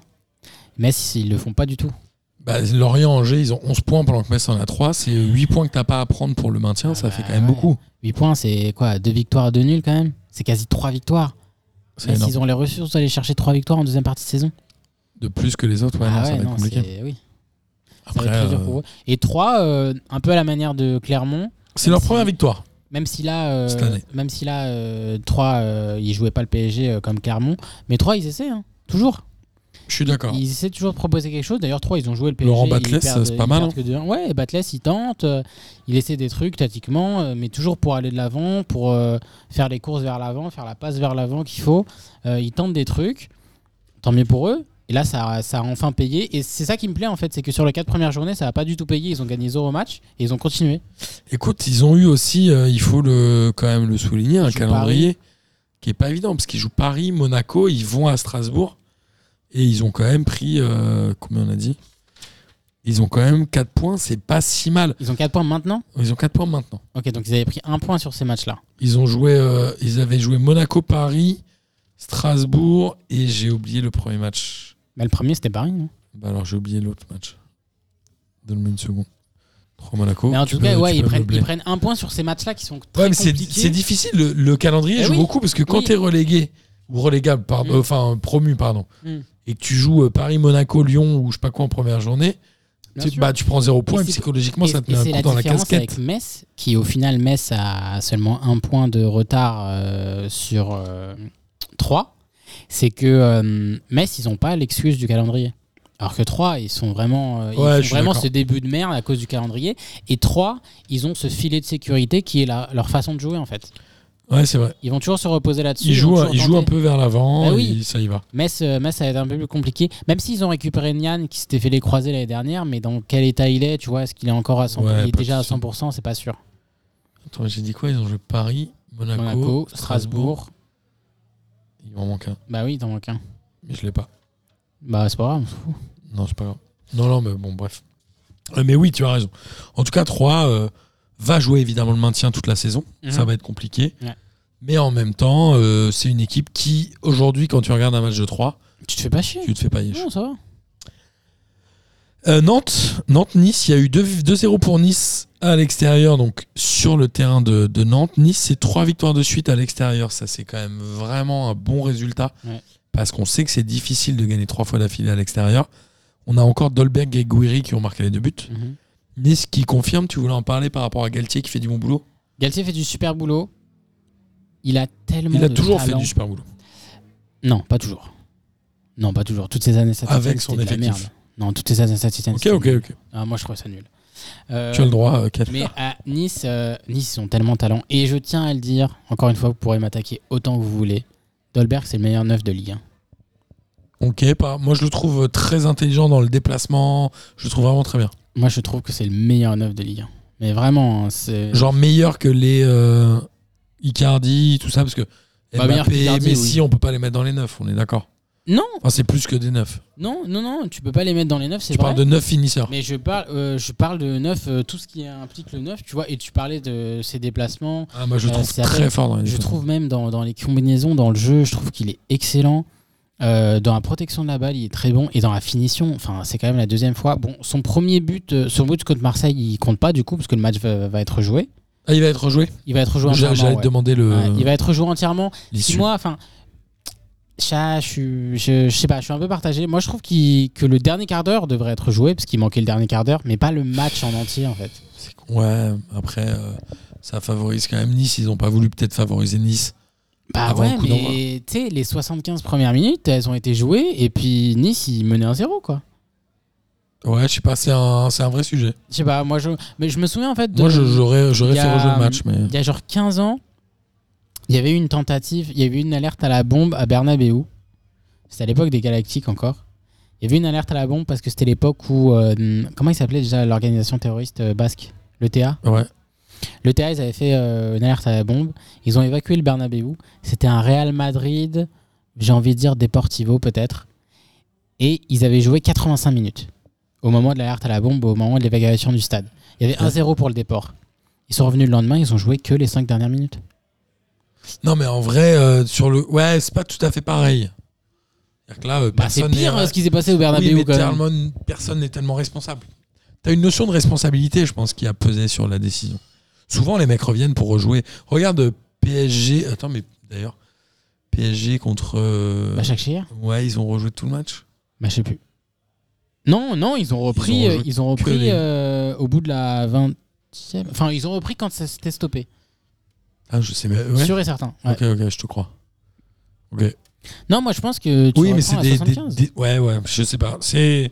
Speaker 4: Metz ils le font pas du tout.
Speaker 3: Bah, Lorient, Angers, ils ont 11 points pendant que Metz en a 3. C'est 8 points que t'as pas à prendre pour le maintien,
Speaker 4: Ah
Speaker 3: ça
Speaker 4: bah
Speaker 3: fait quand même
Speaker 4: ouais.
Speaker 3: beaucoup.
Speaker 4: 8 points, c'est quoi 2 victoires, 2 nuls quand même C'est quasi 3 victoires.
Speaker 3: C'est
Speaker 4: Même
Speaker 3: énorme.
Speaker 4: s'ils ont les ressources d'aller chercher 3 victoires en deuxième partie de saison.
Speaker 3: De plus que les autres, ouais, non,
Speaker 4: ah
Speaker 3: ça
Speaker 4: ouais,
Speaker 3: va être
Speaker 4: non,
Speaker 3: compliqué.
Speaker 4: c'est- oui, ça va
Speaker 3: Après,
Speaker 4: être très dur
Speaker 3: euh,
Speaker 4: pour eux. Et 3, un peu à la manière de Clermont,
Speaker 3: c'est leur
Speaker 4: si-
Speaker 3: première victoire.
Speaker 4: même si là, euh,
Speaker 3: Cette année.
Speaker 4: même si là 3, ils jouaient pas le PSG euh, comme Clermont, mais 3, ils essaient, hein, toujours.
Speaker 3: Je suis d'accord.
Speaker 4: Ils essaient toujours de proposer quelque chose. D'ailleurs, 3, ils ont joué le PSG.
Speaker 3: Laurent
Speaker 4: ils
Speaker 3: Batles,
Speaker 4: perdent-
Speaker 3: c'est pas
Speaker 4: ils
Speaker 3: mal,
Speaker 4: perdent
Speaker 3: hein.
Speaker 4: que 2-1. Ouais, Batles, il tente, euh, il essaie des trucs tactiquement, euh, mais toujours pour aller de l'avant, pour euh, faire les courses vers l'avant, faire la passe vers l'avant qu'il faut. Euh, ils tentent des trucs, tant mieux pour eux. Et là, ça, ça a enfin payé. Et c'est ça qui me plaît, en fait, c'est que sur les 4 premières journées, ça n'a pas du tout payé. Ils ont gagné 0 match et ils ont continué.
Speaker 3: Écoute, ils ont eu aussi, euh, il faut le, quand même le souligner, un
Speaker 4: jouent
Speaker 3: calendrier qui est pas évident parce qu'ils jouent Paris, Monaco, ils vont à Strasbourg et ils ont quand même pris, euh, combien on a dit Ils ont quand même 4 points, c'est pas si mal.
Speaker 4: Ils ont 4 points maintenant.
Speaker 3: Ils ont 4 points maintenant.
Speaker 4: Ok, donc ils avaient pris 1 point sur ces matchs-là.
Speaker 3: Ils ont joué, euh, ils avaient joué Monaco, Paris, Strasbourg et j'ai oublié le premier match.
Speaker 4: Mais le premier, c'était Paris, hein. non
Speaker 3: Bah alors j'ai oublié l'autre match. Donne-moi une seconde. 3 Monaco.
Speaker 4: Mais en
Speaker 3: Oh, tu
Speaker 4: tout
Speaker 3: peux-
Speaker 4: cas,
Speaker 3: tu
Speaker 4: ouais,
Speaker 3: peux
Speaker 4: ils prennent,
Speaker 3: meubler.
Speaker 4: ils prennent 1 point sur ces matchs-là qui sont très
Speaker 3: Ouais, mais c'est
Speaker 4: compliqués.
Speaker 3: c'est difficile. Le, le calendrier
Speaker 4: Eh
Speaker 3: joue
Speaker 4: oui.
Speaker 3: beaucoup parce que quand
Speaker 4: Oui.
Speaker 3: tu es relégué ou relégable, pardon,
Speaker 4: Mm.
Speaker 3: euh, enfin promu, pardon,
Speaker 4: Mm.
Speaker 3: et que tu joues euh, Paris, Monaco, Lyon ou je sais pas quoi en première journée,
Speaker 4: Bien
Speaker 3: tu,
Speaker 4: sûr.
Speaker 3: bah, tu prends zéro point
Speaker 4: Et
Speaker 3: et
Speaker 4: c'est-
Speaker 3: psychologiquement
Speaker 4: Et-
Speaker 3: ça te
Speaker 4: et
Speaker 3: met un
Speaker 4: c'est
Speaker 3: coup dans la
Speaker 4: différence
Speaker 3: casquette.
Speaker 4: avec Metz, qui au final, Metz a seulement un point de retard euh, sur 3. C'est que euh, Metz, ils n'ont pas l'excuse du calendrier. Alors que 3, ils sont vraiment, euh, ils
Speaker 3: Ouais,
Speaker 4: font
Speaker 3: je suis
Speaker 4: vraiment
Speaker 3: d'accord.
Speaker 4: ce début de merde à cause du calendrier. Et 3, ils ont ce filet de sécurité qui est la- leur façon de jouer en fait.
Speaker 3: Ouais, c'est vrai.
Speaker 4: Ils vont toujours se reposer là-dessus.
Speaker 3: Ils jouent,
Speaker 4: vont
Speaker 3: ils
Speaker 4: toujours
Speaker 3: jouent un
Speaker 4: tenter.
Speaker 3: peu vers l'avant
Speaker 4: Bah oui.
Speaker 3: et ça y va.
Speaker 4: Metz, euh, Metz, ça va être un peu plus compliqué. Même s'ils ont récupéré Nian qui s'était fait les croiser l'année dernière, mais dans quel état il est, tu vois, est-ce qu'il est encore à 100%,
Speaker 3: Ouais,
Speaker 4: il est
Speaker 3: pas
Speaker 4: déjà à
Speaker 3: de souci.
Speaker 4: 100%, c'est pas sûr.
Speaker 3: Attends, j'ai dit quoi Ils ont joué Paris, Monaco,
Speaker 4: Monaco,
Speaker 3: Strasbourg.
Speaker 4: Strasbourg.
Speaker 3: Il m'en manque un,
Speaker 4: Bah oui, il t'en manque un.
Speaker 3: mais je l'ai pas.
Speaker 4: Bah c'est pas grave, on s'en fout.
Speaker 3: Non, c'est pas grave. Non, non, mais bon, bref. Euh, Mais oui, tu as raison. En tout cas, 3 euh, va jouer évidemment le maintien toute la saison.
Speaker 4: Mhm.
Speaker 3: Ça va être compliqué.
Speaker 4: Ouais.
Speaker 3: Mais en même temps, euh, c'est une équipe qui, aujourd'hui, quand tu regardes un match de 3,
Speaker 4: Tu te fais pas chier.
Speaker 3: tu te fais pailler.
Speaker 4: Non, ça va.
Speaker 3: Euh, Nantes, Nantes, Nice, il y a eu 2-0 pour Nice à l'extérieur, donc sur le terrain de, de Nantes. Nice, c'est trois victoires de suite à l'extérieur. Ça, c'est quand même vraiment un bon résultat
Speaker 4: Ouais.
Speaker 3: parce qu'on sait que c'est difficile de gagner trois fois d'affilée à l'extérieur. On a encore Dolberg et Guiri qui ont marqué les deux buts.
Speaker 4: Mhm.
Speaker 3: Nice qui confirme, tu voulais en parler par rapport à Galtier qui fait du bon boulot.
Speaker 4: Galtier fait du super boulot. Il a tellement
Speaker 3: Il a
Speaker 4: de
Speaker 3: toujours fait
Speaker 4: talent.
Speaker 3: du super boulot.
Speaker 4: Non, pas toujours. Non, pas toujours. Toutes ces années, ça
Speaker 3: Avec son
Speaker 4: c'était de la
Speaker 3: effectif.
Speaker 4: merde. Non, toutes ces années, ça
Speaker 3: Ok, ok, ok.
Speaker 4: Ah, Moi, je crois ça nul. Euh,
Speaker 3: Tu as le droit, euh, Kat.
Speaker 4: Mais à Nice, euh, Nice, ils ont tellement de talent. Et je tiens à le dire, encore une fois, vous pourrez m'attaquer autant que vous voulez. Dolberg, c'est le meilleur neuf de Ligue 1.
Speaker 3: Ok, par- moi je le trouve très intelligent dans le déplacement. Je le trouve vraiment très bien.
Speaker 4: Moi, je trouve que c'est le meilleur neuf de Ligue 1. Mais vraiment, hein, c'est.
Speaker 3: Genre meilleur que les euh, Icardi, tout ça, parce que
Speaker 4: Bah, meilleur
Speaker 3: Mbappé,
Speaker 4: qu'Icardi,
Speaker 3: Messi,
Speaker 4: oui.
Speaker 3: on peut pas les mettre dans les neufs, on est d'accord.
Speaker 4: Non,
Speaker 3: Enfin, c'est plus que des neufs.
Speaker 4: non, non, non, tu peux pas les mettre dans les neufs, c'est
Speaker 3: Tu
Speaker 4: vrai.
Speaker 3: parles de neuf finisseurs.
Speaker 4: Mais je parle, euh, je parle de neuf, euh, tout ce qui implique le neuf, tu vois. Et tu parlais de ses déplacements,
Speaker 3: Ah, moi je le
Speaker 4: Euh,
Speaker 3: trouve
Speaker 4: c'est
Speaker 3: très
Speaker 4: après-
Speaker 3: fort dans les
Speaker 4: Je
Speaker 3: défenses.
Speaker 4: trouve même dans, dans les combinaisons, dans le jeu, je trouve qu'il est excellent. Euh, dans la protection de la balle, il est très bon. Et dans la finition, enfin, c'est quand même la deuxième fois. Bon, son premier but, euh, son but contre Marseille, il compte pas du coup, parce que le match va, va être joué.
Speaker 3: Ah, il va être rejoué
Speaker 4: Il va être rejoué
Speaker 3: J'a- J'allais
Speaker 4: entièrement.
Speaker 3: te demander
Speaker 4: ouais.
Speaker 3: euh,
Speaker 4: Ouais, il
Speaker 3: le-
Speaker 4: va être rejoué entièrement. Si
Speaker 3: l'issue.
Speaker 4: moi, enfin, ça, je, suis- je, je sais pas, je suis un peu partagé. Moi, je trouve qu'il- que le dernier quart d'heure devrait être joué, parce qu'il manquait le dernier quart d'heure, mais pas le match en entier, en fait.
Speaker 3: C'est con. Ouais, après, euh, ça favorise quand même Nice. Ils ont pas voulu peut-être favoriser Nice.
Speaker 4: Bah
Speaker 3: avant le
Speaker 4: ouais,
Speaker 3: coup d'envoi.
Speaker 4: mais tu sais, les 75 premières minutes, elles ont été jouées et puis Nice, ils menaient un 0 quoi.
Speaker 3: Ouais, je sais pas, c'est un, c'est un vrai sujet.
Speaker 4: Je sais pas, moi je, mais je me souviens en fait de.
Speaker 3: Moi, je- j'aurais j'aurais
Speaker 4: il y
Speaker 3: fait
Speaker 4: a-
Speaker 3: rejouer le match, mais.
Speaker 4: Il y a genre 15 ans, il y avait eu une tentative, il y avait eu une alerte à la bombe à Bernabeu. C'était à l'époque des Galactiques encore. Il y avait une alerte à la bombe parce que c'était l'époque où. euh, comment il s'appelait déjà l'organisation terroriste euh, basque Le TA
Speaker 3: Ouais.
Speaker 4: Le TA, ils avaient fait euh, une alerte à la bombe. Ils ont évacué le Bernabeu. C'était un Real Madrid, j'ai envie de dire Deportivo peut-être. Et ils avaient joué 85 minutes au moment de l'alerte à la bombe, au moment de l'évacuation du stade. Il y avait
Speaker 3: Ouais.
Speaker 4: 1-0 pour le déport. Ils sont revenus le lendemain, ils ont joué que les 5 dernières minutes. Bah,
Speaker 3: Non, mais en vrai, euh, sur le. Ouais, c'est pas tout à fait pareil. C'est-à-dire que là, euh,
Speaker 4: Bah, c'est
Speaker 3: personne
Speaker 4: pire
Speaker 3: n'est-
Speaker 4: euh, ce qui s'est passé au
Speaker 3: Oui,
Speaker 4: Bernabeu
Speaker 3: mais
Speaker 4: quand même.
Speaker 3: tellement- personne n'est tellement responsable. T'as une notion de responsabilité, je pense, qui a pesé sur la décision. Souvent, les mecs reviennent pour rejouer. Regarde euh, PSG. Attends, mais d'ailleurs, PSG contre. euh,
Speaker 4: Bah, Shakshir
Speaker 3: Ouais, ils ont rejoué tout le match.
Speaker 4: Bah, je sais plus. Non, non, ils ont repris,
Speaker 3: Ils ont
Speaker 4: euh,
Speaker 3: rejoué
Speaker 4: ils ont repris,
Speaker 3: les-
Speaker 4: euh, au bout de la 20e. Enfin, ils ont repris quand ça s'était stoppé.
Speaker 3: Ah, je sais, mais. ouais.
Speaker 4: Sûr et certain. ouais.
Speaker 3: Ok, ok, je te crois. Ok.
Speaker 4: Non, moi je pense que tu
Speaker 3: oui, mais
Speaker 4: reprends
Speaker 3: c'est
Speaker 4: la
Speaker 3: des, des-
Speaker 4: 75.
Speaker 3: des- Ouais, ouais, je sais pas. C'est.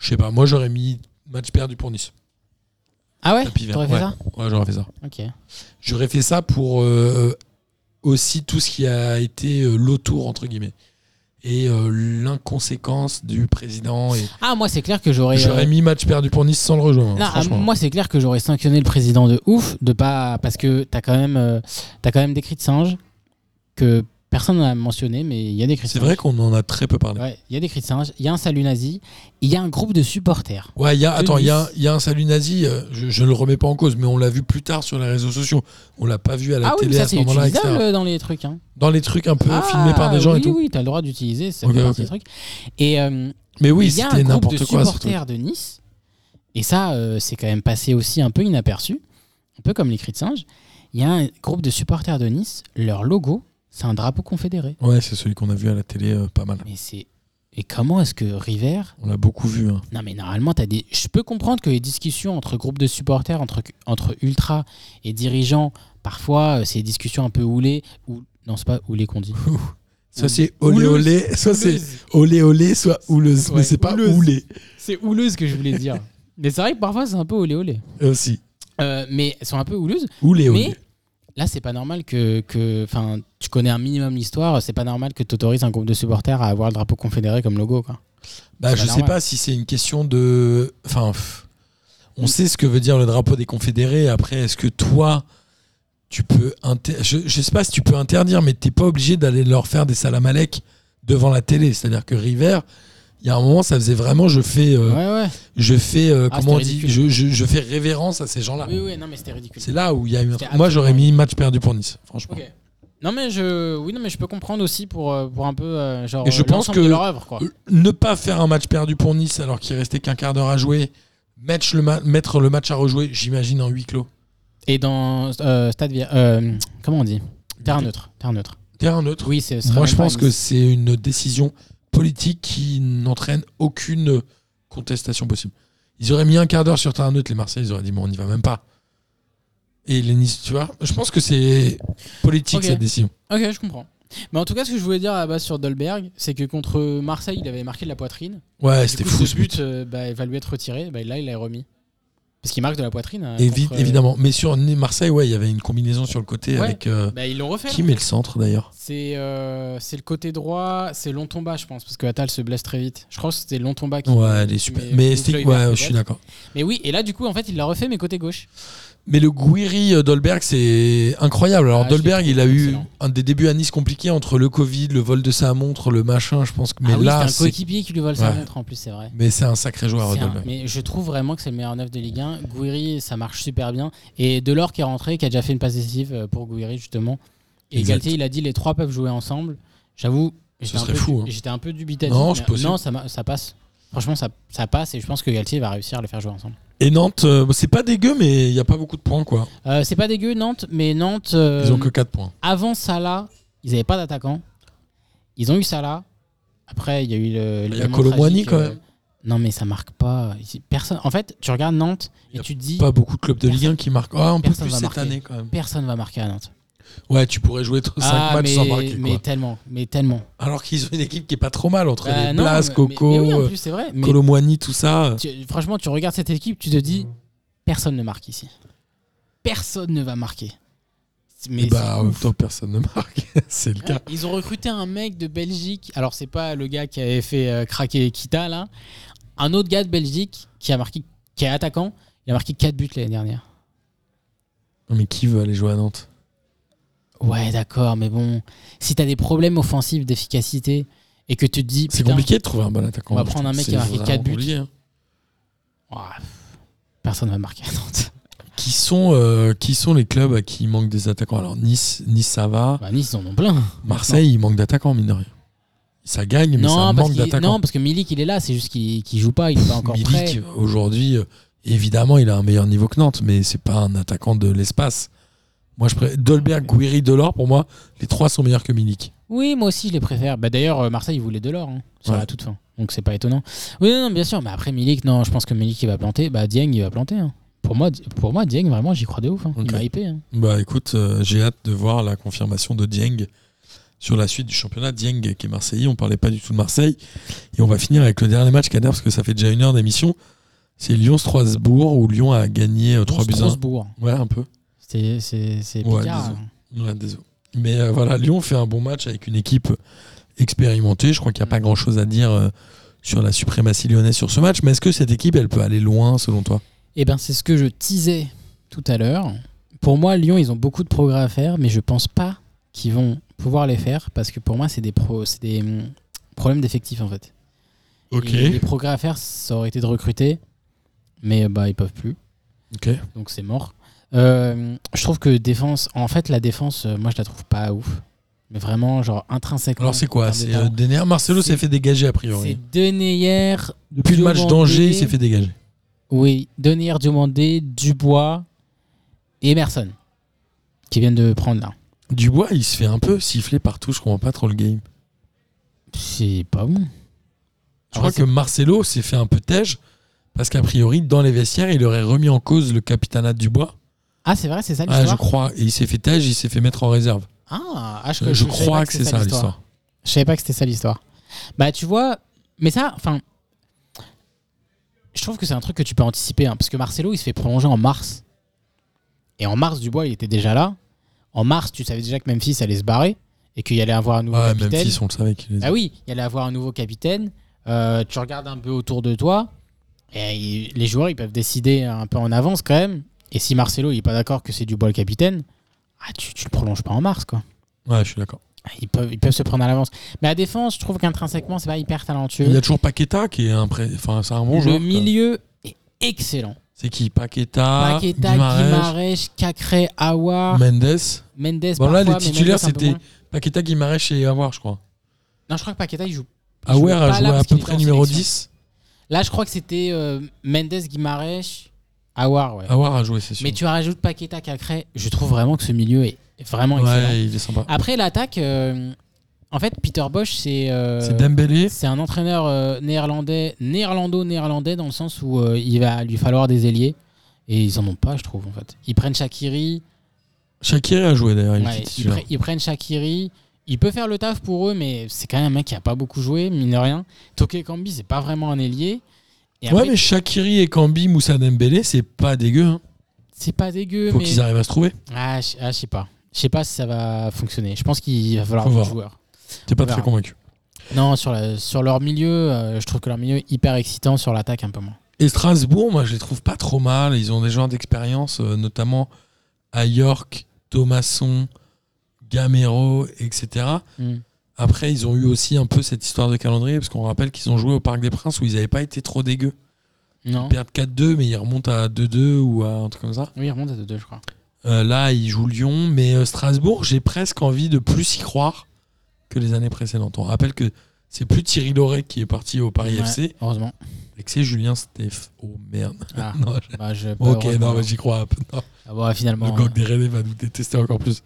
Speaker 3: Je sais pas, moi j'aurais mis match perdu pour Nice.
Speaker 4: Ah ouais
Speaker 3: Tapis vert,
Speaker 4: T'aurais fait ça
Speaker 3: Ouais, j'aurais fait ça.
Speaker 4: Ok.
Speaker 3: J'aurais fait ça pour euh, aussi tout ce qui a été euh, l'autour, entre guillemets. Et euh, l'inconséquence du président. Et...
Speaker 4: Ah, moi c'est clair que j'aurais.
Speaker 3: J'aurais
Speaker 4: euh,
Speaker 3: mis match perdu pour Nice sans le rejoindre.
Speaker 4: non, ah,
Speaker 3: franchement.
Speaker 4: moi c'est clair que j'aurais sanctionné le président de ouf de pas parce que t'as quand même euh, t'as quand même des cris de singe que personne n'a mentionné mais il y a des cris de
Speaker 3: C'est
Speaker 4: singe.
Speaker 3: vrai qu'on en a très peu parlé. Ouais,
Speaker 4: Ouais, il y a des cris de singe. Il y a un salut nazi. Il y a un groupe de supporters.
Speaker 3: il y a,
Speaker 4: Que
Speaker 3: attends, il y a,
Speaker 4: Nice.
Speaker 3: il y a un salut nazi, euh, je, je le remets pas en cause, mais on l'a vu plus tard sur les réseaux sociaux. On l'a pas vu à la
Speaker 4: ah oui,
Speaker 3: télé
Speaker 4: mais ça
Speaker 3: à ce
Speaker 4: c'est
Speaker 3: moment-là,
Speaker 4: utilisable
Speaker 3: etc.
Speaker 4: euh, dans les trucs. Hein.
Speaker 3: Dans les trucs un peu
Speaker 4: Ah,
Speaker 3: filmés par des gens
Speaker 4: oui,
Speaker 3: et tout.
Speaker 4: Oui, t'as le droit d'utiliser. Ça
Speaker 3: Ok,
Speaker 4: fait partie
Speaker 3: ok.
Speaker 4: des trucs. Et euh,
Speaker 3: Mais oui,
Speaker 4: il y a un
Speaker 3: c'était
Speaker 4: groupe de
Speaker 3: n'importe quoi. ce truc.
Speaker 4: supporters de Nice, et ça, euh, c'est quand même passé aussi un peu inaperçu, un peu comme les cris de singe. Il y a un groupe de supporters de Nice, leur logo, c'est un drapeau confédéré.
Speaker 3: Ouais, c'est celui qu'on a vu à la télé euh, pas mal.
Speaker 4: Mais c'est. Et comment est-ce que River.
Speaker 3: On l'a beaucoup vu. hein.
Speaker 4: Non, mais normalement, t'as des. Je peux comprendre que les discussions entre groupes de supporters, entre, entre ultras et dirigeants, parfois, euh, c'est des discussions un peu houlées. Ou... Non, c'est pas houlées qu'on dit. Euh,
Speaker 3: Soit c'est olé
Speaker 4: Houleuse.
Speaker 3: olé, soit c'est olé olé, soit houleuse.
Speaker 4: Ouais,
Speaker 3: Mais c'est pas
Speaker 4: houleuse.
Speaker 3: houlé
Speaker 4: C'est houleuse que je voulais dire. mais c'est vrai que parfois, c'est un peu houlé houlé.
Speaker 3: aussi.
Speaker 4: Euh, mais elles sont un peu houleuses.
Speaker 3: Houlé
Speaker 4: Mais
Speaker 3: olé.
Speaker 4: là, c'est pas normal que, que enfin, tu connais un minimum l'histoire. C'est pas normal que tu autorises un groupe de supporters à avoir le drapeau confédéré comme logo. Quoi.
Speaker 3: Bah,
Speaker 4: c'est
Speaker 3: je
Speaker 4: pas
Speaker 3: sais
Speaker 4: normal.
Speaker 3: pas si c'est une question de. Enfin, pff, on sait ce que veut dire le drapeau des confédérés. Après, est-ce que toi, tu peux. inter- Je, je sais pas si tu peux interdire, mais t'es pas obligé d'aller leur faire des salamalek devant la télé. C'est-à-dire que River, il y a un moment, ça faisait vraiment. Je fais. euh,
Speaker 4: ouais, ouais.
Speaker 3: Je fais. euh,
Speaker 4: Ah,
Speaker 3: comment on
Speaker 4: c'était
Speaker 3: dit je,
Speaker 4: ridicule.
Speaker 3: je- je fais révérence à ces gens-là.
Speaker 4: Oui, oui, non, mais c'était ridicule.
Speaker 3: Ah. C'est là où il y a eu.
Speaker 4: C'était
Speaker 3: Moi, j'aurais
Speaker 4: absolument-
Speaker 3: mis match perdu pour Nice, franchement.
Speaker 4: Ok. Non mais je, oui non mais je peux comprendre aussi pour euh, pour un peu euh, genre
Speaker 3: Et je
Speaker 4: euh,
Speaker 3: pense
Speaker 4: l'ensemble
Speaker 3: que-
Speaker 4: de leur œuvre quoi.
Speaker 3: Euh, Ne pas faire un match perdu pour Nice alors qu'il restait qu'un quart d'heure à jouer, mettre le, ma- mettre le match à rejouer, j'imagine, en huis clos.
Speaker 4: Et dans euh, Stade Vi- euh, comment on dit Terrain neutre, terrain neutre.
Speaker 3: Terrain neutre.
Speaker 4: Oui c'est. ce sera
Speaker 3: Moi,
Speaker 4: même
Speaker 3: je
Speaker 4: pas
Speaker 3: pense
Speaker 4: une-
Speaker 3: que c'est une décision politique qui n'entraîne aucune contestation possible. Ils auraient mis un quart d'heure sur terrain neutre, les Marseillais, ils auraient dit, bon, on n'y va même pas. Et les Nice, tu vois, je pense que c'est politique
Speaker 4: Ok.
Speaker 3: cette décision.
Speaker 4: Ok, je comprends. Mais en tout cas, ce que je voulais dire à la base sur Dolberg, c'est que contre Marseille, il avait marqué de la poitrine.
Speaker 3: Ouais,
Speaker 4: Du
Speaker 3: Ah, c'était
Speaker 4: coup,
Speaker 3: fou
Speaker 4: ce
Speaker 3: ce
Speaker 4: but.
Speaker 3: but.
Speaker 4: euh, bah, il va lui être retiré. Bah, là, il l'a remis. Parce qu'il marque de la poitrine. euh,
Speaker 3: Évi-
Speaker 4: contre-
Speaker 3: Évidemment. Mais sur Ni- Marseille, ouais, il y avait une combinaison sur le côté
Speaker 4: Ouais.
Speaker 3: avec. euh,
Speaker 4: Bah, ils l'ont refait.
Speaker 3: qui met le centre d'ailleurs
Speaker 4: C'est euh, c'est le côté droit, c'est Longtomba, je pense, parce que Atal se blesse très vite. Je crois que c'était Longtomba qui.
Speaker 3: Ouais, elle est super.
Speaker 4: mais
Speaker 3: Mais,
Speaker 4: Boucle
Speaker 3: c'était-
Speaker 4: Hubert,
Speaker 3: ouais,
Speaker 4: peut-être.
Speaker 3: je suis d'accord.
Speaker 4: Mais oui, et là, du coup, en fait, il l'a refait, mais côté gauche.
Speaker 3: Mais le Guiri euh, Dolberg, c'est incroyable. Alors
Speaker 4: Ah, je l'ai
Speaker 3: Dolberg,
Speaker 4: trouvé
Speaker 3: il a eu
Speaker 4: excellent.
Speaker 3: un des débuts à Nice compliqués entre le Covid, le vol de sa montre, le machin. Je pense que mais
Speaker 4: ah oui,
Speaker 3: là,
Speaker 4: c'est un
Speaker 3: c'est
Speaker 4: coéquipier qui lui vole sa
Speaker 3: Ouais.
Speaker 4: montre en plus, c'est vrai.
Speaker 3: mais c'est un sacré joueur
Speaker 4: C'est un-
Speaker 3: Dolberg.
Speaker 4: Mais je trouve vraiment que c'est le meilleur neuf de Ligue 1. Gouiri, ça marche super bien. Et Delors qui est rentré, qui a déjà fait une passe décisive euh, pour Gouiri, justement. Et
Speaker 3: Exact.
Speaker 4: Galtier, il a dit les trois peuvent jouer ensemble. J'avoue, j'étais un,
Speaker 3: serait
Speaker 4: peu-
Speaker 3: fou, hein.
Speaker 4: j'étais un peu dubitatif.
Speaker 3: Non, c'est
Speaker 4: mais-
Speaker 3: possible.
Speaker 4: non ça, ma- ça passe. Franchement, ça, ça passe et je pense que Galtier va réussir à les faire jouer ensemble.
Speaker 3: Et Nantes, euh, c'est pas dégueu, mais il y a pas beaucoup de points quoi.
Speaker 4: Euh, c'est pas dégueu, Nantes, mais Nantes, euh,
Speaker 3: Ils ont que 4 points.
Speaker 4: avant Salah, ils n'avaient pas d'attaquant. Ils ont eu Salah. Après, il y a eu le.
Speaker 3: Il y a
Speaker 4: l'événement
Speaker 3: Colomboigny,
Speaker 4: tragique,
Speaker 3: quand
Speaker 4: euh,
Speaker 3: même.
Speaker 4: Non, mais ça marque pas. Personne. En fait, tu regardes Nantes
Speaker 3: Il y
Speaker 4: et
Speaker 3: a
Speaker 4: tu te dis.
Speaker 3: Pas beaucoup de clubs de Ligue 1 qui marquent. Ah, un peu
Speaker 4: Personne
Speaker 3: plus
Speaker 4: va
Speaker 3: cette
Speaker 4: marquer.
Speaker 3: année quand même.
Speaker 4: personne va marquer à Nantes.
Speaker 3: Ouais, tu pourrais jouer 5
Speaker 4: Ah,
Speaker 3: matchs
Speaker 4: mais,
Speaker 3: sans marquer.
Speaker 4: mais
Speaker 3: quoi. Bah,
Speaker 4: tellement, mais tellement.
Speaker 3: Alors qu'ils ont une équipe qui est pas trop mal entre
Speaker 4: Bah,
Speaker 3: les
Speaker 4: non,
Speaker 3: Blas,
Speaker 4: mais-
Speaker 3: Coco,
Speaker 4: mais oui, en
Speaker 3: euh,
Speaker 4: plus, c'est vrai. Mais
Speaker 3: Colomboigny, tout ça.
Speaker 4: tu- franchement, tu regardes cette équipe, tu te dis, personne ne marque ici. Personne ne va marquer. Mais
Speaker 3: Mais bah,
Speaker 4: c'est
Speaker 3: en même
Speaker 4: ouf. Ah,
Speaker 3: temps, personne ne marque. c'est le cas.
Speaker 4: ils ont recruté un mec de Belgique. Alors, c'est pas le gars qui avait fait euh, craquer Kita là. Un autre gars de Belgique qui a marqué, qui est attaquant. Il a marqué 4 buts l'année dernière.
Speaker 3: Mais qui veut aller jouer à Nantes
Speaker 4: Ouais, d'accord, mais bon, si t'as des problèmes offensifs d'efficacité et que tu te dis,
Speaker 3: C'est
Speaker 4: putain,
Speaker 3: compliqué de trouver un bon attaquant.
Speaker 4: On va
Speaker 3: je
Speaker 4: prendre un
Speaker 3: trouve.
Speaker 4: mec qui
Speaker 3: C'est
Speaker 4: a marqué
Speaker 3: vraiment
Speaker 4: quatre buts.
Speaker 3: compliqué, hein.
Speaker 4: ouah, personne ne va marquer à Nantes.
Speaker 3: Qui sont, euh, qui sont les clubs à qui il manque des attaquants Alors Nice, Nice ça va.
Speaker 4: Bah, nice, ils en ont plein.
Speaker 3: Marseille, il manque d'attaquants, mine de rien. Ça gagne, mais ça
Speaker 4: Non, parce
Speaker 3: manque
Speaker 4: qu'il- non,
Speaker 3: d'attaquants.
Speaker 4: parce que Milik, il est là, c'est juste qu'il qu'il joue pas, il est pas encore prêt.
Speaker 3: Milik, aujourd'hui, euh, évidemment, il a un meilleur niveau que Nantes, mais c'est pas un attaquant de l'espace. Moi, je pré... Dolberg, Guiri, Delors, pour moi, les trois sont meilleurs que Milik.
Speaker 4: Oui, moi aussi, je les préfère. Bah, D'ailleurs, euh, Marseille, il voulait Delors hein, sur
Speaker 3: Ouais.
Speaker 4: la toute fin. Donc, c'est pas étonnant. Oui, non, non, bien sûr. Mais après, Milik, non, je pense que Milik, il va planter. Bah, Dieng, il va planter. hein. Pour, moi, Di- pour moi, Dieng, vraiment, j'y crois de ouf. hein.
Speaker 3: Ok.
Speaker 4: Il m'a hypé. hein.
Speaker 3: Bah écoute, euh, j'ai hâte de voir la confirmation de Dieng sur la suite du championnat. Dieng qui est marseillais, on parlait pas du tout de Marseille. Et on va finir avec le dernier match, Kader, parce que ça fait déjà une heure d'émission. C'est Lyon-Strasbourg, où Lyon a gagné 3 buts à
Speaker 4: Strasbourg.
Speaker 3: 1. Ouais, un peu.
Speaker 4: C'est c'est- c'est hein.
Speaker 3: Ouais,
Speaker 4: Picard.
Speaker 3: désolé. Ouais, désolé. Mais euh, voilà, Lyon fait un bon match avec une équipe expérimentée. Je crois qu'il n'y a pas grand-chose à dire euh, sur la suprématie lyonnaise sur ce match. Mais est-ce que cette équipe, elle peut aller loin, selon toi
Speaker 4: Eh ben, c'est ce que je teasais tout à l'heure. Pour moi, Lyon, ils ont beaucoup de progrès à faire, mais je pense pas qu'ils vont pouvoir les faire parce que pour moi, c'est des, pro, c'est des hum, problèmes d'effectifs en fait. Et les progrès à faire, ça aurait été de recruter, mais euh, bah ils peuvent plus,
Speaker 3: Ok.
Speaker 4: donc c'est mort. Euh, je trouve que défense, en fait, la défense, euh, moi, je la trouve pas ouf, mais vraiment genre intrinsèquement.
Speaker 3: Alors c'est
Speaker 4: en
Speaker 3: quoi
Speaker 4: termes de
Speaker 3: C'est euh,
Speaker 4: talent.
Speaker 3: Denaire Marcelo
Speaker 4: C'est-
Speaker 3: s'est fait dégager, a
Speaker 4: C'est
Speaker 3: priori.
Speaker 4: Denayer.
Speaker 3: Depuis le match
Speaker 4: Diomandé-
Speaker 3: d'Angers, il s'est fait dégager.
Speaker 4: Oui, Denier, Dumandé, Dubois et Emerson qui viennent de prendre là.
Speaker 3: Dubois, il se fait un peu siffler partout, je comprends pas trop le game.
Speaker 4: C'est pas bon. Ah,
Speaker 3: Je
Speaker 4: Après,
Speaker 3: crois que Marcelo s'est fait un peu tège, parce qu'a priori, dans les vestiaires, il aurait remis en cause le capitanat de Dubois.
Speaker 4: Ah, c'est vrai, c'est ça
Speaker 3: Ah, je
Speaker 4: l'histoire
Speaker 3: crois. Et il s'est fait tège, il s'est fait mettre en réserve.
Speaker 4: Ah, ah,
Speaker 3: Je,
Speaker 4: savais pas
Speaker 3: crois que c'est ça l'histoire.
Speaker 4: Je savais pas que c'était ça l'histoire. Bah, tu vois, mais ça, enfin. Je trouve que c'est un truc que tu peux anticiper, hein, parce que Marcelo, il se fait prolonger en mars. Et en mars, Dubois, il était déjà là. En mars, tu savais déjà que Memphis allait se barrer et qu'il y allait avoir un nouveau
Speaker 3: Ouais,
Speaker 4: capitaine.
Speaker 3: même si on le savait qu'il les
Speaker 4: Ah oui, il allait avoir un nouveau capitaine. Euh, tu regardes un peu autour de toi. Et il- les joueurs, ils peuvent décider un peu en avance quand même. Et si Marcelo, il n'est pas d'accord que c'est Dubois le capitaine, ah, tu, tu le prolonges pas en mars, quoi.
Speaker 3: Ouais, je suis d'accord.
Speaker 4: Ils peuvent, ils peuvent se prendre à l'avance. Mais à défense, je trouve qu'intrinsèquement, c'est pas hyper
Speaker 3: Il y
Speaker 4: talentueux.
Speaker 3: a toujours Paqueta qui est un, pré- enfin, c'est un bon
Speaker 4: le
Speaker 3: joueur. quoi.
Speaker 4: milieu est excellent.
Speaker 3: C'est qui Paqueta,
Speaker 4: Paqueta,
Speaker 3: Guimarães,
Speaker 4: Guimarães, Cacré, Aouar,
Speaker 3: Mendes.
Speaker 4: Mendes.
Speaker 3: Bon, là,
Speaker 4: parfois,
Speaker 3: les
Speaker 4: mais
Speaker 3: titulaires,
Speaker 4: Mendes un peu
Speaker 3: c'était
Speaker 4: moins.
Speaker 3: Paqueta, Guimarães et Avoir, je crois.
Speaker 4: Non, je crois que Paqueta, il joue. il
Speaker 3: Aouer
Speaker 4: jouait pas
Speaker 3: a
Speaker 4: là
Speaker 3: joué à
Speaker 4: parce
Speaker 3: peu
Speaker 4: qu'il
Speaker 3: près
Speaker 4: était en
Speaker 3: numéro
Speaker 4: sélection.
Speaker 3: 10.
Speaker 4: Là, je crois que c'était euh, Mendes, Guimarães, Aouar, ouais.
Speaker 3: Aouar a joué, Ah c'est sûr.
Speaker 4: Mais tu rajoutes Paqueta, Cacré. Je trouve vraiment que ce milieu est vraiment excellent.
Speaker 3: Ouais, il est sympa.
Speaker 4: Après, l'attaque, euh, en fait, Peter Bosch, c'est. euh,
Speaker 3: C'est Dembélé.
Speaker 4: C'est un entraîneur euh, néerlandais, néerlando-néerlandais, dans le sens où euh, il va lui falloir des ailiers. Et ils en ont pas, je trouve, en fait. Ils prennent Shakiri.
Speaker 3: Shakiri a joué d'ailleurs, il
Speaker 4: ouais,
Speaker 3: était
Speaker 4: ils,
Speaker 3: titulaire.
Speaker 4: pre- ils prennent Shakiri. Il peut faire le taf pour eux, mais c'est quand même un mec qui a pas beaucoup joué, mine de rien. Toke Kambi, c'est pas vraiment un ailier. Et après,
Speaker 3: Ouais, mais Shakiri et Kambi, Moussa Dembélé, c'est pas dégueu. Hein.
Speaker 4: c'est pas dégueu,
Speaker 3: Faut
Speaker 4: mais.
Speaker 3: qu'ils arrivent à se trouver.
Speaker 4: Ah, je ah, je sais pas. Je sais pas si ça va fonctionner. Je pense qu'il va falloir
Speaker 3: Faut
Speaker 4: des
Speaker 3: voir.
Speaker 4: joueurs.
Speaker 3: T'es pas
Speaker 4: On
Speaker 3: très
Speaker 4: verra.
Speaker 3: convaincu.
Speaker 4: Non, sur, la- sur leur milieu, euh, je trouve que leur milieu est hyper excitant, sur l'attaque un peu moins.
Speaker 3: Et Strasbourg, moi, je les trouve pas trop mal. Ils ont des joueurs d'expérience, euh, notamment à York, Thomasson, Gamero, etc.
Speaker 4: Hmm.
Speaker 3: Après, ils ont eu aussi un peu cette histoire de calendrier, parce qu'on rappelle qu'ils ont joué au Parc des Princes où ils n'avaient pas été trop dégueux.
Speaker 4: Non
Speaker 3: Ils perdent 4-2, mais ils remontent à 2-2 ou à un truc comme ça.
Speaker 4: Oui, il remonte à 2-2, je crois.
Speaker 3: Euh, là, ils jouent Lyon, mais euh, Strasbourg, j'ai presque envie de plus y croire que les années précédentes. On rappelle que c'est plus Thierry Loret qui est parti au Paris
Speaker 4: Ouais,
Speaker 3: FC,
Speaker 4: Heureusement.
Speaker 3: et que c'est Julien Steph. Oh merde.
Speaker 4: Ah,
Speaker 3: Non, je-
Speaker 4: bah, je pas
Speaker 3: Ok,
Speaker 4: heureusement.
Speaker 3: non, mais j'y crois un peu. Non.
Speaker 4: Ah, bah, finalement.
Speaker 3: Le gog des Rennais va nous détester encore plus.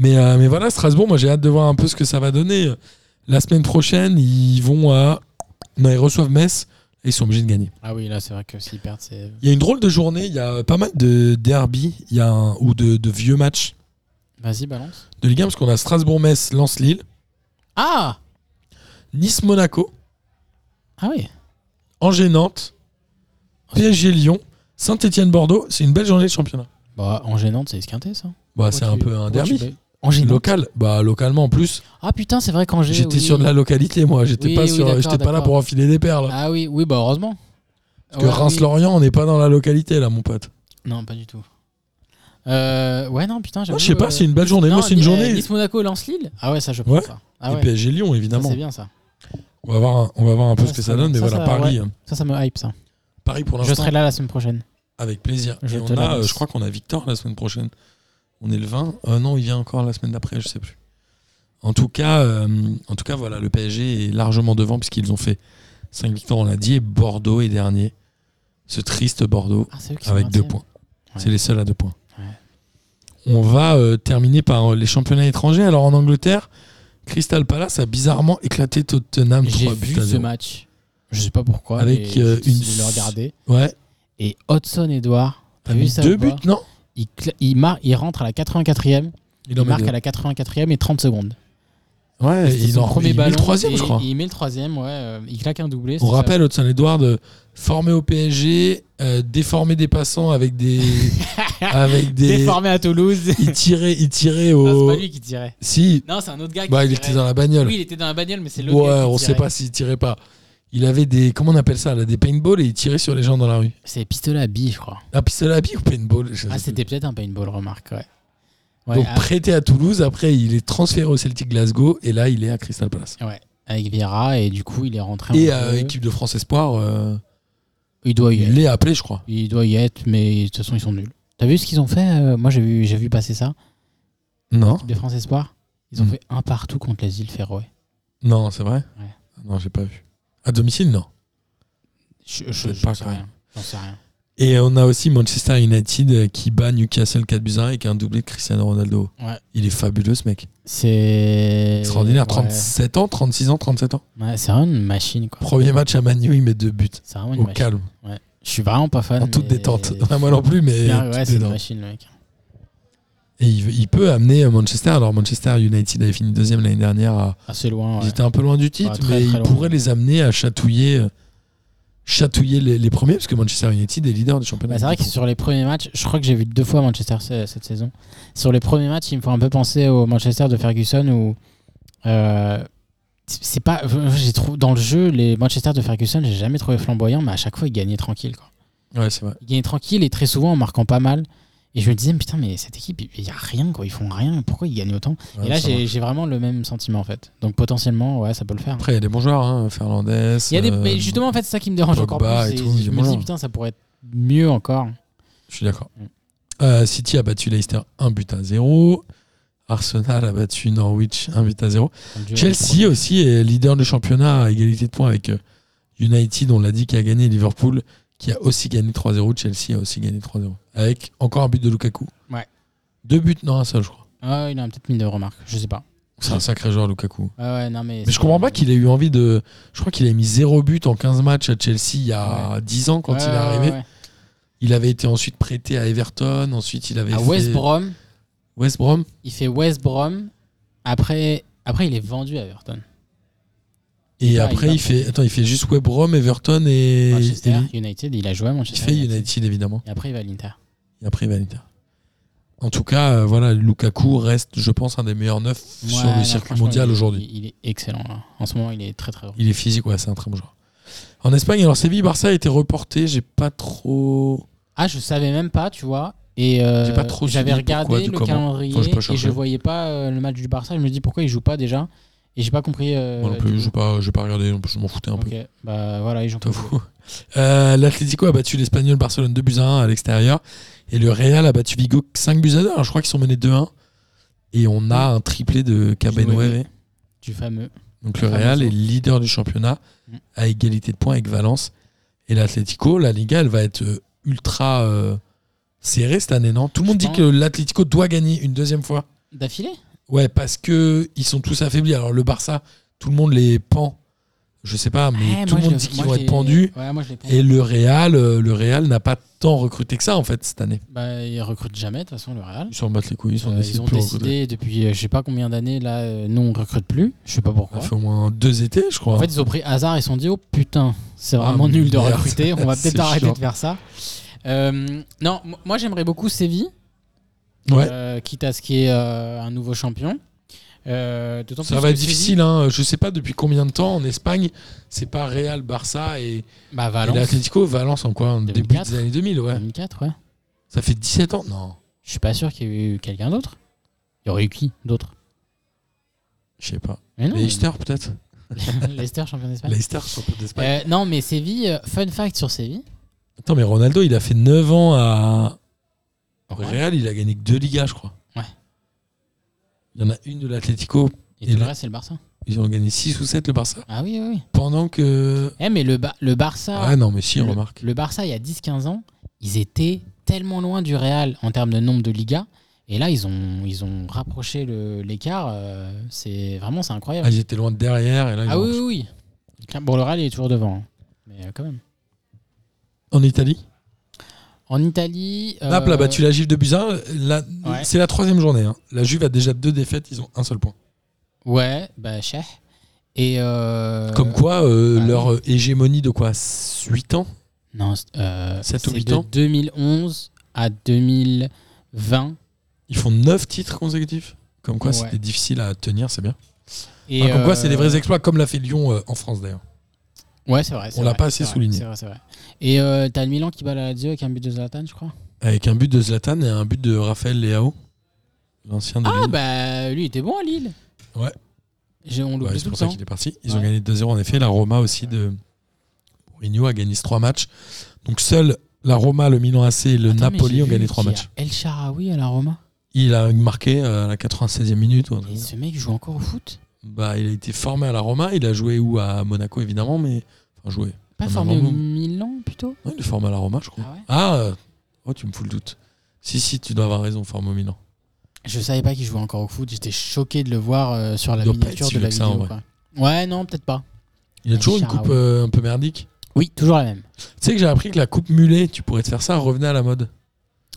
Speaker 3: Mais, euh, mais voilà, Strasbourg, moi j'ai hâte de voir un peu ce que ça va donner. La semaine prochaine, ils vont à. Non, ils reçoivent Metz et ils sont obligés de gagner.
Speaker 4: Ah oui, là, c'est vrai que s'ils perdent, c'est.
Speaker 3: Il y a une drôle de journée, il y a pas mal de derby il y a un- ou de, de vieux matchs
Speaker 4: Vas-y, balance.
Speaker 3: de Ligue 1 parce qu'on a Strasbourg-Metz, Lens-Lille,
Speaker 4: Ah
Speaker 3: Nice-Monaco,
Speaker 4: Ah oui.
Speaker 3: Angers-Nantes, PSG-Lyon, Saint-Etienne-Bordeaux. C'est une belle journée de championnat.
Speaker 4: Bah, en gênante, c'est esquinté, ça.
Speaker 3: Bah, c'est
Speaker 4: Pourquoi
Speaker 3: un
Speaker 4: tu-
Speaker 3: peu un
Speaker 4: pourquoi tu
Speaker 3: derby.
Speaker 4: fais- Angers, non.
Speaker 3: Local, bah localement en plus.
Speaker 4: Ah putain, c'est vrai qu'Angers.
Speaker 3: J'étais
Speaker 4: oui.
Speaker 3: sur de la localité, moi. J'étais
Speaker 4: Oui,
Speaker 3: pas,
Speaker 4: oui,
Speaker 3: sur-
Speaker 4: d'accord,
Speaker 3: j'étais pas là
Speaker 4: d'accord.
Speaker 3: pour enfiler des perles.
Speaker 4: Ah oui, oui, bah, heureusement.
Speaker 3: Parce que
Speaker 4: Ouais, oui.
Speaker 3: Reims-Lorient, on n'est pas dans la localité, là, mon pote.
Speaker 4: Non, pas du tout. Euh, ouais, non, putain,
Speaker 3: Non,
Speaker 4: j'avoue,
Speaker 3: je sais
Speaker 4: euh,
Speaker 3: pas, c'est une belle journée.
Speaker 4: non,
Speaker 3: moi, c'est une
Speaker 4: Ni-
Speaker 3: journée.
Speaker 4: euh, Nice Monaco lance Lille Ah ouais, ça je prends
Speaker 3: Ouais.
Speaker 4: ça. Ah
Speaker 3: Et
Speaker 4: ouais.
Speaker 3: PSG Lyon,
Speaker 4: ça,
Speaker 3: évidemment.
Speaker 4: c'est bien ça.
Speaker 3: on, va voir un, on va voir un peu
Speaker 4: Ouais,
Speaker 3: ce que
Speaker 4: ça,
Speaker 3: ça donne, mais
Speaker 4: ça,
Speaker 3: voilà,
Speaker 4: ça, ouais.
Speaker 3: Paris. euh,
Speaker 4: Ça ça me hype ça.
Speaker 3: Paris pour
Speaker 4: Je
Speaker 3: l'instant,
Speaker 4: serai là la semaine prochaine.
Speaker 3: avec plaisir.
Speaker 4: Je
Speaker 3: Et
Speaker 4: te
Speaker 3: on a,
Speaker 4: l'annonce.
Speaker 3: euh, je crois qu'on a Victor la semaine prochaine. On est le 20. Euh, non, il vient encore la semaine d'après, je sais plus. En tout cas, euh, en tout cas voilà, le PSG est largement devant, puisqu'ils ont fait 5 victoires, on l'a dit, et Bordeaux est dernier. Ce triste Bordeaux.
Speaker 4: Ah, c'est eux qui sont
Speaker 3: avec deux
Speaker 4: vingtième.
Speaker 3: points.
Speaker 4: Ouais.
Speaker 3: C'est les seuls à deux points.
Speaker 4: Ouais.
Speaker 3: On va euh, terminer par euh, les championnats étrangers. Alors en Angleterre, Crystal Palace a bizarrement éclaté Tottenham.
Speaker 4: J'ai
Speaker 3: 3 buts
Speaker 4: vu
Speaker 3: à
Speaker 4: ce
Speaker 3: zéro.
Speaker 4: match. Je sais pas pourquoi.
Speaker 3: Avec,
Speaker 4: mais
Speaker 3: euh,
Speaker 4: j'ai
Speaker 3: une-
Speaker 4: décidé de le regarder.
Speaker 3: Ouais.
Speaker 4: Et Hudson Edouard,
Speaker 3: T'as
Speaker 4: T'as vu
Speaker 3: mis
Speaker 4: ça
Speaker 3: deux
Speaker 4: ou pas
Speaker 3: buts, non
Speaker 4: il, cla- il, mar- il rentre à la 84e.
Speaker 3: Il
Speaker 4: Il
Speaker 3: en met
Speaker 4: marque
Speaker 3: deux.
Speaker 4: à la 84e et 30 secondes.
Speaker 3: Ouais,
Speaker 4: C'était
Speaker 3: il
Speaker 4: son
Speaker 3: Eh, en il met le
Speaker 4: ballon
Speaker 3: troisième,
Speaker 4: et-
Speaker 3: je crois.
Speaker 4: Il met le troisième, ouais. euh, il claque un doublé. c'est
Speaker 3: On
Speaker 4: ça.
Speaker 3: rappelle Hudson Edward euh, formé au PSG, euh, déformé des passants avec des avec des
Speaker 4: Déformé à Toulouse.
Speaker 3: il tirait il tirait
Speaker 4: Non,
Speaker 3: au
Speaker 4: c'est pas lui qui tirait.
Speaker 3: si
Speaker 4: Non, c'est un autre gars qui
Speaker 3: bah il
Speaker 4: tirait.
Speaker 3: était dans la bagnole.
Speaker 4: Oui, il était dans la bagnole, mais c'est l'autre
Speaker 3: Ouais,
Speaker 4: gars qui
Speaker 3: on
Speaker 4: tirait.
Speaker 3: sait pas s'il tirait pas. Il avait des. Comment on appelle ça là, Des paintballs et il tirait sur les gens dans la rue.
Speaker 4: C'est pistolet à billes, je crois.
Speaker 3: Un pistolet à billes ou paintball je sais
Speaker 4: Ah,
Speaker 3: plus.
Speaker 4: c'était peut-être un paintball, remarque, ouais. Ouais,
Speaker 3: Donc
Speaker 4: ah,
Speaker 3: prêté à Toulouse, après il est transféré au Celtic Glasgow et là il est à Crystal Palace.
Speaker 4: avec Vieira, et du coup, il est rentré
Speaker 3: Et
Speaker 4: en
Speaker 3: à
Speaker 4: jeu.
Speaker 3: équipe de France Espoir, euh,
Speaker 4: Il doit y
Speaker 3: il
Speaker 4: être.
Speaker 3: l'est appelé, je crois.
Speaker 4: Il doit y être, mais de toute façon, ils sont nuls. T'as vu ce qu'ils ont fait euh, Moi, j'ai vu, j'ai vu passer ça.
Speaker 3: Non,
Speaker 4: L'équipe de France Espoir. Ils ont
Speaker 3: Mm.
Speaker 4: fait un partout contre les îles Féroé.
Speaker 3: non, c'est vrai.
Speaker 4: Ouais.
Speaker 3: Non, j'ai pas vu. À domicile, non.
Speaker 4: Je, je,
Speaker 3: C'est
Speaker 4: j'en
Speaker 3: pas
Speaker 4: sais
Speaker 3: grave.
Speaker 4: rien. J'en sais rien.
Speaker 3: Et on a aussi Manchester United euh, qui bat Newcastle 4 buts à 1 avec un doublé de Cristiano Ronaldo.
Speaker 4: Ouais.
Speaker 3: Il est fabuleux ce mec.
Speaker 4: C'est.
Speaker 3: Extraordinaire.
Speaker 4: Ouais.
Speaker 3: 37 ans, 36 ans, 37 ans.
Speaker 4: Ouais, c'est vraiment une machine, quoi.
Speaker 3: Premier match à Manu, il met deux buts.
Speaker 4: C'est vraiment une
Speaker 3: Au
Speaker 4: machine.
Speaker 3: calme.
Speaker 4: Ouais. Je suis vraiment pas fan.
Speaker 3: En toute
Speaker 4: mais-
Speaker 3: détente. Moi non plus, mais.
Speaker 4: Ouais,
Speaker 3: toute
Speaker 4: ouais, c'est une
Speaker 3: détente.
Speaker 4: machine, le mec.
Speaker 3: Et il, veut- il peut amener euh, Manchester. Alors, Manchester United avait fini deuxième l'année dernière. à-
Speaker 4: Assez loin. ouais.
Speaker 3: Ils étaient un peu loin du titre,
Speaker 4: Ouais, très,
Speaker 3: mais
Speaker 4: très
Speaker 3: il
Speaker 4: loin.
Speaker 3: pourrait les amener à chatouiller, euh, chatouiller les, les premiers, parce que Manchester United est leader du championnat.
Speaker 4: Bah, c'est vrai que sur les premiers matchs, je crois que j'ai vu deux fois Manchester ce- cette saison. Sur les premiers matchs, il me faut un peu penser au Manchester de Ferguson où euh, c'est pas. euh, J'ai trouvé dans le jeu les Manchester de Ferguson, j'ai jamais trouvé flamboyant, mais à chaque fois ils gagnaient tranquille. Quoi.
Speaker 3: Ouais, c'est vrai.
Speaker 4: Ils gagnaient tranquille et très souvent en marquant pas mal. Et je me disais putain mais cette équipe il y a rien quoi, ils font rien. Pourquoi ils gagnent autant
Speaker 3: Ouais,
Speaker 4: Et là
Speaker 3: ça marche.
Speaker 4: j'ai j'ai vraiment le même sentiment en fait. Donc potentiellement ouais ça peut le faire.
Speaker 3: Après, il y a des bons joueurs, hein, Fernandez.
Speaker 4: Il y a des,
Speaker 3: euh,
Speaker 4: mais justement, en fait, c'est ça qui me dérange
Speaker 3: Pogba
Speaker 4: encore plus.
Speaker 3: et
Speaker 4: c'est-
Speaker 3: tout, il est
Speaker 4: je me
Speaker 3: bon.
Speaker 4: dis, putain, ça pourrait être mieux encore.
Speaker 3: Je suis d'accord.
Speaker 4: Mm.
Speaker 3: Euh, City a battu Leicester 1 but à 0. Arsenal a battu Norwich 1 but à 0. Chelsea aussi est leader du championnat à égalité de points avec euh, United, on l'a dit, qui a gagné Liverpool, qui a aussi gagné 3-0. Chelsea a aussi gagné 3-0. Avec encore un but de Lukaku.
Speaker 4: Ouais.
Speaker 3: Deux buts, non, un seul, je crois.
Speaker 4: Ah, il a peut-être mis de remarques, je sais pas.
Speaker 3: C'est un sacré joueur, Lukaku.
Speaker 4: Ouais, ouais, non, mais
Speaker 3: Mais je comprends pas qu'il ait eu envie de. Je crois qu'il a mis 0 but en 15 matchs à Chelsea il y a 10 ans quand
Speaker 4: Ouais,
Speaker 3: il est arrivé.
Speaker 4: ouais, ouais.
Speaker 3: Il avait été ensuite prêté à Everton, ensuite il avait
Speaker 4: À
Speaker 3: fait-
Speaker 4: West Brom,
Speaker 3: West Brom.
Speaker 4: il fait West Brom. Après, après il est vendu à Everton.
Speaker 3: Et
Speaker 4: Ah,
Speaker 3: après,
Speaker 4: il
Speaker 3: il
Speaker 4: va- Ah,
Speaker 3: fait, attends, il fait juste Web Rome, Everton et. et
Speaker 4: Manchester
Speaker 3: lui.
Speaker 4: United, il a joué à
Speaker 3: il
Speaker 4: Manchester
Speaker 3: fait United, évidemment.
Speaker 4: Et après, il va à l'Inter.
Speaker 3: Et après, il va à l'Inter. En tout cas, euh, voilà, Lukaku reste, je pense, un des meilleurs neufs
Speaker 4: Ouais,
Speaker 3: sur
Speaker 4: non,
Speaker 3: le circuit
Speaker 4: franchement,
Speaker 3: mondial
Speaker 4: il est-
Speaker 3: aujourd'hui.
Speaker 4: Il, il est excellent. là. En ce moment, il est très très bon.
Speaker 3: Il est physique, ouais, c'est un très bon joueur. En Espagne, alors Séville-Barça a été reporté, j'ai pas trop.
Speaker 4: Ah, je savais même pas, tu vois. Et euh,
Speaker 3: J'ai pas trop
Speaker 4: j'avais
Speaker 3: suivi pourquoi,
Speaker 4: regardé
Speaker 3: du
Speaker 4: le
Speaker 3: comment.
Speaker 4: calendrier
Speaker 3: Faut que je peux
Speaker 4: et
Speaker 3: chercher.
Speaker 4: je voyais pas euh, le match du Barça. Je me dis pourquoi il joue pas déjà. Et j'ai pas compris. euh,
Speaker 3: Moi non plus,
Speaker 4: du
Speaker 3: j'ai
Speaker 4: coup.
Speaker 3: pas, j'ai pas regardé, non plus, je m'en foutais un peu.
Speaker 4: Ok, bah voilà, ils jouent pas.
Speaker 3: T'avoue. Euh, L'Atlético a battu l'Espagnol Barcelone 2 buts à 1 à l'extérieur. Et le Real a battu Vigo 5 buts à 2. Alors, je crois qu'ils sont menés 2-1. Et on a un triplé de Cabenueve.
Speaker 4: Du fameux.
Speaker 3: Donc le Real est leader du championnat
Speaker 4: Mm.
Speaker 3: à égalité de points avec Valence. Et l'Atlético, la Liga, elle va être euh, ultra euh, serrée cette année, non Tout le monde dit
Speaker 4: Je pense.
Speaker 3: que l'Atlético doit gagner une deuxième fois.
Speaker 4: D'affilée
Speaker 3: Ouais, parce que ils sont tous affaiblis. Alors le Barça, tout le monde les pend. Je sais pas, mais
Speaker 4: Eh,
Speaker 3: tout
Speaker 4: moi,
Speaker 3: le monde
Speaker 4: je-
Speaker 3: dit qu'ils
Speaker 4: moi,
Speaker 3: vont
Speaker 4: je
Speaker 3: être
Speaker 4: l'ai-
Speaker 3: pendus.
Speaker 4: Ouais, moi je l'ai pendu.
Speaker 3: Et le Real, euh, le Real n'a pas tant recruté que ça en fait cette année.
Speaker 4: Bah, ils recrutent jamais, de toute façon, le Real.
Speaker 3: Ils s'en battent les couilles, ils sont
Speaker 4: Euh, ils
Speaker 3: décidés
Speaker 4: ont
Speaker 3: de plus recruter.
Speaker 4: décidé depuis euh, je sais pas combien d'années, là, euh, nous on recrute plus. Je sais pas
Speaker 3: Ça
Speaker 4: pourquoi.
Speaker 3: fait au moins deux étés, je crois. hein.
Speaker 4: En fait, ils ont pris hasard et se sont dit Oh putain, c'est
Speaker 3: Ah,
Speaker 4: vraiment nul de
Speaker 3: merde.
Speaker 4: recruter, on va
Speaker 3: C'est
Speaker 4: peut-être arrêter
Speaker 3: chiant.
Speaker 4: de faire ça. Euh, non, m- moi j'aimerais beaucoup Séville,
Speaker 3: ouais.
Speaker 4: euh, quitte à ce qu'il y ait euh, un nouveau champion. Euh, d'autant
Speaker 3: Ça
Speaker 4: plus
Speaker 3: va
Speaker 4: que
Speaker 3: être difficile, hein. je sais pas depuis combien de temps en Espagne, c'est pas Real, Barça et,
Speaker 4: Séville- Bah,
Speaker 3: et
Speaker 4: Valence,
Speaker 3: l'Atlético, Valence en quoi en Début
Speaker 4: 2004.
Speaker 3: des années 2000, ouais.
Speaker 4: 2004, ouais.
Speaker 3: Ça fait 17 ans Non,
Speaker 4: Je suis pas sûr qu'il y ait eu quelqu'un d'autre. Il y aurait eu qui d'autre
Speaker 3: je sais pas.
Speaker 4: Mais non,
Speaker 3: Leicester peut-être
Speaker 4: Leicester, champion d'Espagne.
Speaker 3: Leicester, champion d'Espagne.
Speaker 4: Euh, non, mais Séville, euh, fun fact sur Séville. Eh.
Speaker 3: Attends, mais Ronaldo, il a fait 9 ans à au
Speaker 4: Ouais.
Speaker 3: Real, il a gagné que 2 Ligas, je crois.
Speaker 4: Ouais.
Speaker 3: Il y en a une de l'Atlético,
Speaker 4: Et,
Speaker 3: Et
Speaker 4: tout le
Speaker 3: là-
Speaker 4: reste, c'est le Barça.
Speaker 3: ils ont gagné 6 ou 7 le Barça.
Speaker 4: Ah oui, oui, oui.
Speaker 3: Pendant que.
Speaker 4: Eh, mais le, Ba- le Barça.
Speaker 3: Ah non, mais si,
Speaker 4: le,
Speaker 3: remarque.
Speaker 4: le Barça, il y a 10-15 ans, ils étaient tellement loin du Real en termes de nombre de Liga. Et là, ils ont, ils ont rapproché le- l'écart. euh, c'est vraiment, c'est
Speaker 3: Ah,
Speaker 4: incroyable.
Speaker 3: ils étaient loin de derrière. Et là,
Speaker 4: Ah,
Speaker 3: ils ont-
Speaker 4: oui, oui, oui. Tiens, Bon, le Real, il est toujours devant. hein. Mais euh, quand même.
Speaker 3: En Italie
Speaker 4: En Italie. euh,
Speaker 3: Naples a battu la Juve de Buzyn. La-
Speaker 4: Ouais.
Speaker 3: C'est la troisième journée. hein. La Juve a déjà deux défaites, ils ont un seul point.
Speaker 4: Ouais, bah, cher. Et. euh,
Speaker 3: Comme quoi, euh,
Speaker 4: bah
Speaker 3: leur euh, hégémonie de quoi 8 ans
Speaker 4: Non, c'est- euh,
Speaker 3: Sept ou
Speaker 4: c'est
Speaker 3: huit
Speaker 4: de
Speaker 3: ans
Speaker 4: 2011 à 2020.
Speaker 3: Ils font 9 titres consécutifs. Comme quoi,
Speaker 4: Ouais.
Speaker 3: c'était difficile à tenir, c'est bien.
Speaker 4: Et
Speaker 3: Enfin, comme quoi,
Speaker 4: euh,
Speaker 3: c'est des vrais exploits, comme l'a fait Lyon euh, en France d'ailleurs.
Speaker 4: Ouais, c'est vrai. c'est
Speaker 3: On l'a
Speaker 4: vrai,
Speaker 3: pas assez
Speaker 4: c'est vrai,
Speaker 3: souligné.
Speaker 4: C'est vrai, c'est vrai. Et euh, t'as le Milan qui bat la Lazio avec un but de Zlatan, je crois.
Speaker 3: Avec un but de Zlatan et un but de Raphaël Leao, l'ancien de
Speaker 4: Ah,
Speaker 3: Lille.
Speaker 4: bah lui, il était bon à Lille.
Speaker 3: Ouais.
Speaker 4: Je- on
Speaker 3: Ouais,
Speaker 4: l'oublie
Speaker 3: c'est
Speaker 4: tout le
Speaker 3: pour ça
Speaker 4: temps.
Speaker 3: qu'il est parti. Ils ont
Speaker 4: Ouais.
Speaker 3: gagné 2-0 en effet. La Roma aussi de Mourinho a gagné 3 matchs. Donc seuls la Roma, le Milan AC et le
Speaker 4: Attends, mais
Speaker 3: Napoli
Speaker 4: j'ai
Speaker 3: ont
Speaker 4: vu
Speaker 3: gagné 3
Speaker 4: qu'il y a
Speaker 3: matchs.
Speaker 4: El Sharawi à la Roma.
Speaker 3: Il a marqué euh, à la 96e minute. ou un truc
Speaker 4: Et
Speaker 3: comme ça.
Speaker 4: ce mec joue encore au foot
Speaker 3: Bah, il a été formé à la Roma. Il a joué où À Monaco, évidemment, mais. Enfin, joué.
Speaker 4: Pas
Speaker 3: Ah,
Speaker 4: formé
Speaker 3: non,
Speaker 4: au
Speaker 3: non.
Speaker 4: Milan plutôt
Speaker 3: Non, il est formé à la Roma, je crois.
Speaker 4: Ah ouais
Speaker 3: Ah euh, Oh, tu me fous le doute. Si, si, tu dois avoir raison, formé au Milan.
Speaker 4: Je savais pas qu'il jouait encore au foot. J'étais choqué de le voir euh, sur la
Speaker 3: doit pas
Speaker 4: miniature
Speaker 3: être si
Speaker 4: de la
Speaker 3: vieux que ça, en
Speaker 4: vidéo. quoi. Ouais, non, peut-être pas.
Speaker 3: Il a
Speaker 4: Ah,
Speaker 3: toujours une
Speaker 4: Sharawi.
Speaker 3: coupe euh, un peu merdique.
Speaker 4: Oui, toujours la même.
Speaker 3: Tu sais que j'ai appris que la coupe mulet, tu pourrais te faire ça, revenait à la mode.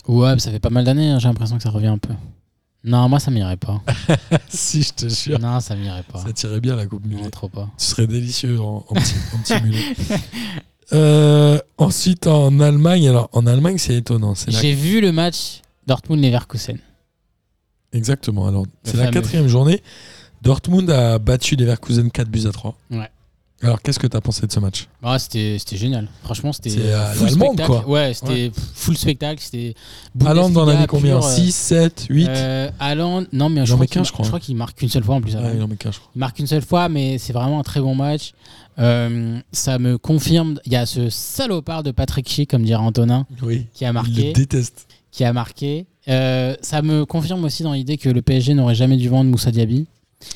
Speaker 4: Ouais, mais ça fait pas mal d'années, hein, j'ai l'impression que ça revient un peu. Non, moi ça m'irait pas.
Speaker 3: si, je te jure.
Speaker 4: non, ça m'irait pas.
Speaker 3: Ça tirait bien la coupe mulet.
Speaker 4: Non, trop pas.
Speaker 3: Ce serait délicieux en, en petit, en petit mulet. Euh, ensuite, en Allemagne, alors en Allemagne, c'est étonnant. C'est la-
Speaker 4: J'ai vu le match Dortmund-Leverkusen.
Speaker 3: Exactement. Alors, c'est la
Speaker 4: fameux.
Speaker 3: quatrième journée. Dortmund a battu Leverkusen 4 buts à 3.
Speaker 4: Ouais.
Speaker 3: Alors, qu'est-ce que t'as pensé de ce match
Speaker 4: Ah, c'était c'était génial. Franchement, c'était
Speaker 3: C'est, euh,
Speaker 4: full
Speaker 3: l'allemande,
Speaker 4: spectacle.
Speaker 3: quoi.
Speaker 4: Ouais, c'était full spectacle. C'était.
Speaker 3: Haaland en a mis
Speaker 4: Bundesliga
Speaker 3: combien
Speaker 4: pur, euh,
Speaker 3: 6, 7, 8
Speaker 4: euh, Haaland, non, mais je
Speaker 3: en
Speaker 4: crois,
Speaker 3: met
Speaker 4: qu'il
Speaker 3: qu'un, je
Speaker 4: mar-
Speaker 3: crois.
Speaker 4: je crois qu'il marque qu'une seule fois en plus. Haaland.
Speaker 3: Ah, il en met 15, je crois.
Speaker 4: Il marque une seule fois, mais c'est vraiment un très bon match. Euh, ça me confirme. Il y a ce salopard de Patrick Chi, comme dirait Antonin,
Speaker 3: Oui.
Speaker 4: qui a
Speaker 3: Il
Speaker 4: marqué.
Speaker 3: le déteste.
Speaker 4: Qui a marqué. Euh, ça me confirme aussi dans l'idée que le PSG n'aurait jamais dû vendre Moussa Diaby.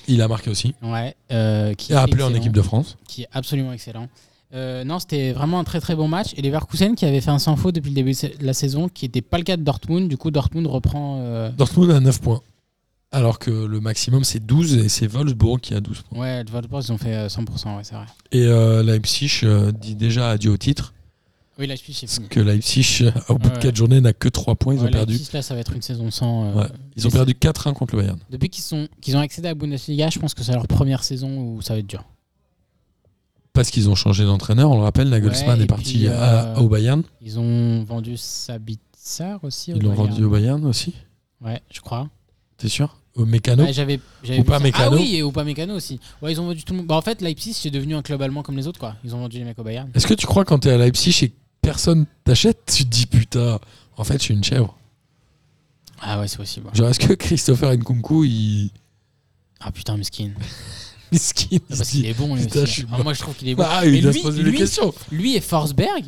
Speaker 3: Il a marqué aussi.
Speaker 4: Ouais, euh, qui
Speaker 3: Il a appelé en
Speaker 4: excellent,
Speaker 3: équipe de France.
Speaker 4: Qui est absolument excellent. Euh, non, c'était vraiment un très très bon match. Et les Verkusen qui avait fait un sans faute depuis le début de sa- de la saison, qui n'était pas le cas de Dortmund. Du coup, Dortmund reprend. euh,
Speaker 3: Dortmund a 9 points. Alors que le maximum, c'est 12 et c'est Wolfsburg qui a 12 points.
Speaker 4: Ouais, le Wolfsburg, ils ont fait euh, 100%, ouais, c'est vrai.
Speaker 3: Et euh, Leipzig euh, dit déjà adieu au titre.
Speaker 4: Oui, Leipzig, c'est
Speaker 3: Parce
Speaker 4: fini.
Speaker 3: que Leipzig, euh, au bout
Speaker 4: Ouais.
Speaker 3: de 4 journées, n'a que 3 points. Ils
Speaker 4: Ouais,
Speaker 3: ont perdu.
Speaker 4: Leipzig, là, ça va être une saison sans. euh,
Speaker 3: Ouais. Ils ont
Speaker 4: mais
Speaker 3: perdu 4-1 contre le Bayern.
Speaker 4: Depuis qu'ils sont qu'ils ont accédé à la Bundesliga, je pense que c'est leur première saison où ça va être dur.
Speaker 3: Parce qu'ils ont changé d'entraîneur. On le rappelle, Nagelsmann
Speaker 4: Ouais, et
Speaker 3: est parti
Speaker 4: puis,
Speaker 3: à-
Speaker 4: euh,
Speaker 3: au Bayern.
Speaker 4: Ils ont vendu Sabitzer aussi. au
Speaker 3: Ils l'ont
Speaker 4: Bayern.
Speaker 3: vendu au Bayern aussi.
Speaker 4: Ouais, je crois.
Speaker 3: T'es sûr Au Mécano
Speaker 4: Ouais, j'avais j'avais
Speaker 3: Ou
Speaker 4: vu
Speaker 3: pas
Speaker 4: ça.
Speaker 3: Mécano.
Speaker 4: Ah oui, et ou pas Mécano aussi. Ouais, ils ont vendu tout le monde. Bah, en fait, Leipzig c'est devenu un club allemand comme les autres quoi. Ils ont vendu les mecs au Bayern.
Speaker 3: Est-ce que tu crois quand t'es à Leipzig et que personne t'achète, tu te dis putain, en fait je suis une chèvre.
Speaker 4: Ah ouais, c'est possible.
Speaker 3: Genre est-ce que Christopher Nkunku il
Speaker 4: Ah putain, miskin.
Speaker 3: miskin il se
Speaker 4: Ah, Parce qu'il
Speaker 3: dit,
Speaker 4: est bon lui
Speaker 3: Putain,
Speaker 4: aussi.
Speaker 3: je suis
Speaker 4: Ah, moi je trouve qu'il est bon.
Speaker 3: ah
Speaker 4: Mais
Speaker 3: il doit
Speaker 4: lui-
Speaker 3: se poser des
Speaker 4: lui-
Speaker 3: questions.
Speaker 4: Lui et Forsberg,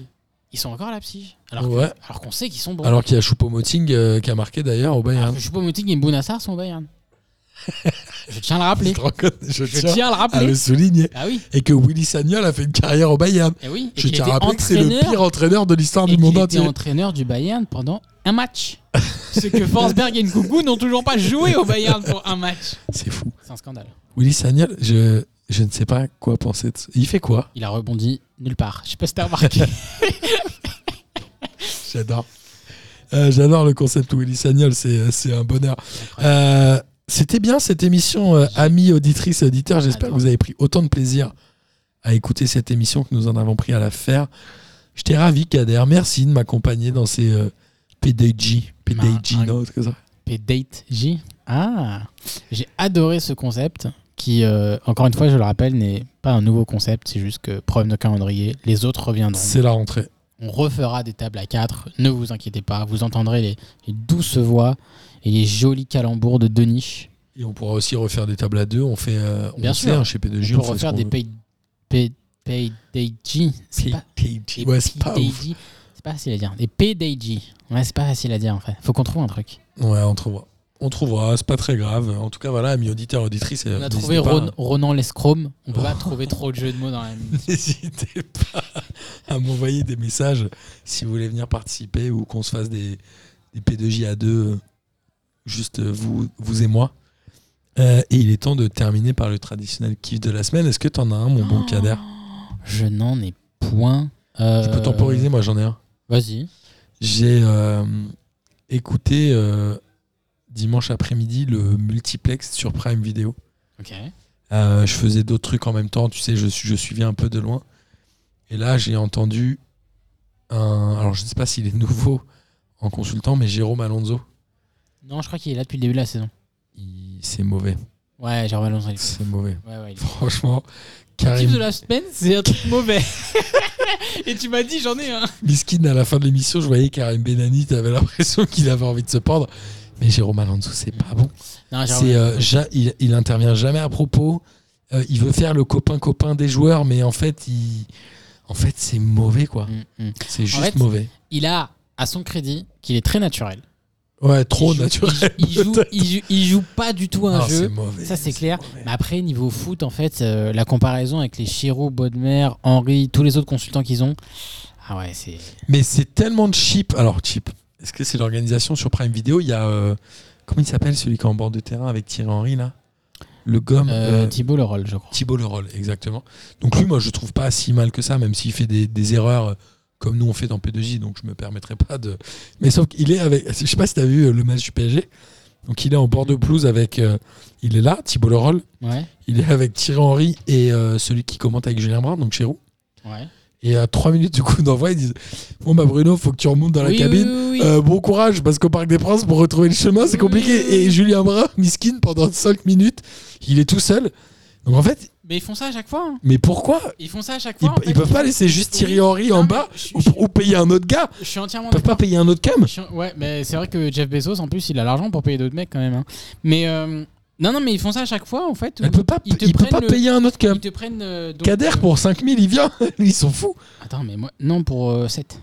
Speaker 4: ils sont encore à Leipzig. Alors que-
Speaker 3: Ouais.
Speaker 4: alors qu'on sait qu'ils sont bons.
Speaker 3: Alors qu'il y a Choupo-Moting euh, qui a marqué d'ailleurs au Bayern.
Speaker 4: Je suis pas et Bounassar sont au Bayern. Ah, je tiens à le
Speaker 3: je
Speaker 4: rappeler.
Speaker 3: te reconnais, je
Speaker 4: Je
Speaker 3: tiens
Speaker 4: tiens à le
Speaker 3: à le
Speaker 4: rappeler.
Speaker 3: souligner
Speaker 4: Ah oui.
Speaker 3: et que Willy Sagnol a fait une carrière au Bayern.
Speaker 4: Et oui, et
Speaker 3: Je
Speaker 4: qu'il
Speaker 3: tiens à
Speaker 4: était
Speaker 3: rappeler que c'est le
Speaker 4: entraîneur-
Speaker 3: pire entraîneur de l'histoire
Speaker 4: et
Speaker 3: du monde
Speaker 4: qu'il était
Speaker 3: entier.
Speaker 4: entraîneur du Bayern pendant un match. Ce que Forsberg et Nkunku n'ont toujours pas joué au Bayern pour un match.
Speaker 3: C'est fou.
Speaker 4: C'est un scandale.
Speaker 3: Willy Sagnol, je je ne sais pas quoi penser de ce- Il fait quoi
Speaker 4: Il a rebondi nulle part. Je sais pas si t'as remarqué.
Speaker 3: J'adore. Euh, J'adore le concept Willy Sagnol, c'est c'est un bonheur. Euh, C'était bien cette émission, euh, amis, auditrices et auditeurs. J'espère que
Speaker 4: Adore.
Speaker 3: vous avez pris autant de plaisir à écouter cette émission que nous en avons pris à la faire. J'étais ravi, Kader. Merci de m'accompagner dans ces euh, PDG. PDG,
Speaker 4: Bah, un-
Speaker 3: non, c'est que ça.
Speaker 4: Et Date J. Ah J'ai adoré ce concept qui, euh, encore une fois, je le rappelle, n'est pas un nouveau concept. C'est juste que problème de calendrier. Les autres reviendront.
Speaker 3: C'est la rentrée.
Speaker 4: On refera des tables à 4, ne vous inquiétez pas, vous entendrez les, les douces voix et les jolis calembours de Denis.
Speaker 3: Et on pourra aussi refaire des tables à deux. On fait, euh, on
Speaker 4: Bien
Speaker 3: fait
Speaker 4: sûr.
Speaker 3: un chez PDG.
Speaker 4: on
Speaker 3: on
Speaker 4: peut
Speaker 3: fait
Speaker 4: refaire
Speaker 3: ce
Speaker 4: des
Speaker 3: qu'on
Speaker 4: pay, pay, PDG, c'est
Speaker 3: veut.
Speaker 4: pas,
Speaker 3: PDG.
Speaker 4: des
Speaker 3: Ouais, c'est pas ouf.
Speaker 4: PDG, c'est pas facile à dire, des PDG, ouais c'est pas facile à dire en fait, faut qu'on trouve un truc.
Speaker 3: Ouais, on trouvera. On trouvera, c'est pas très grave. En tout cas, voilà, amis auditeurs, auditrices. hein.
Speaker 4: On a trouvé Ron- Ronan Lescrom, on
Speaker 3: Oh.
Speaker 4: peut pas trouver trop de jeux de mots dans la même.
Speaker 3: N'hésitez pas à m'envoyer des messages si vous voulez venir participer ou qu'on se fasse des, des P2J à deux, euh, juste euh, vous, vous et moi. Euh, et il est temps de terminer par le traditionnel kiff de la semaine. Est-ce que t'en as un, mon
Speaker 4: Oh.
Speaker 3: bon Kader
Speaker 4: Je n'en ai point.
Speaker 3: Je
Speaker 4: Euh,
Speaker 3: peux temporiser, moi j'en ai un.
Speaker 4: Vas-y.
Speaker 3: J'ai euh, écouté euh, dimanche après-midi le multiplex sur Prime Video.
Speaker 4: Ok.
Speaker 3: Euh, je faisais d'autres trucs en même temps, tu sais, je, suis- je suivais un peu de loin. Et là, j'ai entendu un. Alors, je ne sais pas s'il est nouveau en consultant, mais Jérôme Alonso,
Speaker 4: Non, je crois qu'il est là depuis le début de la saison.
Speaker 3: il- c'est mauvais.
Speaker 4: Ouais, Jérôme Alonso. il est-
Speaker 3: C'est mauvais.
Speaker 4: Ouais, ouais, il est-
Speaker 3: Franchement,
Speaker 4: Kiff de
Speaker 3: Karim
Speaker 4: la semaine, c'est un truc mauvais. Et tu m'as dit, j'en ai un.
Speaker 3: Miskin, à la fin de l'émission, je voyais Karim Benani, t'avais l'impression qu'il avait envie de se pendre. Mais Jérôme Alonso, c'est pas bon.
Speaker 4: Non, j'ai
Speaker 3: C'est, euh, ja- il, il intervient jamais à propos. Euh, il veut faire le copain-copain des joueurs, mais en fait, il... en fait c'est mauvais, quoi.
Speaker 4: remarqué. Mm, mm.
Speaker 3: C'est juste
Speaker 4: fait,
Speaker 3: mauvais.
Speaker 4: Il a à son crédit qu'il est très naturel.
Speaker 3: Ouais, trop
Speaker 4: Il joue-
Speaker 3: naturel.
Speaker 4: Il joue,
Speaker 3: peut-être.
Speaker 4: il joue, il joue pas du tout un
Speaker 3: Non, c'est
Speaker 4: jeu.
Speaker 3: mauvais.
Speaker 4: Ça, c'est clair. Mais après, niveau foot, en fait, euh, la comparaison avec les Chirou, Bodmer, Henry, tous les autres consultants qu'ils ont. Ah ouais, c'est.
Speaker 3: Mais c'est tellement cheap. Alors, cheap. Est-ce que c'est l'organisation sur Prime Video Il y a. euh, comment il s'appelle celui qui est en bord de terrain avec Thierry Henry, là Le gomme.
Speaker 4: Euh,
Speaker 3: euh,
Speaker 4: Thibaut Lerolle, je crois.
Speaker 3: Thibaut Lerolle, exactement. Donc, lui, moi, je trouve pas si mal que ça, même s'il fait des, des erreurs euh, comme nous, on fait dans P2J. Donc, je me permettrai pas de. Mais sauf qu'il est avec. Je sais pas si t'as vu euh, le match du PSG. Donc, il est en bord de pelouse avec. euh, il est là, Thibaut Lerolle.
Speaker 4: Ouais.
Speaker 3: Il est avec Thierry Henry et euh, celui qui commente avec Julien Brun, donc Chérou.
Speaker 4: ouais.
Speaker 3: Et à 3 minutes du coup d'envoi, ils disent Bon, bah Bruno, faut que tu remontes dans la
Speaker 4: Oui,
Speaker 3: cabine.
Speaker 4: oui, oui, oui.
Speaker 3: Euh, bon courage, parce qu'au Parc des Princes, pour retrouver le chemin, c'est
Speaker 4: Oui,
Speaker 3: compliqué.
Speaker 4: oui, oui.
Speaker 3: Et Julien Brun, miskin, pendant 5 minutes, il est tout seul. Donc en fait,
Speaker 4: Mais ils font ça à chaque fois. hein.
Speaker 3: Mais pourquoi
Speaker 4: Ils font ça à chaque
Speaker 3: ils,
Speaker 4: fois. en
Speaker 3: ils
Speaker 4: fait.
Speaker 3: peuvent pas laisser juste Thierry
Speaker 4: Oui.
Speaker 3: Henry
Speaker 4: Non,
Speaker 3: en
Speaker 4: mais
Speaker 3: bas
Speaker 4: je-
Speaker 3: ou, ou payer un autre gars
Speaker 4: Je suis entièrement
Speaker 3: Ils peuvent pas
Speaker 4: d'accord.
Speaker 3: payer un autre cam
Speaker 4: Je suis- Ouais, mais c'est vrai que Jeff Bezos, en plus, il a l'argent pour payer d'autres mecs quand même. hein. Mais euh, non, non, mais ils font ça à chaque fois, en fait.
Speaker 3: Elle peut pas,
Speaker 4: Ils te
Speaker 3: il peut
Speaker 4: prennent
Speaker 3: pas
Speaker 4: le-
Speaker 3: payer un autre cam.
Speaker 4: Ils te prennent. euh, donc,
Speaker 3: Kader
Speaker 4: euh,
Speaker 3: pour 5000, il vient. Ils sont fous.
Speaker 4: Attends, mais moi. Non, pour 7.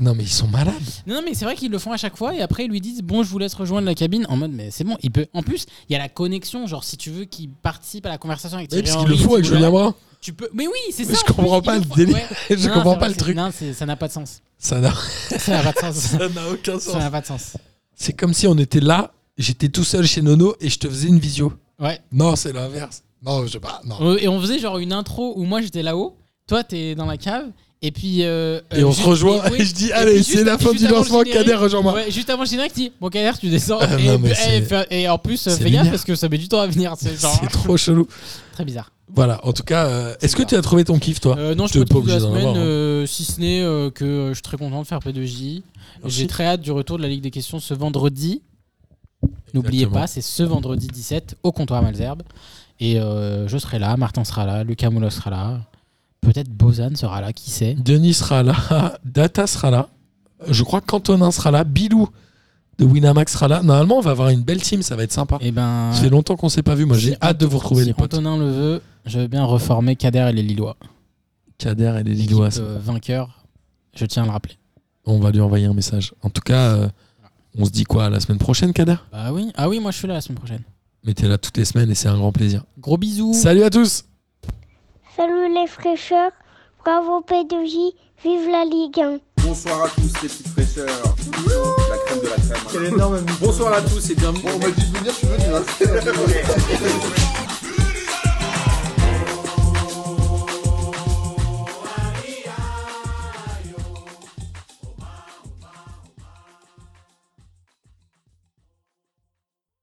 Speaker 3: Non, mais ils sont malades.
Speaker 4: Non, non, mais c'est vrai qu'ils le font à chaque fois et après ils lui disent Bon, je vous laisse rejoindre la cabine en mode, mais c'est bon, il peut. En plus, il y a la connexion, genre si tu veux qu'il participe à la conversation avec
Speaker 3: Oui,
Speaker 4: Thierry
Speaker 3: parce qu'ils le
Speaker 4: Henry,
Speaker 3: font avec
Speaker 4: tu peux-
Speaker 3: Julien Brun.
Speaker 4: Tu peux... Mais oui, c'est ça.
Speaker 3: Mais je
Speaker 4: en plus,
Speaker 3: comprends
Speaker 4: ils
Speaker 3: pas le
Speaker 4: font-
Speaker 3: délire.
Speaker 4: Ouais.
Speaker 3: Je
Speaker 4: Non,
Speaker 3: comprends pas
Speaker 4: c'est vrai,
Speaker 3: le
Speaker 4: c'est-
Speaker 3: truc.
Speaker 4: Non, c'est- ça n'a pas de sens.
Speaker 3: Ça n'a
Speaker 4: Ça n'a pas de sens.
Speaker 3: ça n'a aucun
Speaker 4: ça n'a pas de sens.
Speaker 3: C'est comme si on était là, j'étais tout seul chez Nono et je te faisais une visio.
Speaker 4: Ouais.
Speaker 3: Non, c'est l'inverse. Non, je sais pas. Non.
Speaker 4: On- Et on faisait genre une intro où moi j'étais là-haut, toi t'es dans la cave, et puis. euh,
Speaker 3: Et
Speaker 4: euh,
Speaker 3: on se
Speaker 4: juste-
Speaker 3: rejoint
Speaker 4: et- oui,
Speaker 3: et je dis,
Speaker 4: et
Speaker 3: allez,
Speaker 4: puis
Speaker 3: c'est
Speaker 4: juste-
Speaker 3: la
Speaker 4: et
Speaker 3: fin
Speaker 4: juste
Speaker 3: du
Speaker 4: avant le
Speaker 3: lancement,
Speaker 4: générique-
Speaker 3: Kader, rejoins-moi.
Speaker 4: Ouais, juste avant le générique, il dit Bon, Kader, tu descends.
Speaker 3: Ah,
Speaker 4: et,
Speaker 3: non, mais
Speaker 4: eh,
Speaker 3: c'est-
Speaker 4: fais- et en plus,
Speaker 3: c'est
Speaker 4: fais gaffe
Speaker 3: lunaire.
Speaker 4: parce que ça met du temps à venir. C'est genre
Speaker 3: C'est trop chelou.
Speaker 4: très bizarre.
Speaker 3: Voilà, en tout cas, euh, est-ce que
Speaker 4: bizarre.
Speaker 3: tu as trouvé ton kiff, toi
Speaker 4: Euh, non, je
Speaker 3: t'es
Speaker 4: peux
Speaker 3: pas
Speaker 4: pas de la
Speaker 3: obligé d'en
Speaker 4: semaine,
Speaker 3: avoir, hein.
Speaker 4: euh, si ce n'est euh, que euh, je suis très content de faire P2J. J'ai
Speaker 3: Merci.
Speaker 4: très hâte du retour de la Ligue des questions ce vendredi. N'oubliez
Speaker 3: Exactement.
Speaker 4: pas, c'est ce vendredi 17 au comptoir Malzerbe. Et euh, je serai là, Martin sera là, Lucas Moulos sera là. Peut-être Bozan sera là, qui sait.
Speaker 3: Denis sera là, Data sera là, Euh, je crois qu'Antonin sera là, Bilou de Winamax sera là. Normalement, on va avoir une belle team, ça va être sympa.
Speaker 4: Et ben,
Speaker 3: Ça fait longtemps qu'on s'est pas vu, moi j'ai
Speaker 4: Si
Speaker 3: hâte de vous retrouver
Speaker 4: si
Speaker 3: les potes.
Speaker 4: Antonin le veut, je veux bien reformer Kader et les Lillois.
Speaker 3: Kader et les Lillois,
Speaker 4: Équipe,
Speaker 3: ça-
Speaker 4: euh, vainqueur, je tiens à le rappeler.
Speaker 3: on va lui envoyer un message. En tout cas, euh, on se dit quoi la semaine prochaine, Kader
Speaker 4: Bah oui, ah oui, moi je suis là la semaine prochaine.
Speaker 3: Mais t'es là toutes les semaines et c'est un grand plaisir.
Speaker 4: Gros bisous.
Speaker 3: Salut à tous
Speaker 2: Salut les fraîcheurs, bravo P2J, vive la Ligue 1.
Speaker 1: Bonsoir à tous les petites fraîcheurs. La crème de la crème.
Speaker 5: Quelle énorme
Speaker 1: Bonsoir à tous et bienvenue.
Speaker 5: On m'a dit de venir, je suis venu. hein.